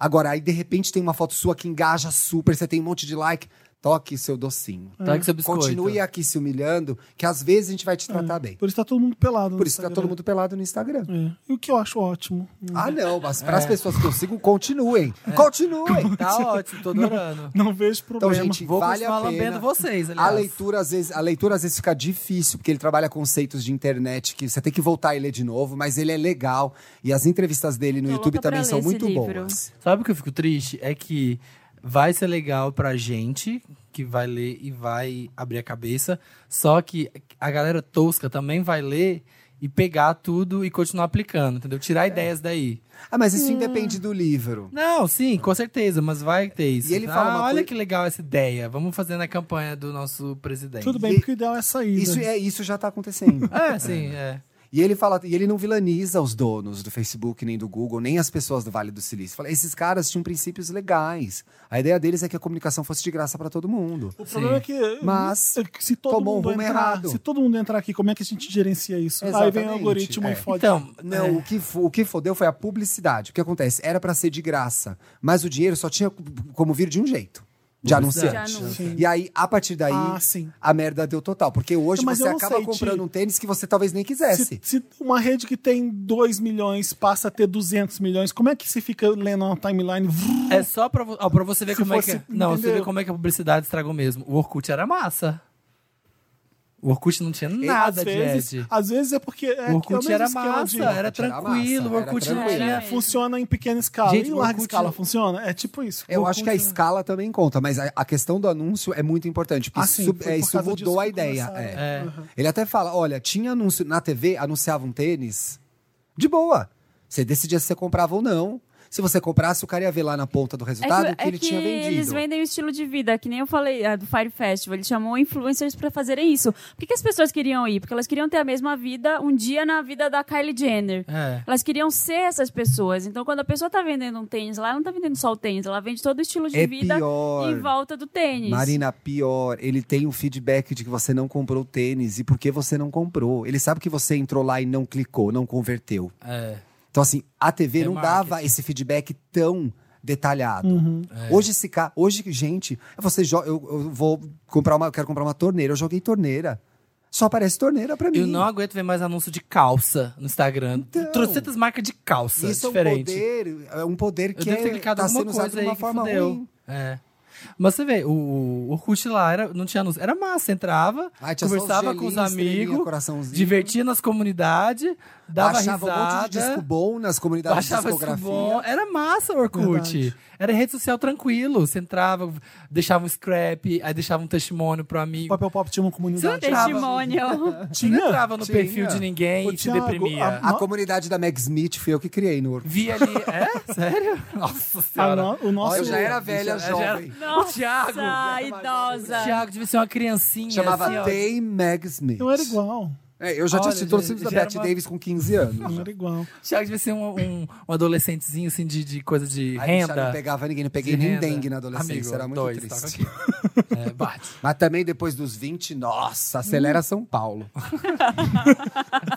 Agora, aí de repente tem uma foto sua que engaja super, você tem um monte de like. Toque seu docinho. É. Tá que seu biscoito. Continue aqui se humilhando, que às vezes a gente vai te É. tratar bem. Por isso tá todo mundo pelado. no Por isso tá todo Instagram. mundo pelado no Instagram. É. E o que eu acho ótimo. Hum. Ah, não, mas para É. as pessoas que eu sigo, continuem. Continuem! Tá ótimo, tô adorando. Não vejo Então, problema. gente, Vou vale a continuar pena. lambendo vocês, aliás. A leitura, às vezes, a leitura às vezes fica difícil, porque ele trabalha conceitos de internet que você tem que voltar e ler de novo, mas ele é legal. E as entrevistas dele no Tô YouTube louca pra também ler são esse muito livro. boas. Sabe o que eu fico triste? É que vai ser legal pra gente que vai ler e vai abrir a cabeça, só que a galera tosca também vai ler e pegar tudo e continuar aplicando, entendeu? É. Tirar ideias daí. Ah, mas É. isso independe do livro. Não, sim, com certeza, mas vai ter isso. E ele Ah, fala uma olha coisa- que legal essa ideia. Vamos fazer na campanha do nosso presidente. Tudo bem, E- porque o ideal é sair. Isso, é, isso já tá [LAUGHS] acontecendo. É, sim, é. E ele fala, e ele não vilaniza os donos do Facebook, nem do Google, nem as pessoas do Vale do Silício. Fala, esses caras tinham princípios legais. A ideia deles é que a comunicação fosse de graça pra todo mundo. O problema Sim. é que Mas é que se todo tomou um mundo rumo entrar, errado. se todo mundo entrar aqui, como é que a gente gerencia isso? Aí vem Exatamente, o algoritmo é. e fode. Então, Não, o, que, fo- o que fodeu foi a publicidade. O que acontece? Era pra ser de graça, mas o dinheiro só tinha como vir de um jeito. De De anunciante. anúncio. E aí, a partir daí, ah, sim. a merda deu total. Porque hoje Mas você eu não acaba sei, comprando Ti. um tênis que você talvez nem quisesse. Se, se uma rede que tem 2 milhões passa a ter 200 milhões, como é que você fica lendo uma timeline? Vrrr, é só pra, vo- ó, pra você ver Se como é fosse- que. Não, você entendeu? vê como é que a publicidade estragou mesmo. O Orkut era massa. O Orkut não tinha É nada às de vezes, ad. Às vezes é porque é o que Orkut é o mesmo era esquema massa, de- era Orkut era tranquilo, massa, o era Orkut não tranquilo. tinha. Era. Funciona em pequena escala. Gente, e em o larga Orkut- escala funciona? É tipo isso. Eu O acho que a Orkut- escala também conta, mas a, a questão do anúncio é muito importante. Porque Ah, isso, sim, sub- foi é, por isso causa disso mudou que a ideia. começaram. é. Uhum. É. Ele até fala: olha, tinha anúncio na TV, anunciava um tênis, de boa. Você decidia se você comprava ou não. Se você comprasse, o cara ia ver lá na ponta do resultado o que, é ele tinha vendido. eles vendem o estilo de vida, que nem eu falei ah, do Fire Festival. Ele chamou influencers pra fazerem isso. Por que, que as pessoas queriam ir? Porque elas queriam ter a mesma vida um dia na vida da Kylie Jenner. É. Elas queriam ser essas pessoas. Então, quando a pessoa tá vendendo um tênis lá, ela não tá vendendo só o tênis, ela vende todo o estilo de É vida pior. em volta do tênis. Marina, pior, ele tem o feedback de que você não comprou o tênis e por que você não comprou. Ele sabe que você entrou lá e não clicou, não converteu. É. Então, assim, a TV não Remarketing. dava esse feedback tão detalhado. É. Hoje, se ca... Hoje, gente, é você jo... eu, eu vou comprar uma. Eu quero comprar uma torneira. Eu joguei torneira. Só aparece torneira pra mim. Eu não aguento ver mais anúncio de calça no Instagram. Então. Trocentas marcas de calça Isso diferente. é um poder, é um poder Eu que devo ter é, clicado tá alguma sendo usado coisa de aí uma que forma fudeu. ruim. É. Mas você vê, o, o Orkut lá era, não tinha anúncio. Era massa, entrava, Ai, tinha só os conversava com os gelinhos, estrelinha, amigos, coraçãozinho. divertia nas comunidades, dava Baixava um monte de disco risada. bom nas comunidades [LAUGHS] de Baixava isso discografia. bom. Era massa o Orkut. Verdade. Era rede social tranquilo. Você entrava, deixava um scrap, aí deixava um testemunho pro O amigo. papel pop tinha uma Você não comunidade. entrava, [LAUGHS] Testemunho. você não entrava no Tinha. perfil de ninguém Ô, e se Thiago, deprimia. a- A comunidade da Meg Smith fui eu que criei no Orkut. Vi ali. É? [LAUGHS] Sério? Nossa é A senhora. no- Ah, o nosso Olha, eu já era velha, Eu já era- é jovem. O [LAUGHS] Thiago. Nossa, idosa. O Thiago devia ser uma criancinha. Chamava assim, ó. Dame Meg Smith. Eu era igual. É, eu já Olha, tinha assistido todos os gente, filmes da já era Bette uma- Davis com 15 [LAUGHS] anos. Eu era igual. O Thiago devia ser um, um, um adolescentezinho, assim, de, de coisa de Aí, bicha, Não renda. pegava ninguém, não De peguei nem renda. dengue na adolescência, Amigo, era muito dois, triste. [LAUGHS] toca aqui. É, bate. Mas também depois dos 20, nossa, Hum. acelera São Paulo.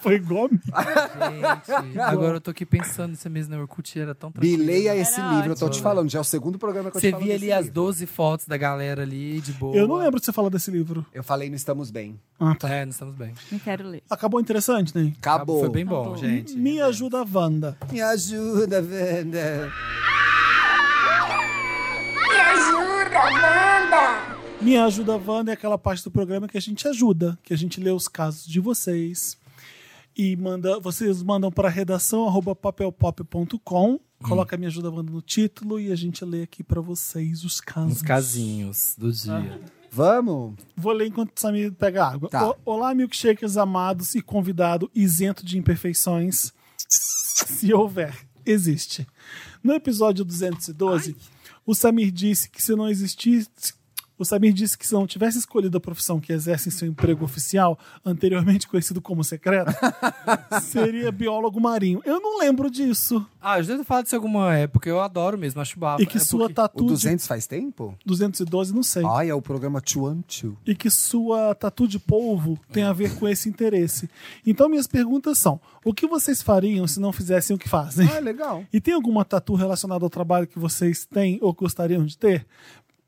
Foi igual a mim. Gente, agora eu tô aqui pensando se a mesa na Orkut era tão tranquila. Bileia esse Era livro, eu tô te ótimo. né? falando, já é o segundo programa que eu Você te falo. via ali desse as livro. 12 fotos da galera ali, de boa. Eu não lembro de você falar desse livro. Eu falei, não estamos bem. É, nós estamos bem. Não quero ler. Acabou interessante, né? Acabou. Foi bem bom, gente. Me ajuda a Wanda. Me ajuda, Wanda. Me ajuda, Amanda! Me ajuda a Wanda é aquela parte do programa que a gente ajuda, que a gente lê os casos de vocês e manda, vocês mandam para redação arroba papelpop.com, coloca Me ajuda Wanda no título e a gente lê aqui para vocês os casos. Ah. Uns casinhos do dia. Vamos? Vou ler enquanto o Samir pega água. Tá. O- Olá, milkshakers amados e convidado isento de imperfeições. Se houver, existe. No episódio 212, o Samir disse que se não existisse. O Samir disse que se não tivesse escolhido a profissão que exerce em seu emprego oficial, anteriormente conhecido como secreto, seria biólogo marinho. Eu não lembro disso. Ah, eu já falado disso em alguma época, eu adoro mesmo, acho bafo. E que É sua porque- O tatu de 200 faz tempo? 212, não sei. Olha, o programa 212. e que sua tatu de polvo tem a ver com esse interesse. Então, minhas perguntas são: o que vocês fariam se não fizessem o [LAUGHS] que fazem? Ah, legal. E tem alguma tatu relacionada ao trabalho que vocês têm ou gostariam de ter?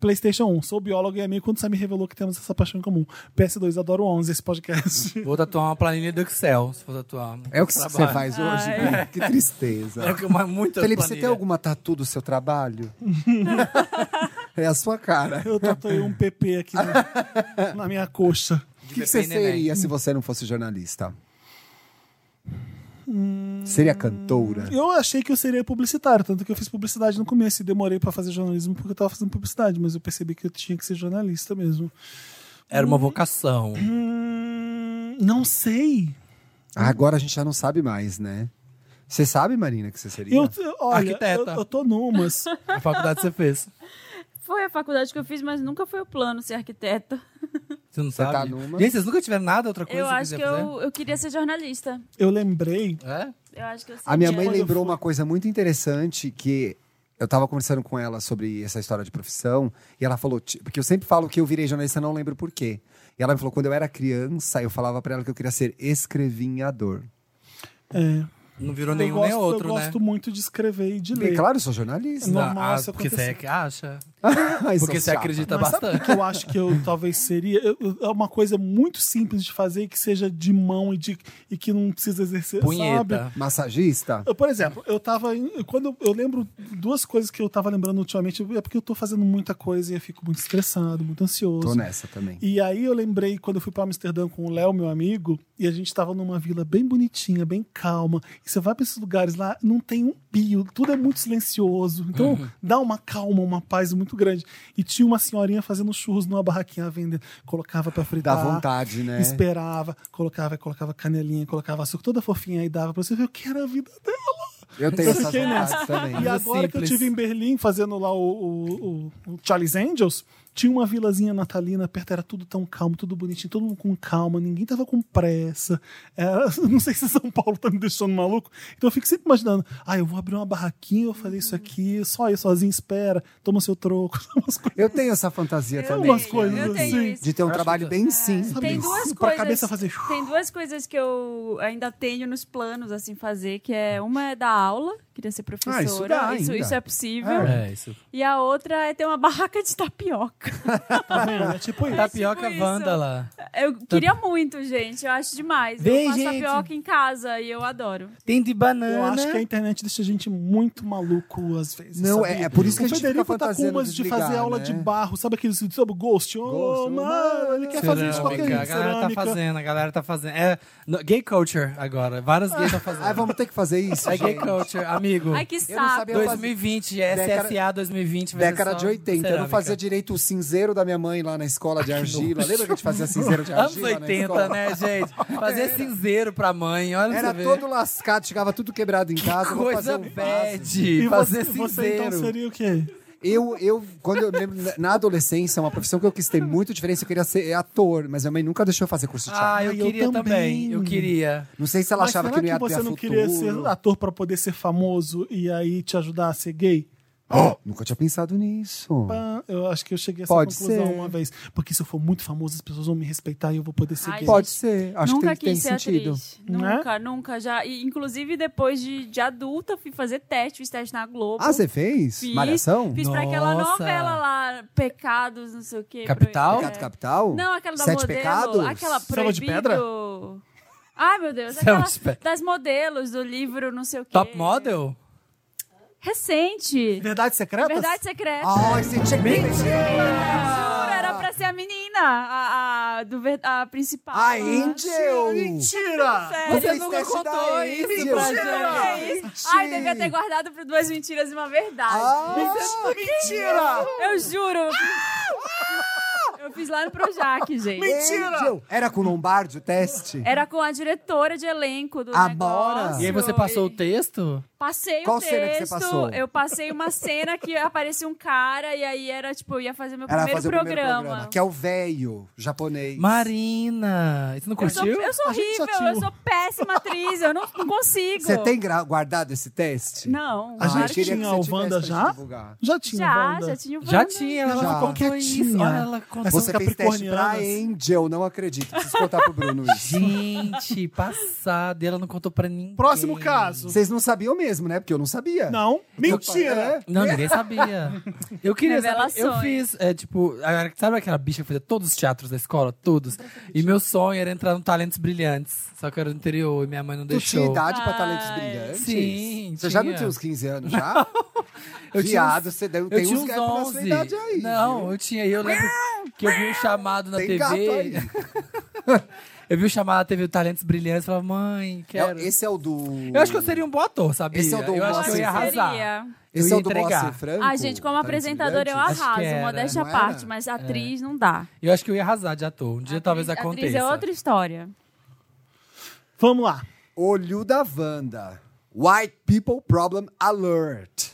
PlayStation 1, sou biólogo e amigo quando você me revelou que temos essa paixão em comum. PS2, adoro 11 esse podcast. [LAUGHS] Vou tatuar uma planilha do Excel, se for tatuar. É o que você Trabalho. faz hoje? né? Que tristeza. É o que eu- muitas Felipe, você planilhas. tem alguma tatu do seu [LAUGHS] trabalho? é a sua cara. Eu tatuei um PP aqui na, na minha coxa. O que, que você Neném. seria se você não fosse jornalista? Seria cantora? Eu achei que eu seria publicitário, tanto que eu fiz publicidade no começo e demorei pra fazer jornalismo porque eu tava fazendo publicidade, mas eu percebi que eu tinha que ser jornalista mesmo. Era uma vocação. Hum, não sei. Ah, Agora a gente já não sabe mais, né? Você sabe, Marina, que você seria? Eu, eu- olha, Arquiteta. Eu, eu tô numas. A faculdade você fez. Foi a faculdade que eu fiz, mas nunca foi o plano ser arquiteta. Você não sabe? tá numa. Gente, vocês nunca tiveram nada, outra coisa eu acho que quiser fazer? eu, eu queria ser jornalista. Eu lembrei. É? Eu acho que eu A minha seria. mãe Quando eu lembrou fui- uma coisa muito interessante que eu tava conversando com ela sobre essa história de profissão e ela falou, ti- porque eu sempre falo que eu virei jornalista, não lembro por quê. E ela me falou quando eu era criança, eu falava pra ela que eu queria ser escrevinhador. É, [LAUGHS] Não virou eu nenhum gosto, nem outro, eu né? gosto muito de escrever e de E ler. claro, eu sou jornalista. Não. Não, normal ah, isso porque você é acontecer. que acha. [LAUGHS] Ai, sou Porque você chata. acredita Mas sabe o tá bastante. que eu acho que [LAUGHS] eu talvez seria? Eu- eu- é uma coisa muito simples de fazer e que seja de mão e, de, e que não precisa exercer, sabe? Punheta. Massagista? Eu, por exemplo, eu tava. em- Quando eu, eu lembro duas coisas que eu tava lembrando ultimamente, é porque eu tô fazendo muita coisa e eu fico muito estressado, muito ansioso. Tô nessa também. E aí eu lembrei quando eu fui pra Amsterdã com o Léo, meu amigo, e a gente tava numa vila bem bonitinha, bem calma. E você vai pra esses lugares lá, não tem um pio, tudo é muito silencioso. Então Uhum. dá uma calma, uma paz muito grande. E tinha uma senhorinha fazendo churros numa barraquinha à venda, colocava pra fritar. Dá vontade, né? Esperava, colocava, colocava canelinha, colocava açúcar toda fofinha e dava pra você ver o que era a vida dela. Eu tenho Eu essas fiquei vontades E também. Coisa agora que eu simples. tive em Berlim fazendo lá o, o- o- o Charlie's Angels, tinha uma vilazinha natalina perto, era tudo tão calmo, tudo bonitinho, todo mundo com calma, ninguém tava com pressa. Era- [LAUGHS] não sei se São Paulo tá me deixando maluco. Então eu fico sempre imaginando, ah, eu vou abrir uma barraquinha, eu vou fazer isso aqui, só eu sozinho, espera, toma seu troco, [LAUGHS] toma as coisas. Eu tenho essa fantasia Eu também. umas coisas eu tenho assim. isso. De ter um trabalho bem simples. É, Tem Sabe, duas pra coisas. cabeça fazer- [LAUGHS] Tem duas coisas que eu ainda tenho nos planos assim fazer, que é uma é dar aula, queria ser professora, Ah, isso dá isso, ainda. isso é possível. É, isso. E a outra é ter uma barraca [LAUGHS] de tapioca. Tá vendo? É tipo isso. Tapioca tipo isso. vândala. Eu queria muito, gente, eu acho demais. Vem, eu faço gente. tapioca em casa e eu adoro. Tem de banana. Eu acho que é a internet deixa a gente muito maluco às vezes. Não, sabia? é- é por isso que o a gente Federico fica tá com fantasiando umas de desligar, fazer aula né? de barro, sabe aqueles sobre Ghost? Ô, Ghost, mano, ele quer fazer isso Tá de qualquer Cerâmica, jeito. a galera tá cerâmica. fazendo, a galera tá fazendo. É no- gay culture agora. Várias [LAUGHS] gays estão fazendo. Ai, Ah, vamos ter que fazer isso, É gay gente. culture, amigo. Ai, que Eu não saco. sabia fazer. 2020, é Década- SSA 2020. vai ser Década só de 80. Eu não cerâmica. fazia direito o cinzeiro da minha mãe lá na escola de argila. Lembra que a gente fazia cinzeiro de Anos argila? na 80, escola? né, gente? [LAUGHS] Fazer cinzeiro pra mãe, olha pra Era você ver. todo lascado, chegava tudo quebrado em casa. vou fazer Coisa um vaso. bad, E fazer você, você cinzeiro. então seria o quê? Eu, eu, quando eu me lembro, na- na adolescência, é uma profissão que eu quis ter muito diferença, eu queria ser é, ator, mas minha mãe nunca deixou eu fazer curso de teatro. Ah, eu Ai, eu queria também. também. Eu queria. não sei se ela Mas achava será que não ia ter você não futuro. queria ser ator pra poder ser famoso e aí te ajudar a ser gay? Oh, Nunca tinha pensado nisso. Pá, Eu acho que eu cheguei a essa Pode conclusão ser. uma vez. Porque se eu for muito famoso, as pessoas vão me respeitar e eu vou poder ser Ai, gay. Pode ser, acho nunca que tem, quis tem ser sentido. atriz. Né? Nunca, nunca. Já, e, inclusive, depois de, de adulta, fui fazer teste, fiz teste na Globo. Ah, você fez? Fiz, Malhação? Fiz pra aquela Nossa. novela lá, Pecados, não sei o quê. Capital? Proibido. Pecado Capital? é, Não, aquela da Tipo, Sete modelo. Pecados? Aquela Céu de proibido. Pedra? Ai, meu Deus. Céu Aquela de Pedra. das modelos do livro, não sei o quê. Top model? Recente. Verdade secreta? Verdade secreta. Ai, Ah, você tinha que ter Juro, era pra ser a menina, a, a, do, ver- a principal. A lá. Ah, Angel! Mentira! Sério. Você nunca contou isso pra Ai, Ai, devia ter guardado por duas mentiras e uma Ah, verdade. Mentira! Eu juro. Eu fiz lá no Projac, gente. Angel! Era com Lombardi o teste? Era com a diretora de elenco do Amora? negócio. E aí você passou o texto? Passei Qual o texto. cena que você passou? Eu passei uma cena que aparecia um cara e aí era tipo, eu ia fazer meu Era primeiro, fazer o programa. primeiro programa. Que é o velho japonês. Marina! E Você não Eu sou, curtiu? eu sou A gente já horrível, tinha eu um- sou péssima atriz, eu não, não consigo. Você tem gra- guardado esse teste? Não. A claro gente que queria que tinha você o tivesse Wanda pra já? gente divulgar. Já não. tinha, Já, Wanda. já tinha o Já Wanda. tinha, ela Já. ficou quietinha. Quietinha. Olha, ela contou. Essas Você fez teste pra capricornianas. Angel, não acredito. Preciso contar pro Bruno [LAUGHS] isso. Gente, passada. E ela não contou pra ninguém. Próximo caso. Vocês não sabiam mesmo, né? Porque eu é? não sabia. Não, mentira. Não, ninguém sabia. Eu queria saber. Eu Revelações. fiz, é, tipo, a- sabe aquela bicha que fazia todos os teatros da escola? Todos. E meu sonho era entrar no Talentos Brilhantes. Só que eu era do interior e minha mãe não Tu tinha deixou. idade pra Ai. talentos brilhantes? Sim, Você já não tinha. tinha uns 15 anos já? Eu tinha Viado, uns- você deve Eu ter tinha uns uns gatos da sua 11. idade aí. Não, eu tinha. E eu lembro que eu vi um chamado na Tem gato aí. É, TV. eu vi um chamado na TV do Talentos Brilhantes e falava, mãe, É, quero. esse é o do. Eu acho que eu seria um bom ator, sabia? Esse é o do eu acho que eu Moacir ia Franco? arrasar. Seria. Esse eu é ia o do entregar. Moacir Franco? Ah, gente, como Talentos apresentadora eu Brilhantes? que arraso, era. modéstia à Não era? parte, mas atriz não dá. Eu acho que eu ia arrasar de ator. Um dia talvez Atriz- aconteça. Atriz é outra história. Vamos lá. Olho da Wanda. White People Problem [LAUGHS] Alert.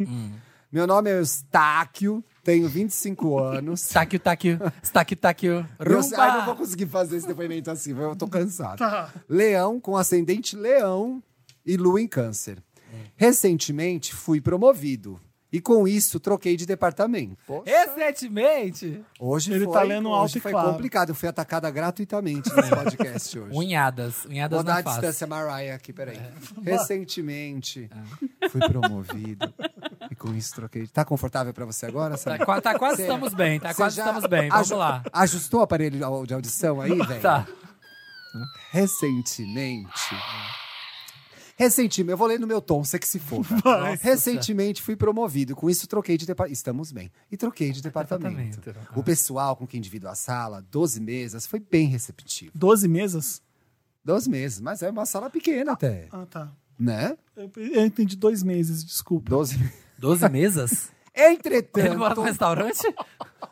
Hum. Meu nome é Eustáquio, [LAUGHS] tenho 25 anos. Taque, taque, taque, taque, ah, Eu rumba. ai, não vou conseguir fazer esse depoimento assim, eu tô cansado. Tá. Leão com ascendente leão e lua em câncer. Recentemente fui promovido e com isso troquei de departamento. Pô, Recentemente, Hoje Ele foi, tá lendo alto hoje e foi claro. complicado, eu fui atacada gratuitamente nesse É. podcast hoje. unhadas, unhadas Vou dar na a face. distância Mariah aqui, peraí. É. Recentemente fui promovido e com isso troquei. Tá confortável pra você agora, Tá, Samir? qua- tá quase Cê- estamos bem, tá Você quase já estamos bem, vamos aju- lá. Ajustou o aparelho de au- de audição aí, velho? Tá. Recentemente. Recentemente, eu vou ler no meu tom, você que se for. tá? Recentemente fui promovido, com isso troquei de departamento. Estamos bem. E troquei de departamento. Departamento. tá. O pessoal com quem divido a sala, 12 mesas, foi bem receptivo. 12 mesas? 12 meses, mas é uma sala pequena até, Ah, tá. né? Eu, eu entendi dois meses, desculpa. 12 Doze [LAUGHS] mesas? Ele mora no Entretanto, restaurante?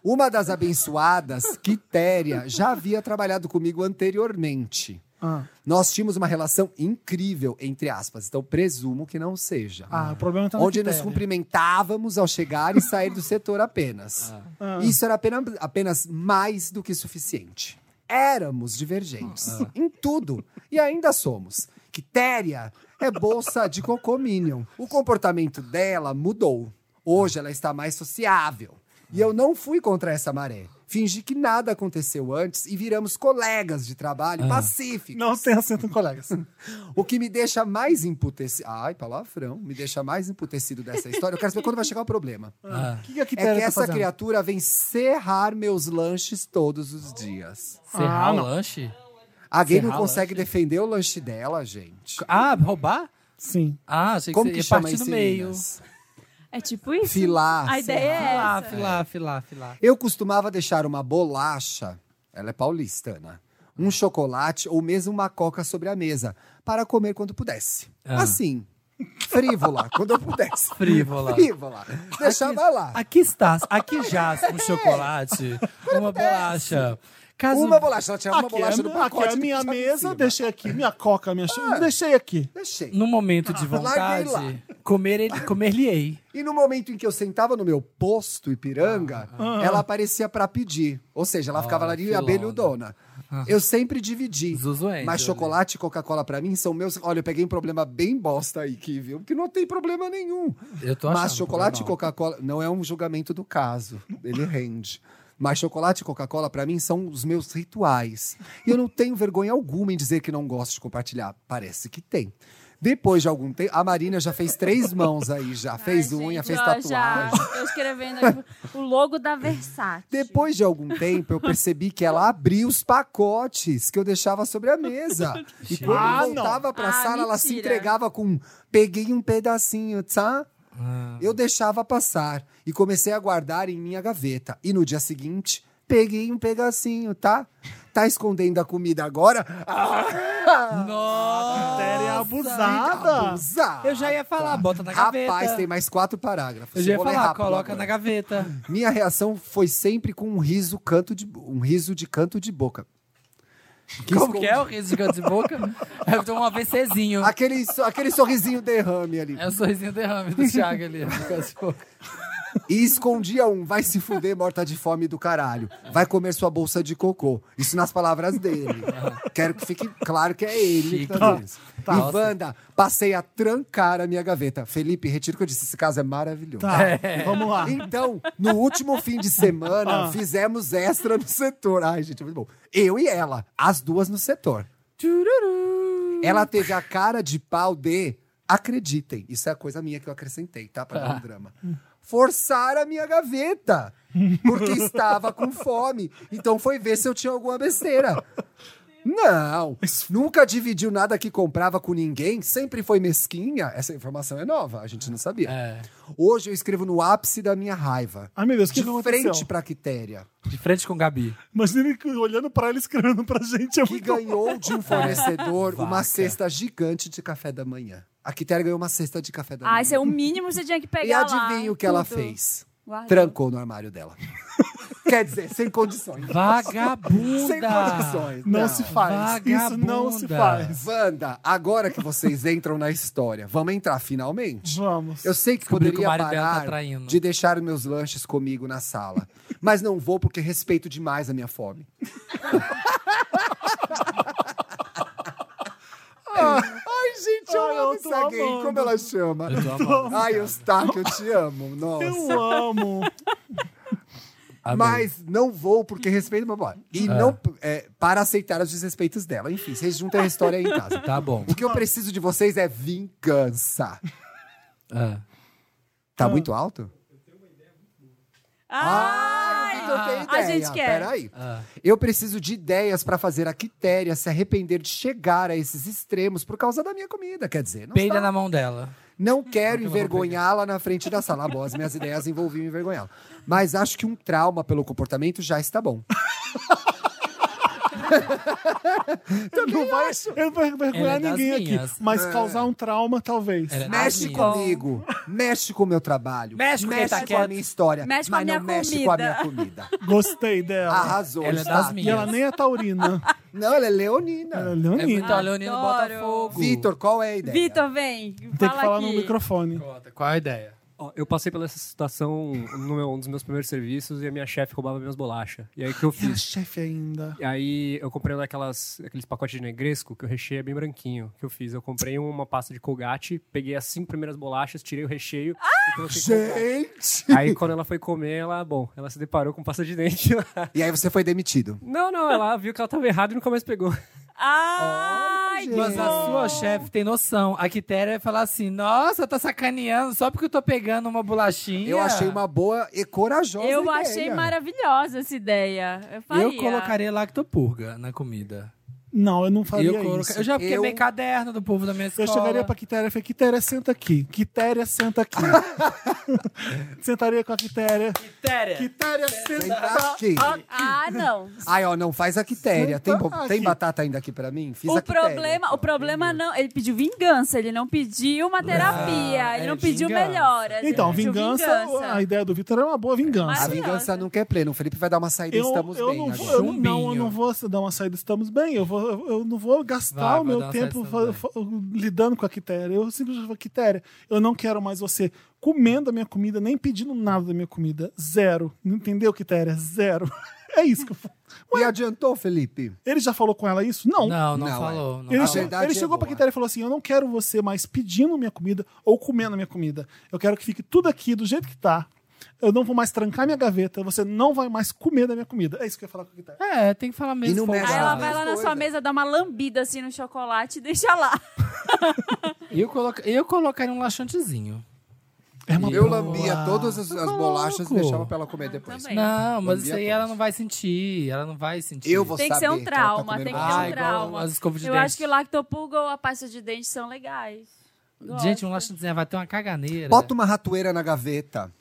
uma das abençoadas, Quitéria, já havia trabalhado comigo anteriormente. Ah, Nós tínhamos uma relação incrível, entre aspas, então presumo que não seja. ah, o problema tá na Onde né, nos quitéria. cumprimentávamos ao chegar e sair do setor apenas. [LAUGHS] Ah. Isso era apenas, apenas mais do que suficiente. Éramos divergentes Ah. em tudo e ainda somos. Quitéria é bolsa de cocominion. O comportamento dela mudou. Hoje ela está mais sociável. E eu não fui contra essa maré. Fingi que nada aconteceu antes e viramos colegas de trabalho pacíficos. Ah. Não tem assento com colegas. [LAUGHS] O que me deixa mais emputecido. Ai, palavrão. Me deixa mais emputecido dessa história. Eu quero saber quando vai chegar o problema. Ah, O que, que a É quitéria que tá essa fazendo? criatura vem serrar meus lanches todos os dias. serrar Ah, o não. lanche? Alguém não Serrar consegue defender o lanche dela, gente. Ah, roubar? Sim. Ah, achei que Como você que ia chama partir isso? no meio. Ah, É tipo isso. Filar, A ideia é Filar, essa. filar, filar, filar. Eu costumava deixar uma bolacha, ela é paulistana, um chocolate ou mesmo uma coca sobre a mesa para comer quando pudesse. Ah. Assim, frívola, quando eu pudesse. [LAUGHS] Frívola. Frívola. Deixava lá. Aqui está, aqui jaz um chocolate, uma bolacha. Caso Uma bolacha, ela tinha uma é Aqui é, bolacha no a- aqui pacote. é a que minha deixava em mesa, cima. deixei aqui minha coca, minha... Ah. Deixei aqui. Deixei. no momento de Ah, Larguei vontade, comer ele, comer-lhe-ei. E no momento em que eu sentava no meu posto Ipiranga, Ah, ela aparecia pra pedir. Ou seja, ela ficava ali filona. abelhudona. Eu sempre dividi. Zuzuente, mas olha. né? chocolate e Coca-Cola pra mim são meus. Olha, eu peguei um problema bem bosta aí, que viu? Porque não tem problema nenhum. Eu tô achando Mas chocolate e problema. Coca-Cola não é um julgamento do caso. Ele rende. Mas chocolate e Coca-Cola, pra mim, são os meus rituais. E eu não tenho vergonha alguma em dizer que não gosto de compartilhar. Parece que tem. Depois de algum tempo, a Marina já fez três mãos aí, [LAUGHS] já. fez Ai, unha, gente, fez ó, tatuagem. Já, tô escrevendo aqui o logo da Versace. Depois de algum tempo, eu percebi que ela abria os pacotes que eu deixava sobre a mesa. [LAUGHS] E quando Ah, eu voltava pra Ah, sala, ela se mentira. entregava com um, peguei um pedacinho, tá? Ah. Eu deixava passar e comecei a guardar em minha gaveta. E no dia seguinte, peguei um pedacinho, tá? Tá escondendo a comida agora? Ah! Nossa! Nossa! Matéria abusada. Abusada. Eu já ia falar, bota na gaveta. Rapaz, tem mais quatro parágrafos. Eu já ia vou falar, ler rápido coloca agora. na gaveta. Minha reação foi sempre com um riso, canto de, um riso de canto de boca. Que Como esconde- que é o riso de canto de [LAUGHS] boca? Eu tenho um AVCzinho. Aquele, so- aquele sorrisinho derrame ali. É o sorrisinho derrame do Thiago ali. de canto de boca. E escondia um, vai se fuder, morta de fome do caralho. Vai comer sua bolsa de cocô. Isso nas palavras dele. Quero que fique claro que é ele. Que tá Tá. dizendo isso. e Nossa. Wanda, passei a trancar a minha gaveta. Felipe, retiro o que eu disse, esse caso é maravilhoso. Tá, vamos lá. Então, no último fim de semana, Ah. fizemos extra no setor. Ai, gente, é muito bom. Eu e ela, as duas no setor. Ela teve a cara de pau de. Acreditem, isso é a coisa minha que eu acrescentei, tá? Pra dar um drama. Forçar a minha gaveta. Porque estava com fome. Então foi ver se eu tinha alguma besteira. Não! Nunca dividiu nada que comprava com ninguém, sempre foi mesquinha. Essa informação é nova, a gente não sabia. É. Hoje eu escrevo no ápice da minha raiva. Ai, Ah, meu Deus, o que De não frente aconteceu? pra Quitéria, De frente com o Gabi. Imagina ele olhando pra ela e escrevendo pra gente. É que muito... ganhou [LAUGHS] de um fornecedor uma Vaca. cesta gigante de café da manhã. A Quitéria ganhou uma cesta de café da Ah, manhã. isso é o mínimo que você tinha que pegar E lá. adivinha o que ela Tudo. fez? Guardou. Trancou no armário [LAUGHS] dela. Quer dizer, sem condições. Vagabunda! Sem condições. Não se faz. Isso não se Vagabunda. faz. Wanda, agora que vocês entram na história, vamos entrar finalmente? Vamos. Eu sei que Descobri que poderia o marido dela tá parar traindo. de deixar os meus lanches comigo na sala. Mas não vou porque respeito demais a minha fome. [LAUGHS] Ai, gente, eu Ai, eu amo tô essa gay. amando. Como ela chama? Eu tô amando. Ai, Eustáquio, eu te amo. Nossa. Eu amo. Amei. Ah. Mas não vou porque respeito... Blá, blá. E não... é, para aceitar os desrespeitos dela. Enfim, vocês juntam a história aí em casa. Tá bom. O que eu preciso de vocês é vingança. Ah. Tá muito alto? Ah, Ah, eu tenho a ideia. gente quer. Peraí. Ah. Eu preciso de ideias pra fazer a Quitéria se arrepender de chegar a esses extremos por causa da minha comida. Quer dizer, não, Peida está- na mão dela. não quero envergonhá-la na frente da sala. Ah, Bom, as minhas ideias envolviam envergonhá-la. Mas acho que um trauma pelo comportamento já [LAUGHS] está bom. não vai, eu não vou Ela envergonhar é das ninguém aqui. minhas. Mas causar um trauma, talvez. Ela é Mexe minhas. comigo. Mexe com o meu trabalho. Mexe com quem tá mexe com a quieto. minha história. Mexe com mas a minha não mexe com a minha comida. Gostei dela. Arrasou. Ela é está. das minhas. e ela nem é taurina. Não, ela é leonina. Ela [LAUGHS] é É muito leonina. a Leonino Adoro. Botafogo. Vitor, qual é a ideia? Vitor, vem. Tem que fala falar aqui. no microfone. Qual a ideia? Ó, eu passei pela essa situação no meu, um dos meus primeiros serviços e a minha chefe roubava minhas bolachas. E aí o que eu E um a fiz? chefe ainda. E aí eu comprei naquelas, aqueles pacotes de negresco que o recheio é bem branquinho. O que eu fiz? Eu comprei uma pasta de colgate, peguei as cinco primeiras bolachas, tirei o recheio e coloquei Colgate. Gente! Aí quando ela foi comer, ela, bom, ela se deparou com pasta de dente lá. [LAUGHS] E aí você foi demitido. Não, não, ela viu que ela tava errada e nunca mais pegou. Ah, Mas a sua chefe tem noção. A Quitéria vai falar assim: nossa, tá sacaneando só porque eu tô pegando uma bolachinha. Eu achei uma boa e corajosa eu ideia. achei maravilhosa essa ideia. Eu faria. Eu colocaria lactopurga na comida. Não, eu não Eu, faria coloca- isso. eu já queimei Eu- caderno do povo da minha Eu escola. chegaria pra Quitéria e falei, Quitéria, senta aqui. Quitéria, senta aqui. [LAUGHS] Sentaria com a Quitéria. Quitéria. Quitéria, senta. Senta aqui. Ah, não. Ai, ó, não faz a quitéria. Tem, bo- Aqui. tem batata ainda aqui pra mim? Fiz a O quitéria. problema, o problema não, ele pediu vingança, ele não pediu Ah, uma terapia, ele é não pediu vingança. melhora. ele Então, pediu vingança, a ideia do Vitor é uma boa A vingança. Maravilha. vingança nunca é plena. O Felipe vai dar uma saída Eu, estamos eu bem não, vou, agora. eu, não- não, eu Chumbinho. não vou dar uma saída, estamos bem. Eu, vou, eu, eu não vou gastar Vai, vai dar o meu uma tempo saída, fa- fa- lidando com a Quitéria. Eu simplesmente falo, Quitéria, eu não quero mais você comendo a minha comida, nem pedindo nada da minha comida. Zero. Não entendeu, Quitéria? Zero. [LAUGHS] É isso que eu falo. E adiantou, Felipe? Ele já falou com ela isso? Não. Não, não, Não, é. falou. Não Ele, A che- falou. verdade ele é chegou pra boa. Quitéria e falou assim: Eu não quero você mais pedindo minha comida ou comendo minha comida. Eu quero que fique tudo aqui do jeito que tá. Eu não vou mais trancar minha gaveta, você não vai mais comer da minha comida. É isso que eu ia falar com a Quitéria. É, tem que falar mesmo. não fogo. mexe Aí Exato. ela vai lá na Coisa. sua mesa, dá uma lambida assim no chocolate e deixa lá. eu, coloca... eu colocaria um laxantezinho. É uma Eu boa. Tá lambia todas as, as louco. bolachas e deixava pra ela comer depois. Também. Não, mas Lambia isso aí todas. ela não vai sentir. Ela não vai sentir. Eu vou Tem que ser um saber ela tá trauma, comendo tem que ser um Ah, bolacha. igual trauma. as escovas de Eu dente. acho que o lactopulga ou a pasta de dente são legais. Gosto. Gente, um laxantezinho vai ter uma caganeira. Bota uma ratoeira na gaveta.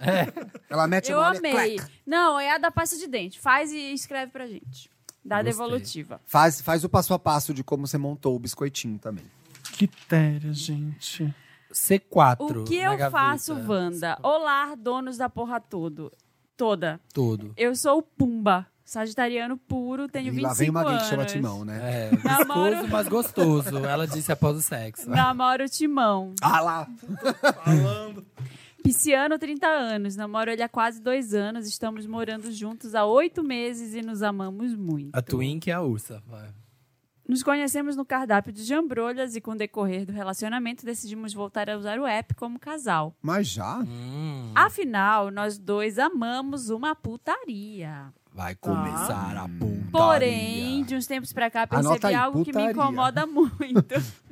Ela mete Eu a É. mão ali, amei. é clac. Não, é a da pasta de dente. Faz e escreve pra gente. da Gostei. devolutiva. Faz, faz o passo a passo de como você montou o biscoitinho também. Quitéria, gente. um C4. O que na eu gaveta. faço, Wanda? Olá, donos da porra todo. Toda. Tudo. Eu sou o Pumba, sagitariano puro, tenho e 25 lá vem uma gay anos. que chama Timão, É, né? Namoro- viscoso, mas gostoso. Ela disse após o sexo. Namoro Timão. Ah lá! Pisciano, 30 anos. Namoro ele há quase dois anos. Estamos morando juntos há oito meses e nos amamos muito. A Twink e a Ursa. vai. Nos conhecemos no cardápio de jambrolhas e, com o decorrer do relacionamento, decidimos voltar a usar o app como casal. Mas já? Hum, Afinal, nós dois amamos uma putaria. vai começar a putaria. Tá. Porém, de uns tempos pra cá, percebi Anota aí, algo que me putaria. incomoda muito.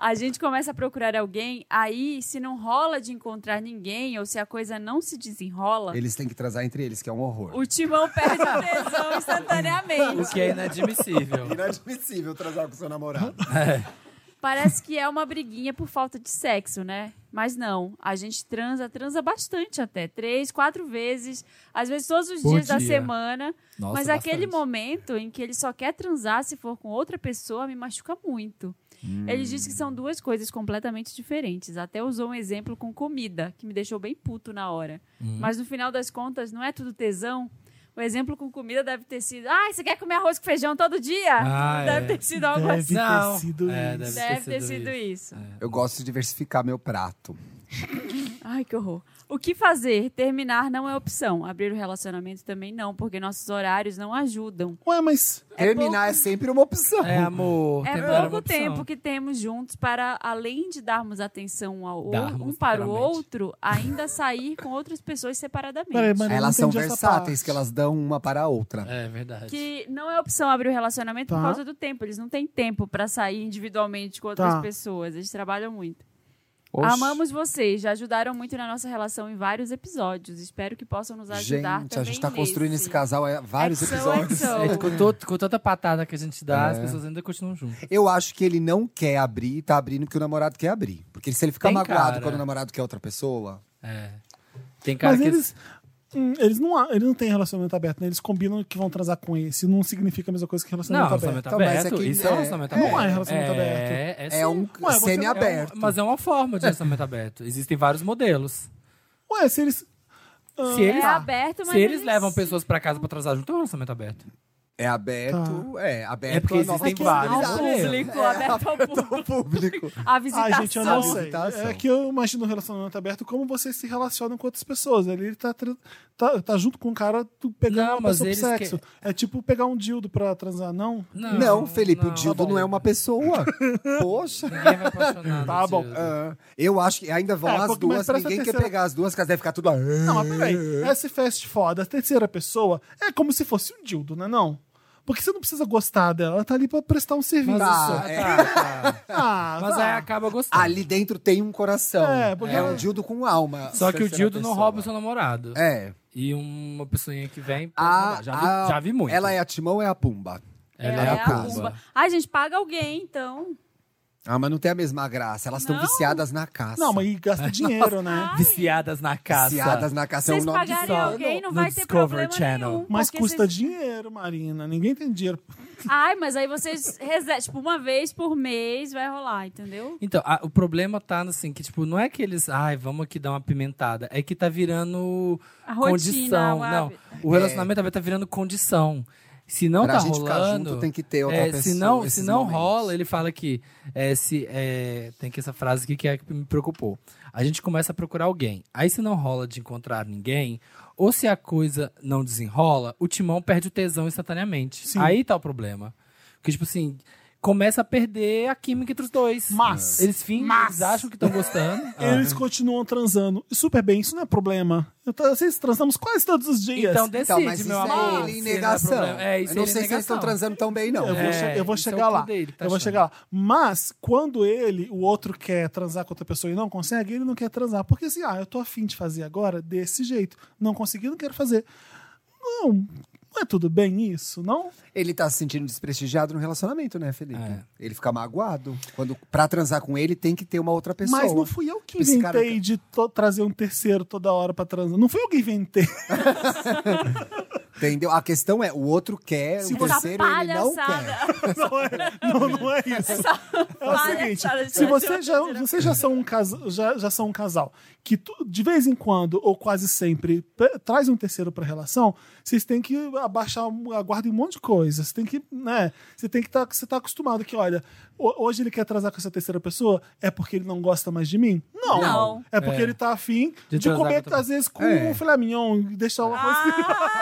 A gente começa a procurar alguém, aí, se não rola de encontrar ninguém, ou se a coisa não se desenrola, Eles têm que transar entre eles, que é um horror. o timão perde o tesão O instantaneamente. que é inadmissível. Inadmissível transar com seu namorado. Parece que é uma briguinha por falta de sexo, né? Mas não, a gente transa, transa bastante até. Três, quatro vezes, às vezes todos os Por dias da dia. semana. Nossa, Mas aquele bastante. momento em que ele só quer transar se for com outra pessoa me machuca muito. Hum. Ele diz que são duas coisas completamente diferentes. Até usou um exemplo com comida, que me deixou bem puto na hora. Hum. Mas no final das contas, não é tudo tesão? O exemplo com comida deve ter sido: ah, você quer comer arroz com feijão todo dia? Ah, deve é. ter sido algo Deve assim. Não. ter sido É, isso. deve ter Deve ter sido sido isso. Eu gosto de diversificar meu prato. Ai, que horror. O que fazer? Terminar não é opção. Abrir o relacionamento também não, porque nossos horários não ajudam. Ué, mas Terminar é sempre uma opção. É, amor. É tempo era uma pouco opção. tempo que temos juntos para, além de darmos atenção ao ou- Darmos, um para o literalmente. outro, ainda sair com outras pessoas separadamente. Peraí, mas- Elas Eu não são entendi essa versáteis, parte. que elas dão uma para a outra. É verdade. Que não é opção abrir o relacionamento por Tá. causa do tempo. Eles não têm tempo para sair individualmente com outras Tá. pessoas. Eles trabalham muito. Amamos vocês, já ajudaram muito na nossa relação em vários episódios. Espero que possam nos ajudar Gente, também. a gente tá construindo esse casal há vários XOXO. episódios. É, com, to- com tanta patada que a gente dá, as pessoas ainda continuam juntas. Eu acho que ele não quer abrir, tá abrindo o que o namorado quer abrir. Porque se ele ficar Tem magoado cara. quando o namorado quer outra pessoa, É. Tem cara mas que. é eles, hum, eles, não, há- eles não têm relacionamento aberto, né? Eles combinam que vão transar com esse. Não significa a mesma coisa que Não, relacionamento aberto. relacionamento Então, mas aberto. é que- Isso é um é, relacionamento não aberto. é relacionamento aberto. É, é, é, sim. um Ué, você- semi-aberto. Mas é uma forma de relacionamento aberto. Existem vários modelos. Ué, se eles. Ah, Se eles, É aberto, mas se eles eles- levam pessoas pra casa pra transar junto, é um relacionamento aberto. É aberto, é aberto. É porque a novas existem vários Ao Exato. modelos. público, aberto ao público. possibilidades. O público. A Ai, visitação. gente, eu não sei. Visitação. É que eu imagino o relacionamento aberto como vocês se relacionam com outras pessoas. Ele tá, tra- tá, tá junto com um cara tu pegando Não, uma mas pessoa pro eles sexo. É tipo pegar um dildo pra transar, não? Não, Felipe, o Dildo não é uma [LAUGHS] pessoa. Poxa. Ninguém vai apaixonar. Tá no bom. Dildo. Ah, eu acho que ainda vão É, as porque- mas duas, parece a ninguém quer terceira- pegar as duas, que elas devem ficar tudo. ah, lá. Não, mas peraí. É. Essa fast foda, a terceira pessoa, é como se fosse um dildo, né? Não. Porque você não precisa gostar dela, ela tá ali pra prestar um serviço. Mas, Tá, isso- é. tá, tá. Ah, Mas aí vá. acaba gostando. Ali dentro tem um coração. É, porque- É um dildo com alma. Só que o Terceira Dildo não pessoa. rouba o seu namorado. É. E uma pessoinha que vem. pode A, roubar. já, vi, a- já vi muito. Ela é a Timão ou é a Pumba? Ela é a Pumba. Ai, gente, paga alguém, então. Ah, mas não tem a mesma graça. Elas estão Não. viciadas na caça. Não, mas aí [LAUGHS] gasta dinheiro, Ah, né? Viciadas na caça. Viciadas na caça é um Vocês nome pagarem só alguém, não no vai ter Discovery problema Channel. nenhum. Mas porque custa vocês- dinheiro, Marina. Ninguém tem dinheiro. Ai, mas aí vocês resetem, tipo, uma vez por mês vai rolar, entendeu? Então, a- o problema tá assim, que tipo, não é que eles, ai, vamos aqui dar uma pimentada. É que tá virando A rotina, condição. o Não, hábito. o relacionamento aberto tá virando condição. Se não É. Pra tá gente ficar rolando, junto, tem que ter outra é, pessoa, se não, se esses não momentos. rola, ele fala que é, se é, tem que essa frase aqui que é a que me preocupou. A gente começa a procurar alguém. Aí se não rola de encontrar ninguém, ou se a coisa não desenrola, o timão perde o tesão instantaneamente. Sim. Aí tá o problema. Porque tipo assim, começa a perder a química entre os dois. Mas- eles fim, eles acham que estão [LAUGHS] gostando. Ah. Eles continuam transando. E Super bem, isso não é problema. Eu tô- Vocês transamos quase todos os dias. Então decide, Então, mas isso meu amor. é ele em se não é negação. problema. É, isso eu não ele em sei se eles estão negação. transando tão bem, não. Eu vou, É, che- eu vou isso é o chegar lá. cu dele, tá eu vou achando. chegar lá. Mas, quando ele, o outro, quer transar com outra pessoa e não consegue, ele não quer transar. Porque assim, ah, eu tô afim de fazer agora desse jeito. Não consegui, não quero fazer. Não, não é tudo bem isso, não? Ele tá se sentindo desprestigiado no relacionamento, né, Felipe? É. Ele fica magoado. Quando, pra transar com ele, tem que ter uma outra pessoa. Mas não fui eu que Esse inventei cara- de to- trazer um terceiro toda hora pra transar. Não fui eu que inventei. Entendeu? A questão é, o outro quer, o Essa terceiro ele não quer. palhaçada. Não é, não, não é isso. É o seguinte, palhaçada de se você fazer já, outra vocês já são um casal, já, já são um casal que tu- de vez em quando ou quase sempre pe- traz um terceiro pra relação, vocês têm que abaixar a guarda em um monte de coisa. Você tem que, né, você tem que estar, você tá acostumado que olha, ho- hoje ele quer transar com essa terceira pessoa é porque ele não gosta mais de mim? Não. Não. É porque ele tá afim de, De transar com comer outra- às vezes com É. um filé mignon e deixar uma coisa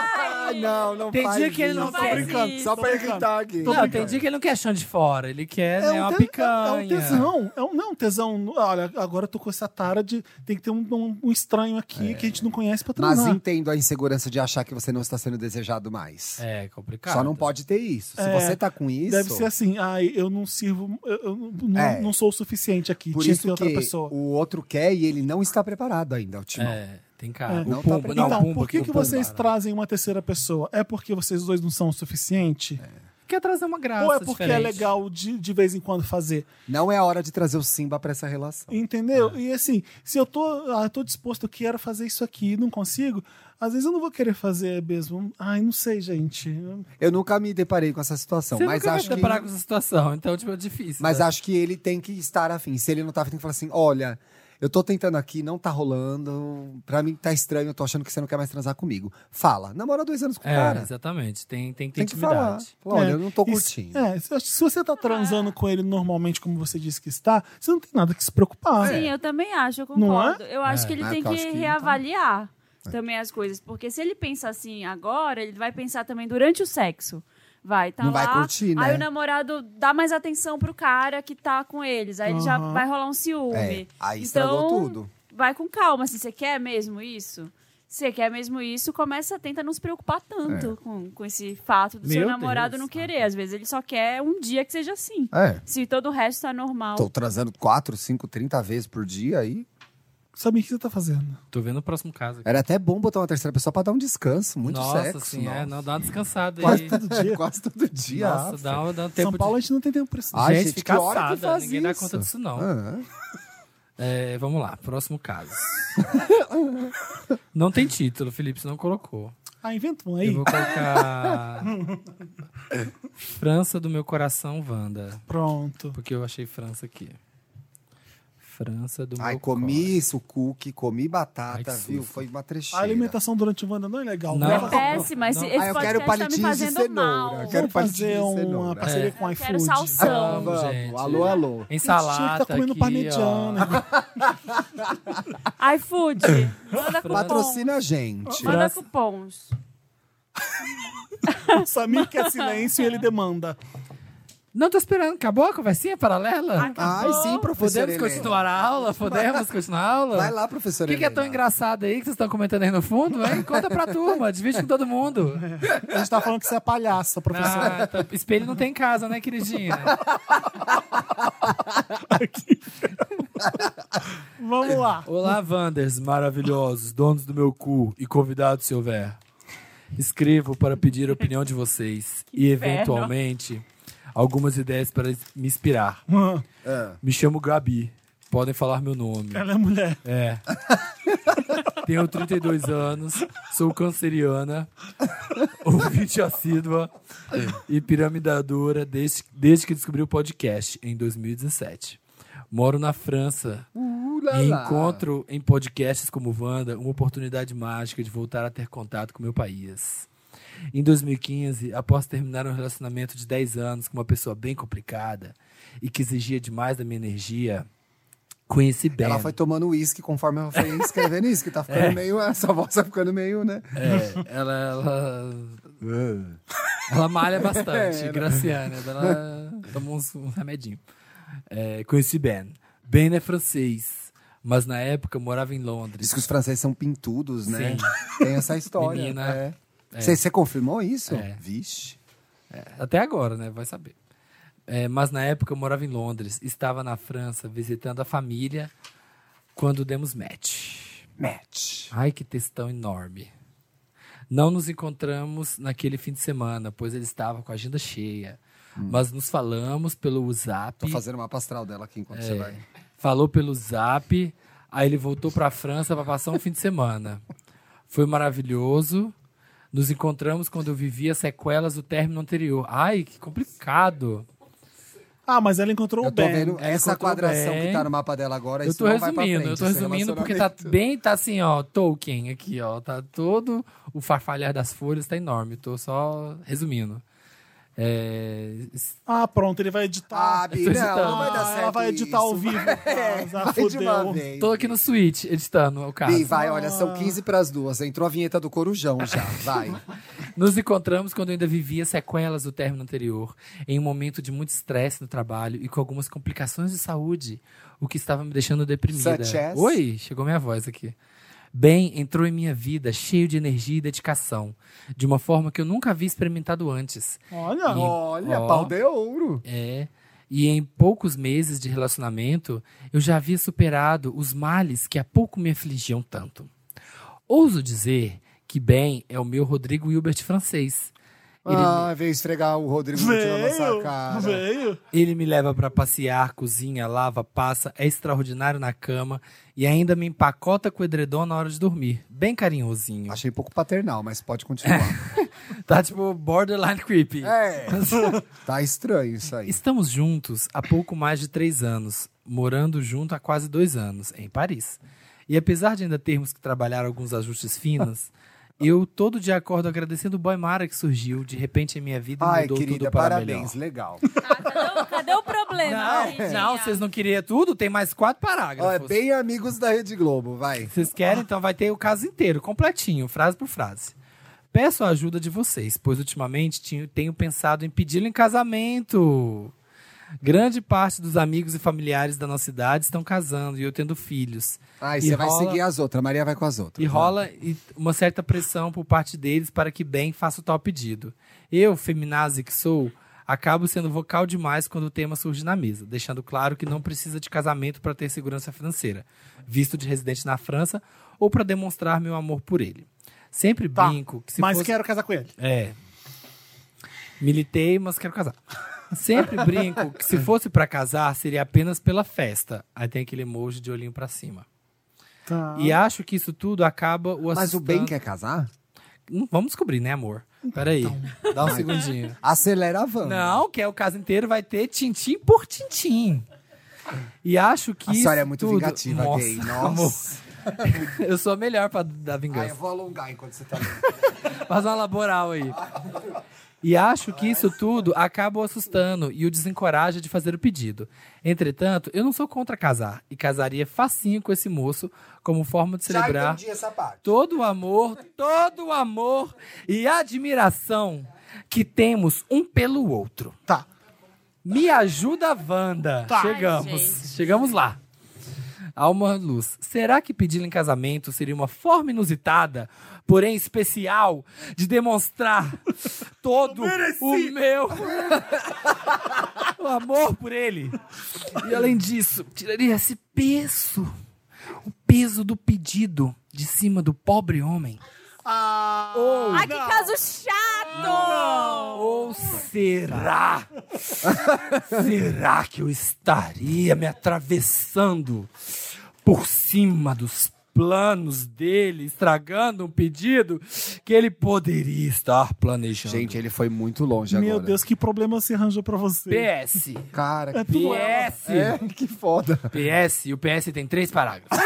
Ah, Ai, não, não Tem faz dia que ele isso. não Só faz brincando, isso. Só pra irritar aqui. Não, tem dia que ele não quer chão de fora, ele quer né, uma te- picanha. é um tesão. É um, não, é um tesão. Olha, agora eu tô com essa tara de. Tem que ter um, um- um estranho aqui que a gente não conhece pra É. Mas transar. entendo a insegurança de achar que você não está sendo desejado mais. É complicado. Só não pode ter isso. Se É, você tá com isso. Deve ser assim, ai, eu não sirvo, eu, eu não, É. não sou o suficiente aqui, Por tinha isso que ter outra que pessoa. o outro quer e ele não está preparado ainda, o Timão. É, tem cara. É. Não O tá pumba, pre- não, então, o pumba por que, o que pumba, vocês né? trazem uma terceira pessoa? É porque vocês dois não são o suficiente? É. Quer trazer uma graça Ou é porque é diferente. legal de, de vez em quando fazer? Não é a hora de trazer o Simba pra essa relação. Entendeu? É. E assim, se eu tô, ah, eu tô disposto, eu quero fazer isso aqui e não consigo, às vezes eu não vou querer fazer mesmo. Ai, não sei, gente. Eu nunca me deparei com essa situação, Você Então, mas nunca acho vai que. deparar com essa situação, então tipo, é difícil. Mas né? acho que ele tem que estar afim. Se ele não tá afim, tem que falar assim: olha, eu tô tentando aqui, não tá rolando. Pra mim tá estranho, eu tô achando que você não quer mais transar comigo. Fala. Namora dois anos com o É, cara. exatamente. Tem, tem que ter Tem que falar. intimidade. Fala, olha, É, eu não tô e se- curtindo. é, se se você tá transando com ele normalmente, como você disse que está, você não tem nada que se É. preocupar. Sim, é. eu também acho, eu concordo. Eu acho que ele É, tem porque que, eu acho que então- É. reavaliar também as coisas. Porque se ele pensa assim agora, ele vai pensar também durante o sexo. Vai, tá Não lá. vai curtir, né? Aí o namorado dá mais atenção pro cara que tá com eles. Aí ele já vai rolar um ciúme. É, aí então, estragou tudo. Vai com calma, assim, você quer mesmo isso? Você quer mesmo isso? Começa, tenta não se preocupar tanto É. com, com esse fato do seu Meu namorado Deus. não querer. Às vezes ele só quer um dia que seja assim. É. Se todo o resto tá normal. Tô transando 4, 5, 30 vezes por dia aí. Sabe o que você tá fazendo? Tô vendo o próximo caso aqui. Era até bom botar uma terceira pessoa pra dar um descanso, É muito nossa, sexo. assim, nossa. é, não, dá uma descansada Quase aí. todo dia. Quase todo dia. Nossa, dá, um- dá um tempo São Paulo a gente não tem tempo pra isso. de... Ai, é gente, Gente, fica que hora que assada, faz ninguém dá isso? conta disso não. Ah, É, vamos lá, próximo [LAUGHS] caso. não tem título, Felipe, você não colocou. Ah, inventa um Eu aí. vou [LAUGHS] colocar. França do meu coração, Wanda. Pronto. Porque eu achei França aqui. França do Ai, meu comi isso, cookie, comi Ai, batata, que viu? susto. Foi uma A trecheira. alimentação durante o Wanda não é legal. Não. Vamos É péssima. Esse, Não. esse Ah, eu quero podcast tá me palitinhos de fazendo cenoura. mal. Eu quero né? fazer palitinho de uma cenoura. parceria É. com Eu iFood. quero salsão. Vamos, Vamos, gente. alô, alô. Em A gente tinha que salada. tá comendo aqui, parmegiana. ó. iFood. Manda cupom. Patrocina a gente. Manda cupons. [LAUGHS] O Samir quer silêncio e [LAUGHS] ele demanda. Não, tô esperando. Acabou a conversinha Ah, paralela? Ai, sim, professor. Podemos Helena. continuar a aula? Podemos continuar a aula? Vai lá, professor. O que, que é tão Helena. engraçado aí que vocês estão comentando aí no fundo, hein? Conta pra turma, divide com todo mundo. A gente tá falando que você é palhaça, professor. Ah, tá- espelho não tem em casa, né, queridinha? [LAUGHS] Vamos lá. Olá, Wanders, maravilhosos, donos do meu cu e convidados se houver. Escrevo para pedir a opinião de vocês e, inferno. eventualmente, algumas ideias para me inspirar. Me chamo Gabi, podem falar meu nome. Ela é mulher. É. [LAUGHS] Tenho 32 anos, sou canceriana, ouvinte assídua e piramidadora desde, desde que descobri o podcast, em 2017. Moro na França Uh, lá, e lá. encontro em podcasts como Wanda uma oportunidade mágica de voltar a ter contato com meu país. Em 2015, após terminar um relacionamento de 10 anos com uma pessoa bem complicada e que exigia demais da minha energia, conheci Ben. Ela foi tomando uísque conforme ela foi escrevendo isso, que tá ficando meio. Essa voz tá ficando meio, né? É, ela, ela, ela malha bastante, Graciana. Ela toma uns, um remedinho. É, conheci Ben. Ben é francês, mas na época morava em Londres. Diz que os franceses são pintudos, né? Sim. Tem essa história. Menina. é. Você você confirmou isso? É. Vixe. Até agora, né? Vai saber. É, mas na época eu morava em Londres, estava na França visitando a família quando demos match. Match. Ai, que textão enorme. Não nos encontramos naquele fim de semana, pois ele estava com a agenda cheia. Mas nos falamos pelo WhatsApp. Tô fazendo uma pastral dela aqui enquanto você vai. Falou pelo zap, aí ele voltou pra França pra passar um fim de semana. Foi maravilhoso, Nos encontramos quando eu vivia sequelas do término anterior. Ai, que complicado. Ah, mas ela encontrou Eu o tô Ben. vendo essa encontrou quadração é, bem. que tá no mapa dela agora. Eu isso tô não vai pra resumindo, eu frente, assim, tô esse resumindo porque tá relacionamento. bem, tá assim, ó, Tolkien aqui, ó, tá todo o farfalhar das folhas tá enorme, eu tô só resumindo. É, s- Ah, pronto, ele vai editar. Ah, Bi, tá- Eu tô não, não vai Ah, dar certo. ela vai editar ao isso. [LAUGHS] vivo. É, Ah, vai de uma fudeu. vez. tô aqui no Switch editando o caso. Bi, vai, olha, são Ah. 15 pras duas. Entrou a vinheta do Corujão já, [LAUGHS] vai. Nos encontramos quando eu ainda vivia sequelas do término anterior, em um momento de muito estresse no trabalho e com algumas complicações de saúde, o que estava me deixando deprimida. Such as? Oi, chegou minha voz aqui. Bem, entrou em minha vida cheio de energia e dedicação, de uma forma que eu nunca havia experimentado antes. Olha. E- Olha, Ó. pau de ouro. É. E em poucos meses de relacionamento, eu já havia superado os males que há pouco me afligiam tanto. Ouso dizer que Ben é o meu Rodrigo Hilbert francês. Ele, Ah, veio esfregar o Rodrigo Nutti na nossa cara. Veio. Veio. ele me leva pra passear, cozinha, lava, passa, é extraordinário na cama e ainda me empacota com o edredom na hora de dormir. Bem carinhosinho. Achei pouco paternal, mas [LAUGHS] pode continuar. Tá tipo borderline creepy. [LAUGHS] é, tá estranho isso aí. Estamos juntos há pouco mais de três anos, morando junto há quase dois anos, em Paris. E apesar de ainda termos que trabalhar alguns ajustes [LAUGHS] finos, eu todo de acordo agradecendo o boy Mara que surgiu de repente em minha vida e Ai, mudou querida, tudo para parabéns, melhor. legal. Cadê o- Cadê o problema? queridinha? Não, vocês não queriam tudo? Tem mais quatro é. Ó, é parágrafos. bem amigos da Rede Globo, vai. Vocês querem? Então vai ter o caso inteiro, completinho, frase por frase. Peço a ajuda de vocês, pois ultimamente tinha- tenho pensado em pedi-lo em casamento. Grande parte dos amigos e familiares da nossa idade estão casando e eu tendo filhos. Ai, E você vai rola- seguir as outras, a Maria vai com as outras. E rola e- uma certa pressão por parte deles para que bem faça o tal pedido. Eu, feminazi que sou, acabo sendo vocal demais quando o tema surge na mesa, deixando claro que não precisa de casamento para ter segurança financeira, visto de residente na França, ou para demonstrar meu amor por ele. Sempre Tá. brinco que se Mas fosse... quero casar com ele. É. Militei, mas quero casar. Sempre brinco que se fosse pra casar, seria apenas pela festa. Aí tem aquele emoji de olhinho pra cima. Tá. E acho que isso tudo acaba o Mas o assustando- Ben quer casar? Hum, Vamos descobrir, né, amor? Peraí. Dá um segundinho. Acelera a van. Não, que é o caso inteiro, vai ter tintim por tintim. E acho que. A senhora isso é muito tudo... vingativa, Nossa, gay. amor, Nossa. eu sou a melhor pra dar Ai, vingança. eu vou alongar enquanto você tá lendo. Faz uma laboral aí. E acho que isso tudo acaba o assustando e o desencoraja de fazer o pedido. Entretanto, eu não sou contra casar e casaria facinho com esse moço como forma de Já celebrar entendi essa parte. todo o amor, todo o amor e admiração que temos um pelo outro. Tá. Me ajuda, Wanda. Tá. Chegamos. Ai, gente. Chegamos lá. Alma Luz, será que pedir em casamento seria uma forma inusitada, porém especial, de demonstrar todo o meu [LAUGHS] o amor por ele? E além disso, tiraria esse peso, o peso do pedido de cima do pobre homem. Ah, Ou, Ai, que caso chato! ou será? será que eu estaria me atravessando por cima dos planos dele, estragando um pedido que ele poderia estar planejando? Gente, ele foi muito longe meu agora. Deus, que problema se arranjou pra você. é PS. Cara, que tudo PS. assim. É, que foda. PS, e o PS tem três [LAUGHS] parágrafos.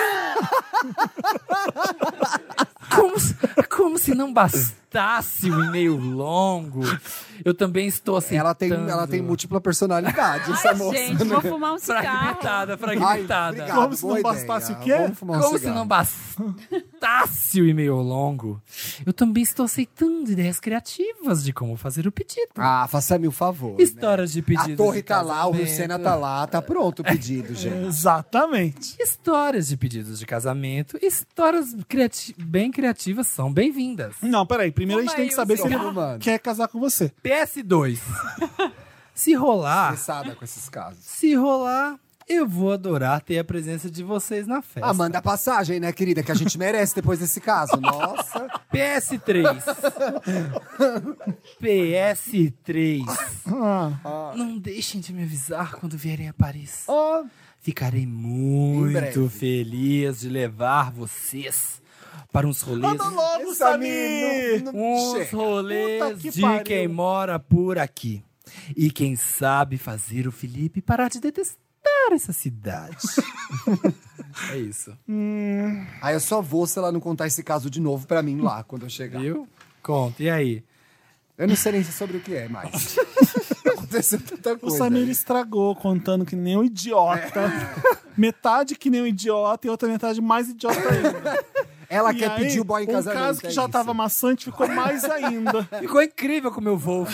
Como se, como se não bastasse o e-mail longo. Eu também estou aceitando. Ela tem, ela tem múltipla personalidade, essa moça. é Gente, vou fumar um cigarro. Fragmentada, Ai, fragmentada. obrigado, Como se boa não ideia. bastasse o quê? Vamos fumar um Como se cigarro. não bastasse o e-mail longo, eu também estou aceitando ideias criativas de como fazer o pedido. Ah, faça-me o favor. né? Histórias de pedidos. A torre de tá lá, o casamento. Lucena tá lá, tá pronto o pedido, gente. Exatamente. Histórias de pedidos de casamento, histórias criati- bem criativas são bem-vindas. Não, peraí. Primeiro a gente Fuma tem aí que um saber se ele cigarro, mano. quer casar com você. PS2. [LAUGHS] Se rolar, Estressada com esses casos. se rolar, eu vou adorar ter a presença de vocês na festa. Ah, manda a passagem, né, querida? Que a gente merece depois desse caso. Nossa. [LAUGHS] PS3. PS3. Ah. Não deixem de me avisar quando vierem a Paris. Ficarei Em breve. muito feliz de levar vocês para uns rolês. Anda logo, Essa menina Samir! não- não- Uns chega. rolês Puta que de pariu. quem mora por aqui. E quem sabe fazer o Felipe parar de detestar essa [LAUGHS] cidade. é isso. Aí eu só vou se ela não contar esse caso de novo pra mim lá, quando eu chegar. Viu? Conta. E aí? Eu não sei nem sobre o que é [LAUGHS] mais. Aconteceu tanta O coisa. Samir aí. estragou contando que nem [LAUGHS] um idiota. Metade que nem um idiota e outra metade mais idiota ainda. Ela E quer aí, pedir o boy em casamento. Um caso que é já isso. tava maçante ficou mais ainda. [LAUGHS] É. Ficou incrível com o meu [LAUGHS] Wolf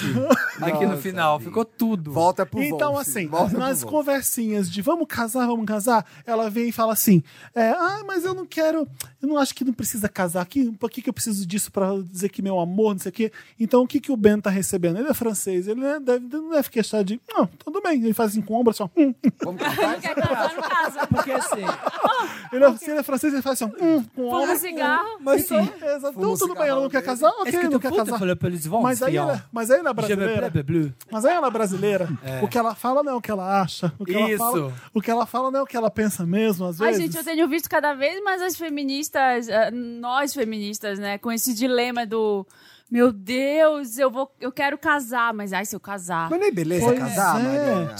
aqui no Nossa, final. amigo. Ficou tudo. Volta pro Então, Wolf, assim, volta pro nas Wolf. conversinhas de vamos casar, vamos casar, ela vem e fala assim: é, ah, mas eu não quero, eu não acho que não precisa casar aqui, por que, que eu preciso disso para dizer que meu amor, não sei o quê. Então, o que, que o Ben tá recebendo? Ele é francês, ele não deve, não deve queixar de, não, tudo bem, ele faz assim com o ombro, assim, ó, hum. Vamos né? contar? Quer casar no caso? Porque assim, Ele, é- se ele é francês, ele faz assim, ó, hum, com o Fuma ombro. um cigarro. mas Então, assim, é, exato. Fuma Então, tudo bem, ela não quer cigarrão casar, est-ce ok, que não tu quer comptes casar. pour le police vont, Mas aí, Fion? ela, mas aí ela é Je me brasileira. plais, bleu. Mas aí ela é brasileira. O que ela fala não é o que ela acha. O que Isso. Ela fala, o que ela fala não é o que ela pensa mesmo, às Ai, vezes. gente, eu tenho visto cada vez mais as feministas, eh, nós feministas, né, com esse dilema do meu Deus, eu vou, eu quero casar, mas ai, se eu casar, Mas nem beleza Pois casar, é. Mariana.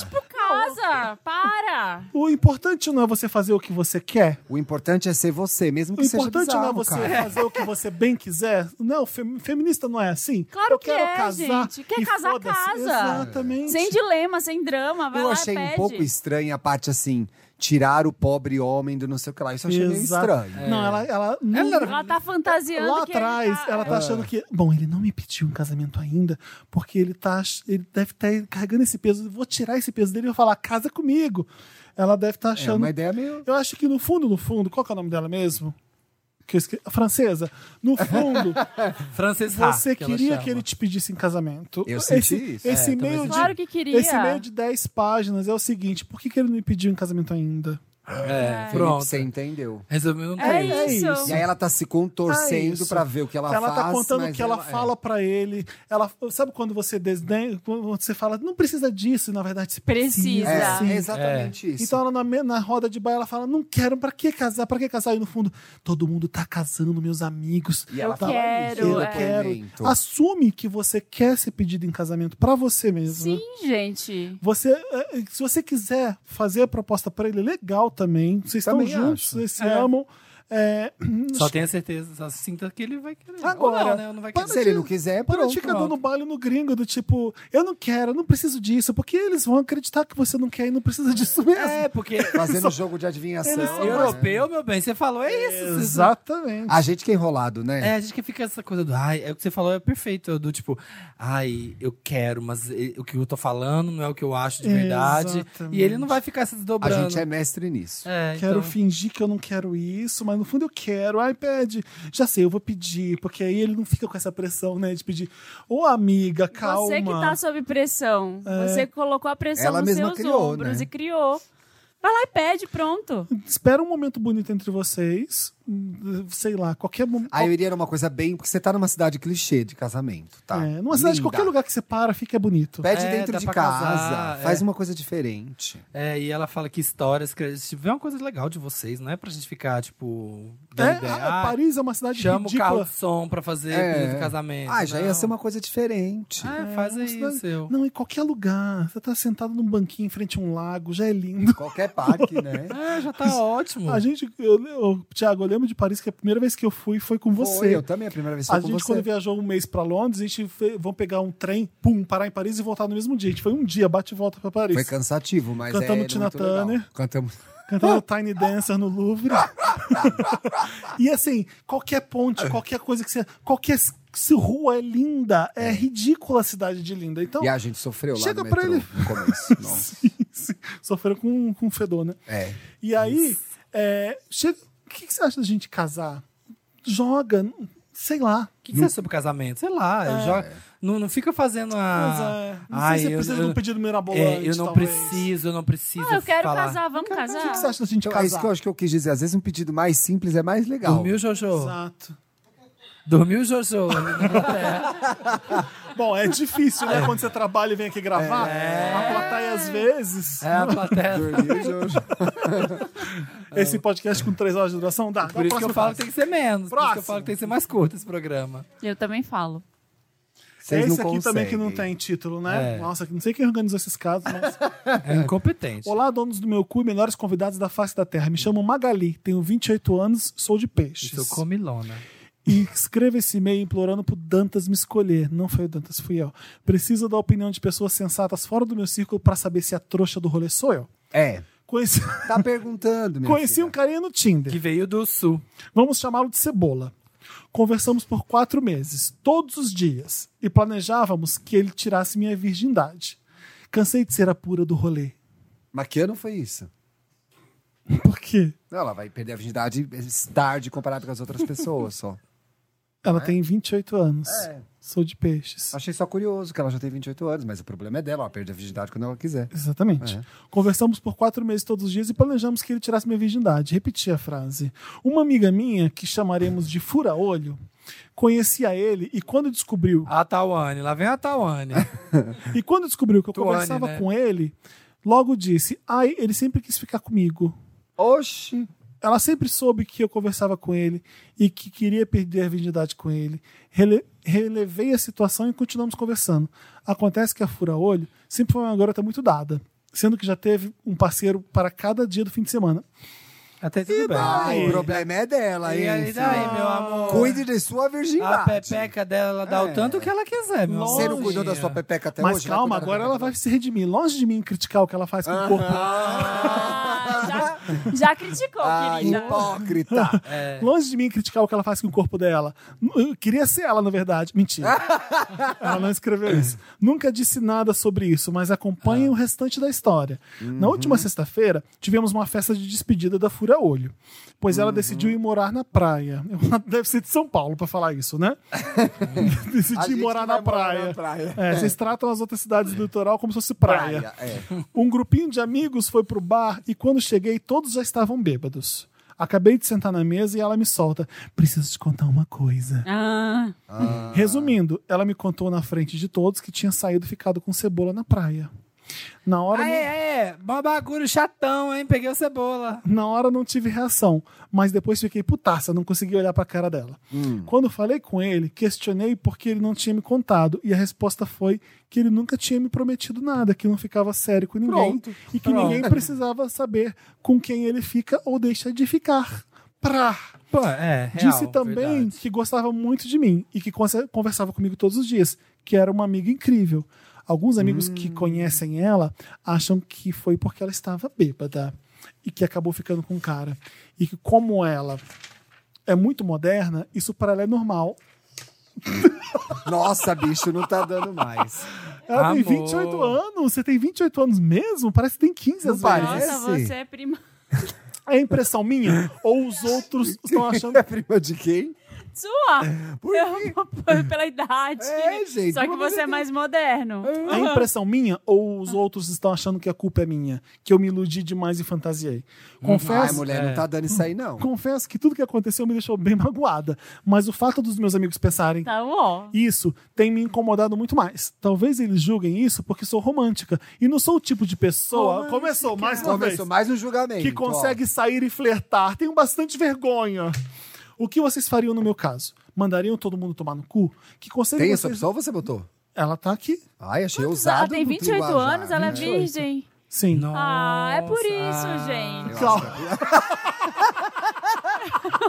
casa, para. O importante não é você fazer o que você quer. O importante é ser você, mesmo que O importante seja não é bizarro, você cara. fazer o que você bem quiser. Não, fem- feminista não é assim. Claro eu que quero é, casar gente. Quer e casar, foda-se. casa. Exatamente. Sem dilema, sem drama, vai Eu lá, achei pede. um pouco estranha a parte assim, tirar o pobre homem do não sei o que lá. Isso eu achei meio Exato. É, estranho. É, Não, ela, ela, Ela tá fantasiando lá que ele atrás, tá- ela É. tá achando que. Bom, ele não me pediu em casamento ainda, porque ele tá. ach- Ele deve estar carregando esse peso. Eu Vou tirar esse peso dele e vou falar, casa comigo. Ela deve estar É achando. uma ideia meio. Eu acho que no fundo, no fundo, qual que é o nome dela mesmo? Que eu esque... a Francesa. [LAUGHS] No fundo, Frances Ha, você que ela queria chama. que ele te pedisse em casamento. Eu esse, senti isso. Esse É, também meio de, senti. Claro que queria. Esse meio de 10 páginas é o seguinte: por que, que ele não me pediu em casamento ainda? É, Felipe, pronto. você entendeu. Resolveu um É, três. isso. E aí ela tá se contorcendo Ah, isso. pra ver o que ela, é. ela faz. tá contando o mas que ela, fala pra ele. Ela sabe quando você desdenha, quando você fala, não precisa disso, e na verdade você precisa. Precisa. É, sim. é exatamente isso. Então ela na, me- na roda de bar ela fala, não quero, pra que casar? Pra que casar? E no fundo, todo mundo tá casando, meus amigos. E ela Eu fala quero, isso, eu Ah, é. depoimento. quero. Assume que você quer ser pedido em casamento pra você mesmo. né? Sim, gente. Você, eh, se você quiser fazer a proposta pra ele, legal também. Vocês Também estão juntos, acho. vocês se amam. É, Só tenha certeza, só sinta que ele vai querer. Agora, Ou não, né? Ou Não vai Se querer. ele não quiser, é Para pronto. de ficar dando baile no gringo, do tipo, eu não quero, eu não preciso disso, porque eles vão acreditar que você não quer e não precisa disso mesmo. É, porque [LAUGHS] é Fazendo jogo de adivinhação. Eles né? são europeu, meu bem, você falou, é isso. você- Exatamente. A gente que é enrolado, né? É, a gente que fica essa coisa do, ai, é o que você falou é perfeito, do tipo, ai, eu quero, mas eh, o que eu tô falando não é o que eu acho de verdade. Exatamente. E ele não vai ficar se A desdobrando. gente é mestre nisso. É, Quero então, fingir que eu não quero isso, mas no fundo eu quero. Ai, pede. Já sei, eu vou pedir, porque aí ele não fica com essa pressão, né, de pedir. Ô, amiga, calma. Você que tá sob pressão. Você colocou a pressão Ela nos mesma seus criou, ombros né? e criou. Vai lá e pede, pronto. Espera um momento bonito entre vocês. Sei lá, qualquer momento. Aí eu iria numa coisa bem, porque você tá numa cidade clichê de casamento, tá? É, numa cidade, Linda. qualquer lugar que você para, fica bonito. Pede É, dentro dá de pra casa, casar, faz é. uma coisa diferente. é, e ela fala que histórias, que, tipo, é uma coisa legal de vocês, não é pra gente ficar, tipo, dando É, ideia. ah, "Ah, Paris é uma cidade chama o ridícula. carro de som pra fazer É. pedido de casamento. Ah, já ia Não. ser uma coisa diferente. É, faz aí o cidade- seu. Não, em qualquer lugar. Você tá sentado num banquinho em frente a um lago, já é lindo. Qualquer parque, né? É, já tá ótimo. A gente, eu, eu, Thiago, eu lembro de Paris que a primeira vez que eu fui foi com você. Foi, eu também, a primeira vez foi a com gente, você. quando viajou um mês pra Londres, a gente fe- vão pegar um trem, pum, parar em Paris e voltar no mesmo dia. A gente foi um dia, bate e volta pra Paris. Foi cansativo, mas Cantamos é Tina muito legal. Turner. Cantamos Ah! Cantando Tiny Dancer no Louvre. [LAUGHS] e assim, qualquer Ah. ponte, qualquer coisa que você. Qualquer se rua é linda. É, ridícula a cidade de linda. Então, [LAUGHS] E a gente sofreu lá Chega no pra metrô ele. no começo. [LAUGHS] Nossa. sofreram com, com fedor, né? É. E aí, é, chega, o que, que você acha da gente casar? Joga, n- sei lá. O que, que você acha sobre casamento? Sei lá, joga- não, não fica fazendo É. Mas, a. é, não sei se você precisa de um pedido mirabolante. é, eu não talvez. preciso, eu não preciso. Ah, eu quero falar. casar, vamos O que, que casar. você acha da gente Então, é isso casar? que eu acho que eu quis dizer. Às vezes um pedido mais simples é mais legal. Dormiu, Jojo? [LAUGHS] Exato. Dormiu, Jojo? Bom, é difícil, né? Quando você trabalha e vem aqui gravar, a plateia às vezes. É a plateia. Dormiu, Jojo. Esse podcast com três horas de duração dá. É Por isso que eu falo que tem que ser menos. Por isso que eu Próximo. falo que tem que ser mais curto esse programa. Eu também falo. É Vocês esse não aqui também que não conseguem. tem título, né? É. Nossa, não sei quem organizou esses casos, mas. É incompetente. Olá, donos do meu cu e melhores convidados da face da terra. Me chamo Magali, tenho 28 anos, sou de peixes. Sou comilona. E escreva esse e-mail implorando pro Dantas me escolher. Não foi o Dantas, fui eu. Preciso da opinião de pessoas sensatas fora do meu círculo pra saber se a trouxa do rolê sou eu. É. Conheci, Tá perguntando, minha conheci filha. um carinha no Tinder. Que veio do sul. Vamos chamá-lo de Cebola. Conversamos por quatro meses, todos os dias, e planejávamos que ele tirasse minha virgindade. Cansei de ser a pura do rolê. Mas que ano foi isso? Por quê? Não, ela vai perder a virgindade eh, tarde comparado com as outras pessoas [LAUGHS] só. Ela tem 28 anos. É. Sou de peixes. Achei só curioso que ela já tem 28 anos, mas o problema é dela, ela perde a virgindade quando ela quiser. Exatamente. Conversamos por quatro meses todos os dias e planejamos que ele tirasse minha virgindade. Repeti a frase. Uma amiga minha, que chamaremos de fura-olho, conhecia ele e quando descobriu A Tawane. Lá vem a [LAUGHS] Tawane. E quando descobriu que eu Tuane, conversava né? com ele, logo disse: Ai, ele sempre quis ficar comigo. Oxi! Ela sempre soube que eu conversava com ele e que queria perder a virgindade com ele. Rele- relevei a situação e continuamos conversando. Acontece que a fura-olho sempre foi uma garota muito dada, sendo que já teve um parceiro para cada dia do fim de semana. Até tudo bem. Ai, Ai. o problema é dela, E hein? aí, daí, meu amor? Cuide de sua A virgindade. pepeca dela ela dá o tanto que ela quiser, meu amor. Você não cuidou da sua pepeca até é Mas hoje? né? calma, cuidar da agora pepeca ela vai se redimir. Longe de mim criticar o que ela faz com o corpo. [LAUGHS] Ah, já, [LAUGHS] já criticou, Ah, querida. [LAUGHS] hipócrita. É. Longe de mim criticar o que ela faz com o corpo dela. N- Eu queria ser ela, na verdade. Mentira. [LAUGHS] ela não escreveu isso. Nunca disse nada sobre isso, mas Ah. acompanhe o restante da história. Uhum. Na última sexta-feira, tivemos uma festa de despedida da Fura Olho, pois Uhum. ela decidiu ir morar na praia. [LAUGHS] Ela Deve ser de São Paulo pra falar isso, [LAUGHS] né? A gente decidiu morar vai morar na praia. na praia. É, vocês tratam as outras cidades do litoral como se fosse Praia, é. um grupinho de amigos foi pro bar e quando cheguei todos já estavam bêbados. Acabei de sentar na mesa e ela me solta. Preciso te contar uma coisa. Ah, Resumindo, ela me contou na frente de todos que tinha saído e ficado com cebola na praia. Na hora, Ah, é, é. Mó bagulho chatão, hein? Peguei o cebola. não, na hora não tive reação, mas depois fiquei putaça, não consegui olhar pra cara dela. Hum. Quando falei com ele, questionei por que ele não tinha me contado e a resposta foi que ele nunca tinha me prometido nada, que não ficava sério com ninguém Pronto. e que ninguém precisava saber com quem ele fica ou deixa de ficar. Pra. Pô, é, real, Disse também verdade. que gostava muito de mim e que conse- conversava comigo todos os dias, que era uma amiga incrível. Alguns amigos Hum. que conhecem ela acham que foi porque ela estava bêbada e que acabou ficando com o cara. E que, como ela é muito moderna, isso para ela é normal. Nossa, bicho, não tá dando mais. Ela tem Amor. 28 anos, você tem 28 anos mesmo? Parece que tem 15 Não às parece. vezes. nossa, você é prima. É impressão minha? Ou os outros estão achando É prima de quem? Sua! Por quê? [LAUGHS] Eu- pela idade. É, gente, Só que como você é tem- mais moderno. É impressão minha ou os outros estão achando que a culpa é minha? Que eu me iludi demais e fantasiei? Hum. Ai, Confesso, mulher, não tá dando isso aí, não. confesso que tudo que aconteceu me deixou bem [LAUGHS] magoada. Mas o fato dos meus amigos pensarem Tá ó. É isso tem me incomodado muito mais. Talvez eles julguem isso porque sou romântica. E não sou o tipo de pessoa. Começou mais uma vez Começou mais um julgamento. que consegue sair e flertar. Tenho bastante vergonha. O que vocês fariam no meu caso? Mandariam todo mundo tomar no cu? Que Ó. conselho Tem essa vocês... opção ou você botou? Ela tá aqui. Ai, achei ousado. Ela tem do 28 linguajar. anos, ela é virgem. Sim. Ah, é por Nossa. isso, né? Ah. gente.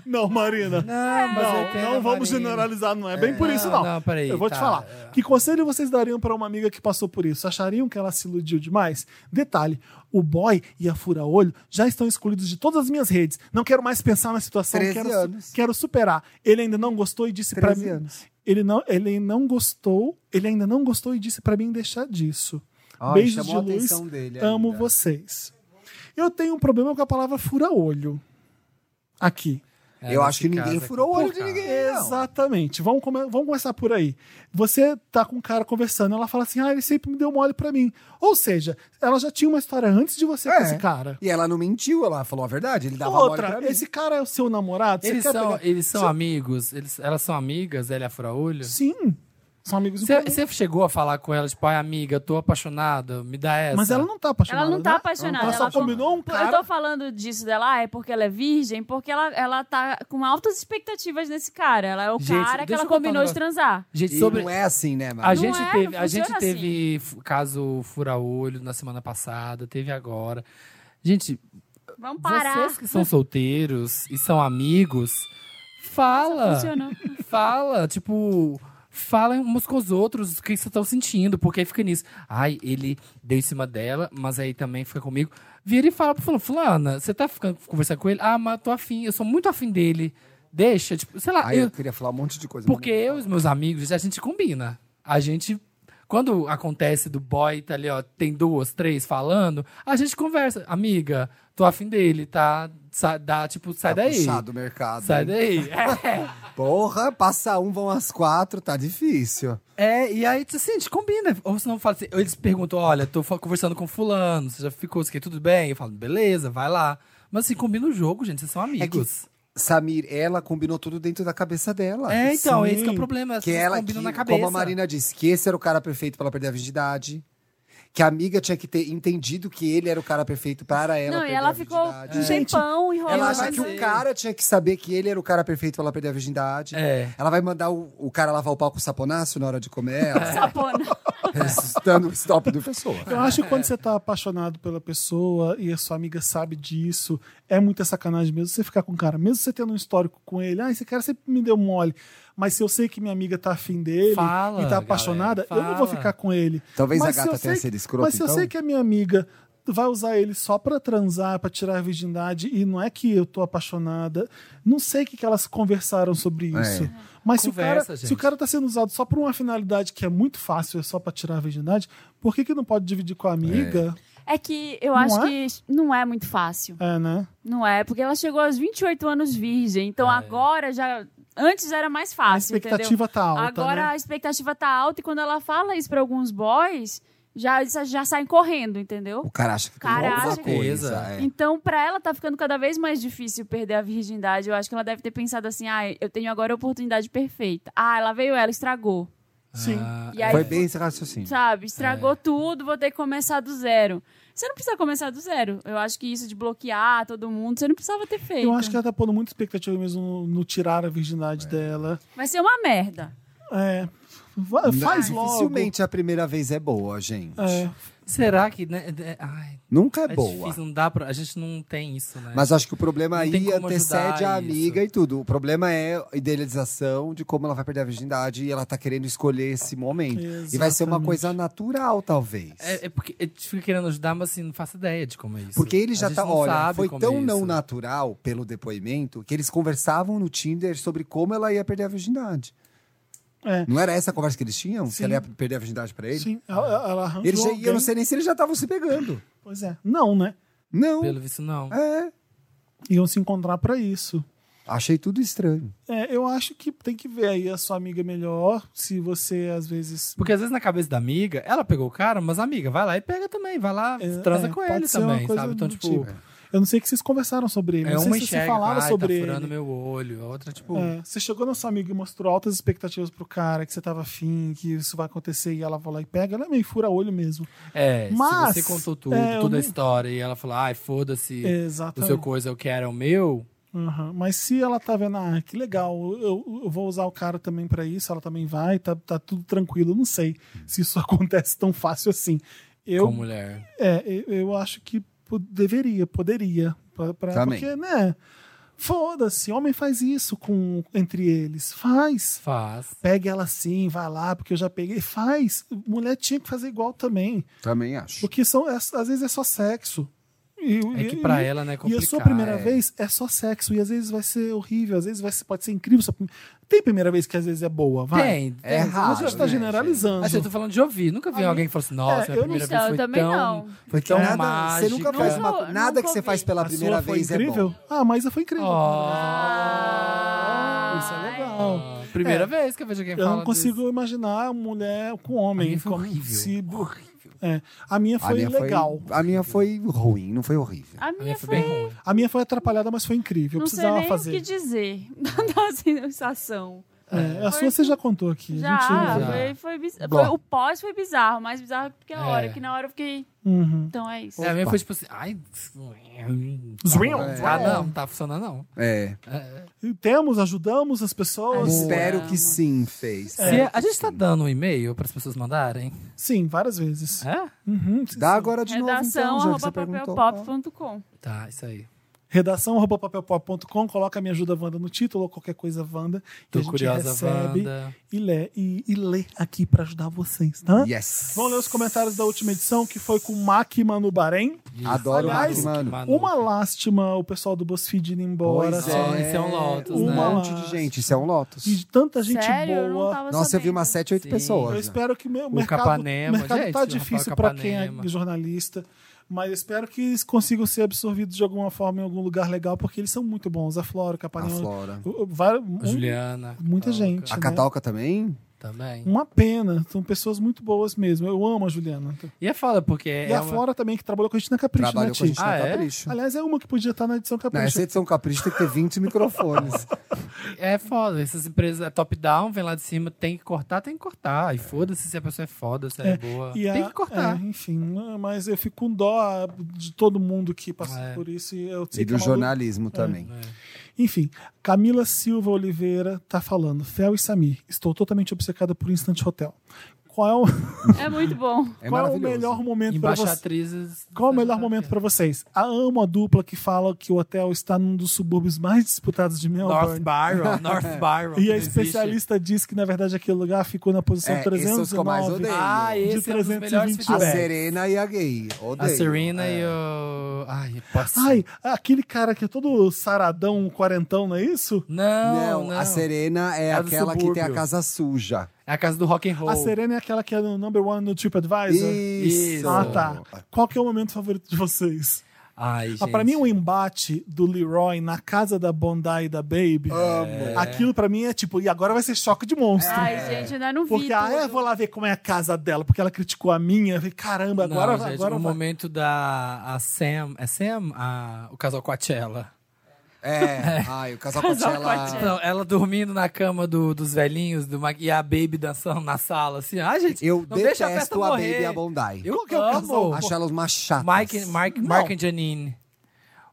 [LAUGHS] Não, Marina. É. Não, mas eu Não, entendo, não vamos Marina. generalizar, não é bem por não, isso, não. não, peraí, Eu vou te tá, falar. é. Que conselho vocês dariam pra uma amiga que passou por isso? Achariam que ela se iludiu demais? Detalhe: o boy e a fura-olho já estão excluídos de todas as minhas redes. Não quero mais pensar na situação, 13 quero, anos. quero superar. Ele ainda não gostou e disse pra 13 mim. anos. Ele não, ele não gostou, ele ainda não gostou e disse pra mim deixar disso. Ai, Beijos de chamou a é luz. atenção dele Amo ainda. vocês. Eu tenho um problema com a palavra fura-olho. Aqui. É, Eu nesse acho que ninguém caso é furou o olho de complicado. ninguém. Não. Exatamente. Vamos, come- vamos começar por aí. Você tá com um cara conversando, ela fala assim: ah, ele sempre me deu mole pra mim. Ou seja, ela já tinha uma história antes de você É. com esse cara. E ela não mentiu, ela falou a verdade. Ele dava mole pra Outra, mim. esse cara é o seu namorado? Você Eles quer são, pegar- eles são amigos? Eles, elas são amigas? Ele é fura-olho? Sim. São amigos em comum. Você chegou a falar com ela, tipo, ai, amiga, tô apaixonada, me dá essa. Mas ela não tá apaixonada. Ela não tá né? apaixonada, Ela só ela só- combinou um Eu cara. tô falando disso dela, ah, é porque ela é virgem, porque ela, ela tá com altas expectativas nesse cara. Ela é o Gente, cara que deixa ela eu contar um combinou de negócio. transar. Gente, E sobre. não é assim, né, A mano? gente é, teve, não a gente funciona assim. teve f- caso fura-olho na semana passada, teve agora. Gente, Vamos parar. vocês que são solteiros e são amigos, fala. Funcionou. Fala, tipo, fala uns com os outros o que vocês estão sentindo, porque aí fica nisso. Ai, ele deu em cima dela, mas aí também fica comigo. Vira e fala pro fulano, fulana, você tá ficando, conversando com ele? Ah, mas tô afim, eu sou muito afim dele. Deixa, tipo, sei lá, Aí eu- eu queria falar um monte de coisa. mas porque eu e os meus amigos, a gente combina. A gente, quando acontece do boy, tá ali, ó, tem duas, três falando, a gente conversa. Amiga, tô afim dele, tá? Sa dá, tipo, não- sai tá daí. puxado o mercado. Sai hein? [LAUGHS] daí. É. Porra, passa um, vão às quatro, tá difícil. É, e aí, assim, a gente combina. Ou senão fala assim, eles perguntam, olha, tô fa- conversando com fulano, você já ficou, você quer tudo bem? Eu falo, beleza, vai lá. Mas assim, combina o jogo, gente, vocês É são amigos. Samir, ela combinou tudo dentro da cabeça dela. É, então, sim. esse que é o problema. Ah, Que vocês ela, que, combinam na cabeça. como a Marina disse, que esse era o cara perfeito pra ela perder a virgindade. Que a amiga tinha que ter entendido que ele era o cara perfeito para ela Não, e perder ela a ficou né? virgindade. um tempão enrolando. Ela acha que [LAUGHS] vai o cara tinha que saber que ele era o cara perfeito pra ela perder a virgindade. É. Ela vai mandar o, o cara lavar o pau com saponácio na hora [LAUGHS] de comer, ela sapona. ressuscitando o stop do pessoa. Eu acho que quando você tá apaixonado pela pessoa e a sua amiga sabe disso, é muita sacanagem mesmo você ficar com o cara. Mesmo você tendo um histórico com ele, ah, esse cara sempre me deu mole. Mas se eu sei que minha amiga tá afim dele Fala, e tá apaixonada, galera, eu não vou fala. ficar com ele. Talvez Mas a se eu gata tenha sei- sido escrota, Mas se eu então? sei que a minha amiga vai usar ele só pra transar, pra tirar a virgindade, e não é que eu tô apaixonada, não sei o que, que elas conversaram sobre É. isso. Mas se o, Conversa, cara, gente. se o cara tá sendo usado só por uma finalidade que é muito fácil, é só pra tirar a virgindade, por que, que não pode dividir com a amiga? É que eu Não acho é? que não é muito fácil. É, né? Não é, porque ela chegou aos 28 anos virgem. Então É. agora já. Antes era mais A fácil. entendeu? expectativa tá alta. Agora né? a expectativa tá alta e quando ela fala isso pra alguns boys, já, já saem correndo, entendeu? O cara acha que tem Cara alguma acha que- coisa. é. Então, pra ela tá ficando cada vez mais difícil perder a virgindade. Eu acho que ela deve ter pensado assim: ah, eu tenho agora a oportunidade perfeita. Ah, ela veio ela, estragou. Sim. Ah, E aí, é. Foi bem esse raciocínio. sabe, estragou tudo, vou ter que começar do zero. Você não precisa começar do zero. Eu acho que isso de bloquear todo mundo, você não precisava ter feito. Eu acho que ela tá pondo muita expectativa mesmo no, no tirar a É. virgindade dela. Vai ser uma merda. É. Va- Faz logo. Dificilmente a primeira vez é boa, gente. É. Será que, né? é- Ai, Nunca é, é boa. difícil, não dá pra. A gente não tem isso, né? Mas eu acho que o problema Não tem aí é como antecede a ajudar amiga e tudo. O problema é a idealização de como ela vai perder a virgindade e ela tá querendo escolher esse momento. E vai ser uma Exatamente. coisa natural, talvez. É, é porque eu fico querendo ajudar, mas assim, não faço ideia de como é isso. Porque ele A já gente tá. não Olha, sabe foi como tão é não isso. natural pelo depoimento que eles conversavam no Tinder sobre como ela ia perder a virgindade. É. Não era essa a conversa que eles tinham? Sim. Que ela ia perder a virgindade pra ele? Sim, ela, ela arranjou. Eles já- e eu não alguém. sei nem se eles já estavam se pegando. Pois é. Não, né? Não. Pelo visto, não. É. Iam se encontrar pra isso. Achei tudo estranho. É, eu acho que tem que ver aí a sua amiga melhor, se você às vezes. Porque às vezes na cabeça da amiga, ela pegou o cara, mas a amiga, vai lá e pega também, vai lá, É, transa é, com pode ele ser uma também, coisa sabe? Então, do tipo, tipo. Eu não sei o que vocês conversaram sobre ele. é não sei uma se você enxerga, falava ai, sobre tá furando ele. meu olho, a outra, tipo, É, você chegou na sua amiga e mostrou altas expectativas pro cara, que você tava afim, que isso vai acontecer e ela vai lá e pega. Ela é meio fura-olho mesmo. é, Mas, se você contou tudo, é, eu toda a não- história, e ela falou, ai, foda-se, o É, Exatamente. seu coisa, eu quero, é o meu, Aham, Mas se ela tá vendo, ah, que legal, eu, eu vou usar o cara também pra isso, ela também vai, tá, tá tudo tranquilo. Eu não sei se isso [LAUGHS] acontece tão fácil assim. Eu, com mulher. é, eu, eu acho que po- deveria, poderia. Pra, pra- Também. porque, né? Foda-se, homem faz isso com entre eles. Faz. Faz. Pega ela assim, vai lá, porque eu já peguei. Faz. Mulher tinha que fazer igual também. Também acho. Porque são, é- às vezes é só sexo. E- É que e- pra ela, né, é e complicado. a sua primeira é. vez é só sexo, e às vezes vai ser horrível, às vezes vai ser, pode ser incrível. sua prime- Tem primeira vez que às vezes é boa, vai. Tem, tem. É Mas raro. já né, está tá generalizando. Assim, eu tô falando de ouvir. Nunca vi alguém que falou assim, nossa, É, minha eu não primeira sei, vez Ah, eu foi também tão... não. Foi Porque tão nada, você nunca mágica. faz uma, Nunca- nada que nunca você faz ouvi. pela a primeira sua foi vez é incrível? bom. ah, mas foi incrível. Ah. Isso é legal. Ah, Primeira vez que eu vejo alguém É. Eu falar não consigo imaginar mulher com homem. A minha foi como horrível. se- É, a minha foi legal. Foi, a minha foi ruim, não foi horrível. A minha, A minha foi. foi bem ruim. A minha foi atrapalhada, mas foi incrível. Eu não sei [LAUGHS] precisava nem o fazer. que dizer da sensação. É, a sua você já contou aqui. Já, A gente... já. Foi, foi biz- Bom. foi- o pós foi bizarro, mais bizarro que a É. hora, que na hora eu fiquei, Uhum. então é isso. É, a minha foi tipo assim, ai. hum, Zwinho. Ah, não, não tá funcionando, não. É. E Temos, ajudamos as pessoas. Espero que sim, fez. É. Se a, a gente tá dando um e-mail pras pessoas mandarem? Sim, várias vezes. É? Uhum, sim, Dá sim. agora de Redação novo, então, já que arroba você perguntou. papelpop.com. Tá, isso aí. Redação arroba papelpop.com, coloca Me Ajuda Wanda no título ou qualquer coisa Wanda. Que Tô a gente curiosa, recebe Wanda. e lê, e, e lê aqui pra ajudar vocês, tá? Yes. Vamos ler os comentários da última edição, que foi com o Makima no Bahrein. Adoro Aliás, o mano. Manu. Uma lástima o pessoal do BuzzFeed indo embora. Pois Só esse é um Lotus, um né? monte de gente, isso é um Lotus. E tanta tá gente Sério? Eu não boa. tava Nossa, eu vi sabendo. É umas 7, 8 Sim. pessoas. Eu espero que meu, o O mercado, Capanema, o mercado gente, tá o difícil Rafael para quem é Capanema. jornalista, mas eu espero que eles consigam ser absorvidos de alguma forma em algum lugar legal, porque eles são muito bons. A Flora, o A Capanema, Flora. o- um, o- vai- A Juliana. muita gente. A né? Catalca também? Também. Uma pena, são pessoas muito boas mesmo. Eu amo a Juliana. E é foda, porque E é. a uma- Flora também, que trabalhou com a gente na Capricho, né, Trabalhou com a gente Ti? na Ah, é? Capricho. Aliás, é uma que podia estar na edição Não, Capricho. essa edição Capricho tem que ter 20 microfones. É foda. Essas empresas é top-down, vem lá de cima, tem que cortar, tem que cortar. E foda-se se a pessoa é foda, se ela é, boa. E Tem a- que cortar. é, enfim, mas eu fico com dó de todo mundo que passou É. por isso. E, eu sei e que é né? do uma luta jornalismo também. Enfim, Camila Silva Oliveira tá falando. Fel e Samir, estou totalmente obcecada por Instant Hotel. Qual é o, É muito bom. É qual é o maravilhoso. melhor momento para vocês? Embaixatrizes. Qual é o melhor momento para vocês? A amo a dupla que fala que o hotel está num dos subúrbios mais disputados de North Melbourne. [LAUGHS] Byron, North Byron. E que a não existe. especialista diz que, na verdade, aquele lugar ficou na posição É, esses são os que eu mais 309. odeio. Ah, De esse é um dos 320 melhores A Velho. Serena e a Gay. Odeio. A Serena é. e o. Ai, é posso. Ai, aquele cara que é todo saradão, quarentão, não é isso? Não, Não, não. a Serena é A do aquela que tem a subúrbio. casa suja. É a casa do rock and roll. A Serena é aquela que é no number one no TripAdvisor? Isso. Ah, tá. Qual que é o momento favorito de vocês? Ai, gente. Ah, pra mim, o embate do Leroy na casa da Bondi e da Baby, aquilo pra mim é tipo, e agora vai ser choque de monstro. Ai, gente, eu ainda não vi porque, ah, tudo. eu vou lá ver como é a casa dela, porque ela criticou a minha. Eu falei, caramba, não, agora, gente, agora o vai. momento da a Sam, é Sam, a, o casal Coachella. É. Ai, o casal Coachella. É. Não, Então, ela dormindo na cama do- dos velhinhos do, Mag- e a Baby dançando na sala, assim. Ai, gente, Eu não deixa a festa detesto a, morrer. Baby e a Bondi. Eu Qual que é o casal? amo. Acho elas uma chata. Mike, Mike, Mark and Janine.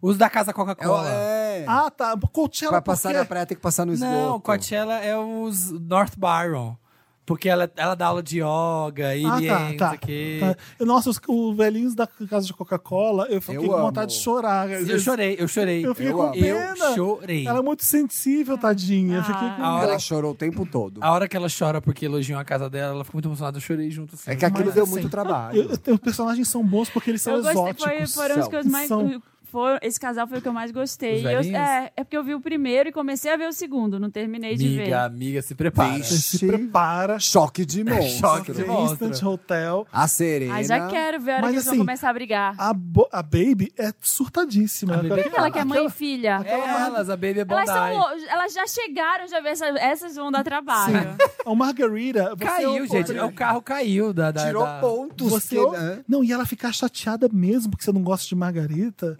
Os da casa Coca-Cola. É. Ah, tá. Coachella, Pra por passar quê? na praia tem que passar no esgoto. Não, Coachella é os North Byron. Porque ela, ela dá aula de yoga, e Ah, tá, tá, não sei o quê. tá. Nossa, os o velhinhos da casa de Coca-Cola, eu fiquei Eu com amo. vontade de chorar. Às Eu vezes- chorei, eu chorei. Eu fiquei Eu com amo. pena. Eu chorei. Ela é muito sensível, tadinha. Eu fiquei com Ah. Ela Ela- chorou o tempo todo. A hora que ela chora porque elogiam a casa dela, ela ficou muito emocionada, eu chorei junto. Assim. É que aquilo Mas, deu assim, muito Eu- trabalho. eu- os personagens são bons porque eles são Eu gostei, exóticos. foi, foram os que eu mais. São. for- esse casal foi o que eu mais gostei. Os E eu- velhinhos? é, é porque eu vi o primeiro e comecei a ver o segundo, não terminei de ver. Amiga, amiga, se prepara. Vixe. Você se prepara, Choque de Choque monstro. de- tem Mostra. Instant Hotel. A Serena. Ai, já quero ver a hora Mas, que eles vão assim, começar a brigar. A, bo- a Baby é surtadíssima. Baby Aquela- é Aquela que é mãe aquela- e filha. É elas, a Baby é Elas, são Bondi. lou- elas já chegaram, já vi essa- essas vão dar trabalho. A é Margarita. você é Caiu, o- gente. É, É O carro caiu da. da Tirou da- pontos. Você, que- ou- né? Não, e ela ficar chateada mesmo porque você não gosta de Margarita.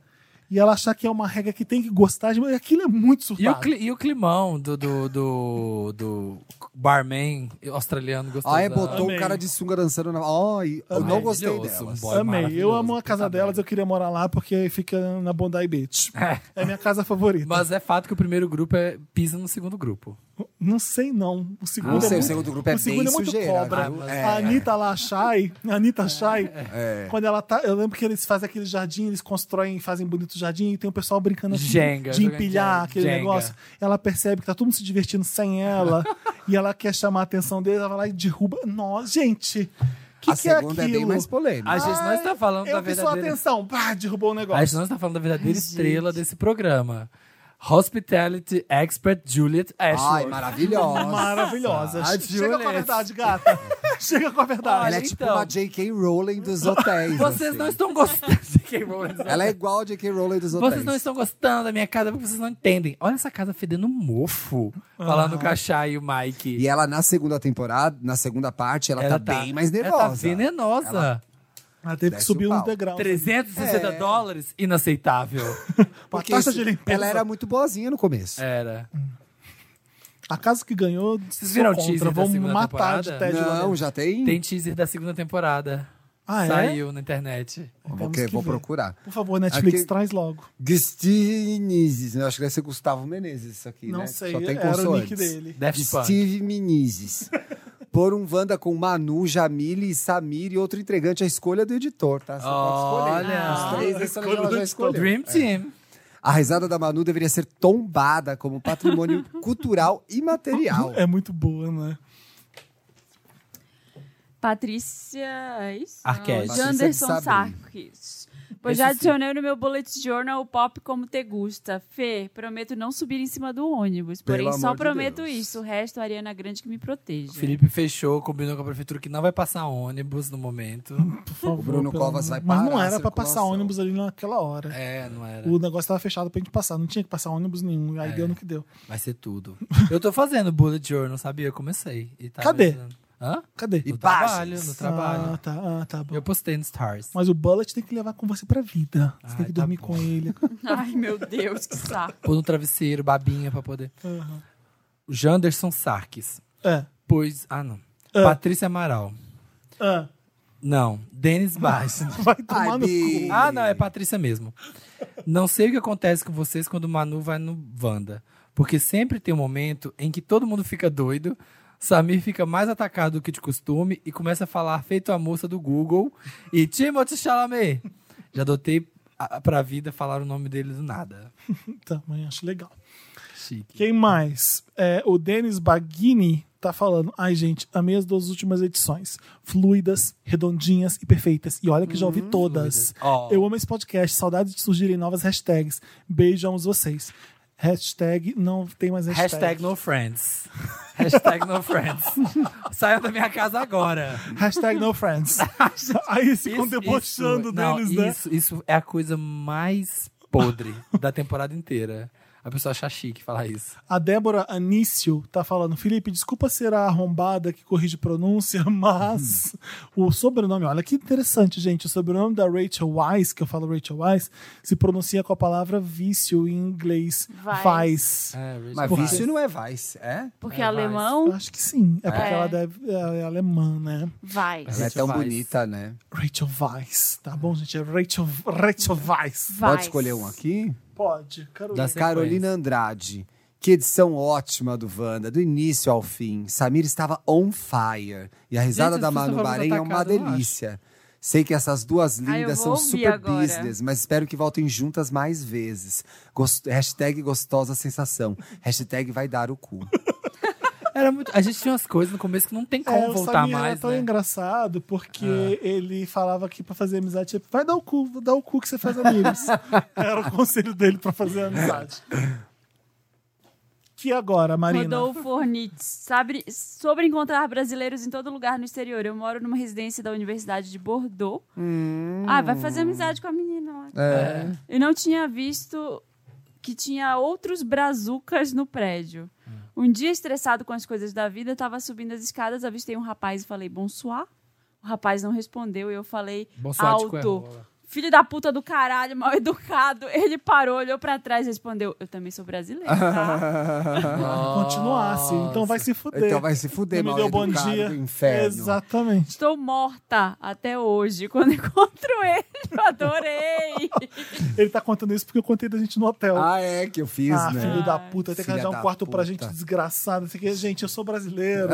E ela achar que é uma regra que tem que gostar de. Aquilo é muito surtado. E o, cli- e o climão do, do, do, do barman australiano gostoso. [LAUGHS] Ai, botou Amei. um cara de sunga dançando na. Ai, eu não gostei delas. Amei. Eu amo a casa delas, eu queria morar lá porque fica na Bondi Beach. É, a minha casa favorita. Mas é fato que o primeiro grupo é pisa no segundo grupo. Não sei, não. O segundo Não é sei, o muito, segundo grupo é o segundo bem é muito sujeira, cobra. viu? A É. Anitta lá, a Shai, a Anitta Shai, É. quando ela tá. Eu lembro que eles fazem aquele jardim, eles constroem, fazem bonito jardim e tem o pessoal brincando assim, Jenga, de jogando empilhar Jenga. aquele Jenga. negócio. Ela percebe que tá todo mundo se divertindo sem ela e ela quer chamar a atenção deles, ela vai lá e derruba. Nossa, gente! Que a que segunda é, aquilo? bem mais polêmica. A gente não está falando da Eu vi sua verdadeira. atenção, pá, derrubou o A negócio. gente não está falando da verdadeira estrela desse programa. Hospitality Expert Juliet Ai, Ashworth. maravilhosa. Maravilhosa. Ai, Chega com a Juliette. verdade, gata. [LAUGHS] Chega com a verdade. Ela é Olha, tipo então. uma J.K. Rowling dos hotéis. Vocês assim. não estão gostando. [LAUGHS] J.K. Rowling. Ela é igual a J.K. Rowling dos hotéis. Vocês não estão gostando da minha casa porque vocês não entendem. Olha essa casa fedendo mofo. Falando com a Chay e o Mike. E ela, na segunda temporada, na segunda parte, ela, tá, bem mais nervosa. Ela tá venenosa. Ela teve que Desce subir um o uns pau. degraus. 360 É. dólares, inaceitável. Uma Porque taxa isso- de limpeza. ela era muito boazinha no começo. Era. A casa que ganhou. Vocês viram o teaser contra. da Vamos segunda matar É, de temporada? tédio lá Não, dentro. já tem? Tem teaser da segunda temporada. Ah, é? Saiu na internet. Vou, Temos que- que vou ver. procurar. Por favor, Netflix, Aqui- traz logo. Gustinizes. Eu acho que deve ser Gustavo Menezes isso aqui, Não né? sei, Só tem era o nick consoantes. dele. Daft Punk. Steve Menezes. [LAUGHS] Por um Wanda com Manu, Jamile, Samir e outro entregante. A escolha do editor, tá? Você pode escolher. Olha. Os três escolhas Escolha ela do já editor. escolheu. Dream Team. A risada da Manu deveria ser tombada [LAUGHS] como patrimônio cultural e material. É muito boa, né? Patrícia. é isso? Arquette. Não, Patrícia de Janderson Sabrina. Sarkis. Ah, Esse Pois já sim. adicionei no meu bullet journal o pop como te gusta. Fê, prometo não subir em cima do ônibus. Pelo porém, só amor de prometo Deus. isso. O resto, a Ariana Grande que me proteja. O Felipe fechou, combinou com a prefeitura que não vai passar ônibus no momento. Por favor, Bruno pelo Covas vai amor- Mas não parar a era pra passar circulação. né? ônibus ali naquela hora. É, não era. O negócio tava fechado pra gente passar. Não tinha que passar ônibus nenhum. É. Aí deu no que deu. Vai ser tudo. Eu tô fazendo bullet journal, sabia? Eu comecei. E tá Cadê? ajudando. Hã? Cadê? E No páginas. trabalho, no trabalho. Ah, tá, ah, tá bom. Eu postei no Stars. Mas o bullet tem que levar com você pra vida. Você Ah, Ai, tem que tá dormir bom. com [LAUGHS] ele. Ai, meu Deus, que saco. Pôr no travesseiro, babinha pra poder. Aham. Janderson Sarkis. É. Pois. Ah, não. Ah. Patrícia Amaral. Ah, Não. Denis Baixo. vai tomar Ai, no Bi. cu. [LAUGHS] ah, não, é Patrícia mesmo. Não sei o que acontece com vocês quando o Manu vai no Wanda. Porque sempre tem um momento em que todo mundo fica doido. Samir fica mais atacado do que de costume e começa a falar feito a moça do Google. E Timothy Chalamet. Já adotei a- pra vida falar o nome dele do nada. Também acho legal. Chique. Quem mais? É, o Denis Baghini tá falando. Ai, gente, amei as duas últimas edições. Fluidas, redondinhas e perfeitas. E olha que já ouvi todas. Hum, Ó. Eu amo esse podcast. Saudades de surgirem novas hashtags. Beijo, amo vocês. Hashtag não tem mais hashtag. Hashtag no friends. Hashtag no [LAUGHS] friends. Saiam da minha casa agora. Hashtag no friends. Aí se [LAUGHS] ficam Isso- debochando isso- não, deles, né? Isso, isso é a coisa mais podre [LAUGHS] da temporada inteira. A pessoa achar chique falar isso. A Débora Anício tá falando, Felipe, desculpa ser a arrombada que corrige pronúncia, [LAUGHS] mas o sobrenome, olha que interessante, gente. O sobrenome da Rachel Wise, que eu falo Rachel Wise, se pronuncia com a palavra vício em inglês. Vice. Vice. Mas Por- vício não é vice, é? Porque É, Eu alemão acho que sim. É porque É. ela deve, ela é alemã, né? vai. Ela é Vício tão vice. bonita, né? Rachel Weiss, tá bom, gente? É Rachel, Rachel Weiss. Vai. Pode escolher um aqui? Pode, Carolina. Da Sequência. Carolina Andrade. Que edição ótima do Wanda, do início ao fim. Samir estava on fire. E a risada as da pessoas Manu foram Bahrein é uma atacadas, eu delícia. Sei que essas duas Ah, eu lindas vou são ouvir super agora. business, mas espero que voltem juntas mais vezes. Gost... Hashtag gostosa sensação. Hashtag vai dar o cu. Era muito... A gente tinha umas coisas no começo que não tem como É, o voltar Samir era mais, tão né? engraçado porque É. ele falava que pra fazer amizade, tipo, vai dar o cu, dá o cu que você [LAUGHS] faz amigos. era o conselho dele pra fazer amizade. Que agora, Marina? Rodolfo Hornitz. Sabe, sobre encontrar brasileiros em todo lugar no exterior. Eu moro numa residência da Universidade de Bordeaux. Ah, vai fazer amizade com a menina lá. É. Eu não tinha visto que tinha outros brazucas no prédio. Um dia, estressado com as coisas da vida, estava subindo as escadas, avistei um rapaz e falei, bonsoir. O rapaz não respondeu e eu falei, Bonsoir, tico, é alto. rola. Filho da puta do caralho, mal [LAUGHS] educado. Ele parou, olhou pra trás e respondeu, eu também sou brasileiro, tá? Continuasse. Então vai se fuder. Então vai se fuder, Não mal me deu bom educado dia. do inferno. Exatamente. Estou morta até hoje. Quando [LAUGHS] encontro ele, eu adorei. Ele tá contando isso porque eu contei da gente no hotel. Ah, é, que eu fiz, Ah, né? filho da puta, tem que Filha arranjar um da quarto pra puta. gente desgraçado. Isso aqui, é, Gente, eu sou brasileiro.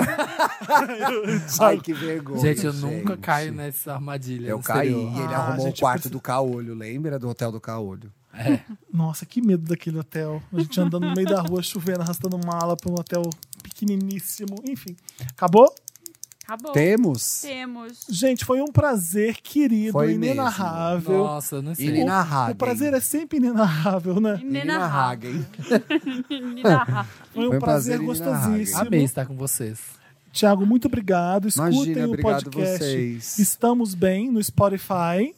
Ai, que vergonha. Gente, eu nunca gente. caio nessa armadilha. Eu no caí, exterior. ele Ah, arrumou gente, o quarto preciso- do Caolho, lembra do hotel do Caolho? Nossa, que medo daquele hotel. A gente andando no meio da rua, chovendo, arrastando mala pra um hotel pequeniníssimo. Enfim, acabou? Acabou. Temos? Temos. Gente, foi um prazer querido, Foi inenarrável. Nossa, eu não sei. Ele na O prazer é sempre inenarrável, né? Nina Hagen. Hagen. Nina Hagen. Foi um Foi um prazer, prazer Amei gostosíssimo. estar com vocês. Tiago, muito obrigado. Escutem Imagina, o obrigado podcast. vocês. Estamos bem no Spotify.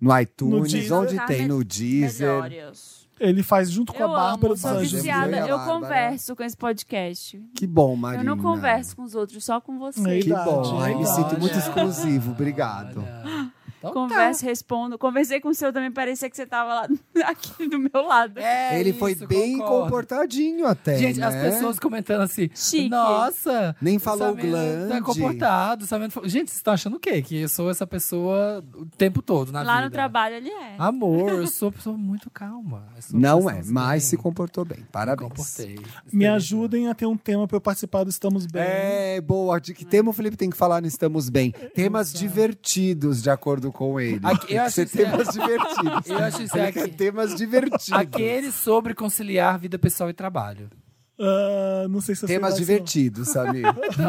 No No iTunes, [LAUGHS] Deezer. onde tem no Deezer. Melhores. Ele faz junto com Eu a Bárbara amo, dos sou Anjos. viciada. né, Bárbara. Eu converso com esse podcast. Que bom, Marina. Eu não converso com os outros, só com você. Que Verdade, bom. Ai, me verdade. sinto muito exclusivo. Obrigado. Olha. Então tá. Converso, respondo. Conversei com o seu também, parecia que você tava lá [LAUGHS] aqui do meu lado. É Ele foi isso, bem concordo. comportadinho até. Gente, né? as pessoas comentando assim, Chique. nossa... Nem o falou Samir Tá glande. comportado, o Samir falou- Gente, vocês estão achando o quê? Que eu sou essa pessoa o tempo todo na Lá vida. no trabalho ele é. Ah. Amor, eu sou uma pessoa muito calma. Eu sou uma Não pessoa é, mas se assim, comportou bem. me Parabéns. comportei. Me ajudem a ter um tema pra eu participar do Estamos Bem. É, boa. De que tema o Felipe tem que falar no Estamos Bem? Temas divertidos, de acordo com ele. Aqui, eu Tem que acho ser que isso é- temas divertidos. Eu acho [LAUGHS] isso Ele é quer aqui- temas divertidos. Aquele sobre conciliar vida pessoal e trabalho. Ah, não sei se eu sei Temas mais, divertidos, sabe?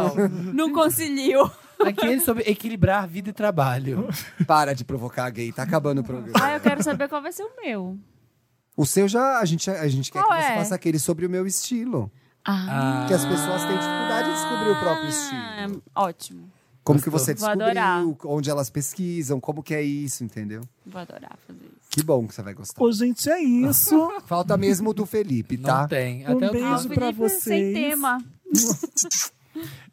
[LAUGHS] [LAUGHS] Não conciliou. Aquele sobre equilibrar vida e trabalho. Para de provocar gay, tá acabando o programa. Ah, eu quero saber qual vai ser o meu. O seu já, a gente, a gente quer Qual que você é? faça aquele sobre o meu estilo. Ah. Que as pessoas têm dificuldade de descobrir o próprio estilo. Ah, ótimo. Como que você Vou adorar. descobriu, onde elas pesquisam, como que é isso, entendeu? Vou adorar fazer isso. Que bom que você vai gostar. Pô, gente, é isso. Falta mesmo do Felipe, Não tá? tem. Um Até o beijo. Ah, o próximo. pra Felipe sem vocês. tema.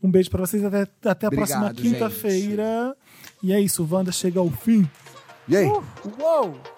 Um beijo pra vocês. Até, até a Obrigado, próxima gente. Uh. quinta-feira. E é isso. Wanda chega ao fim. E aí? Uou!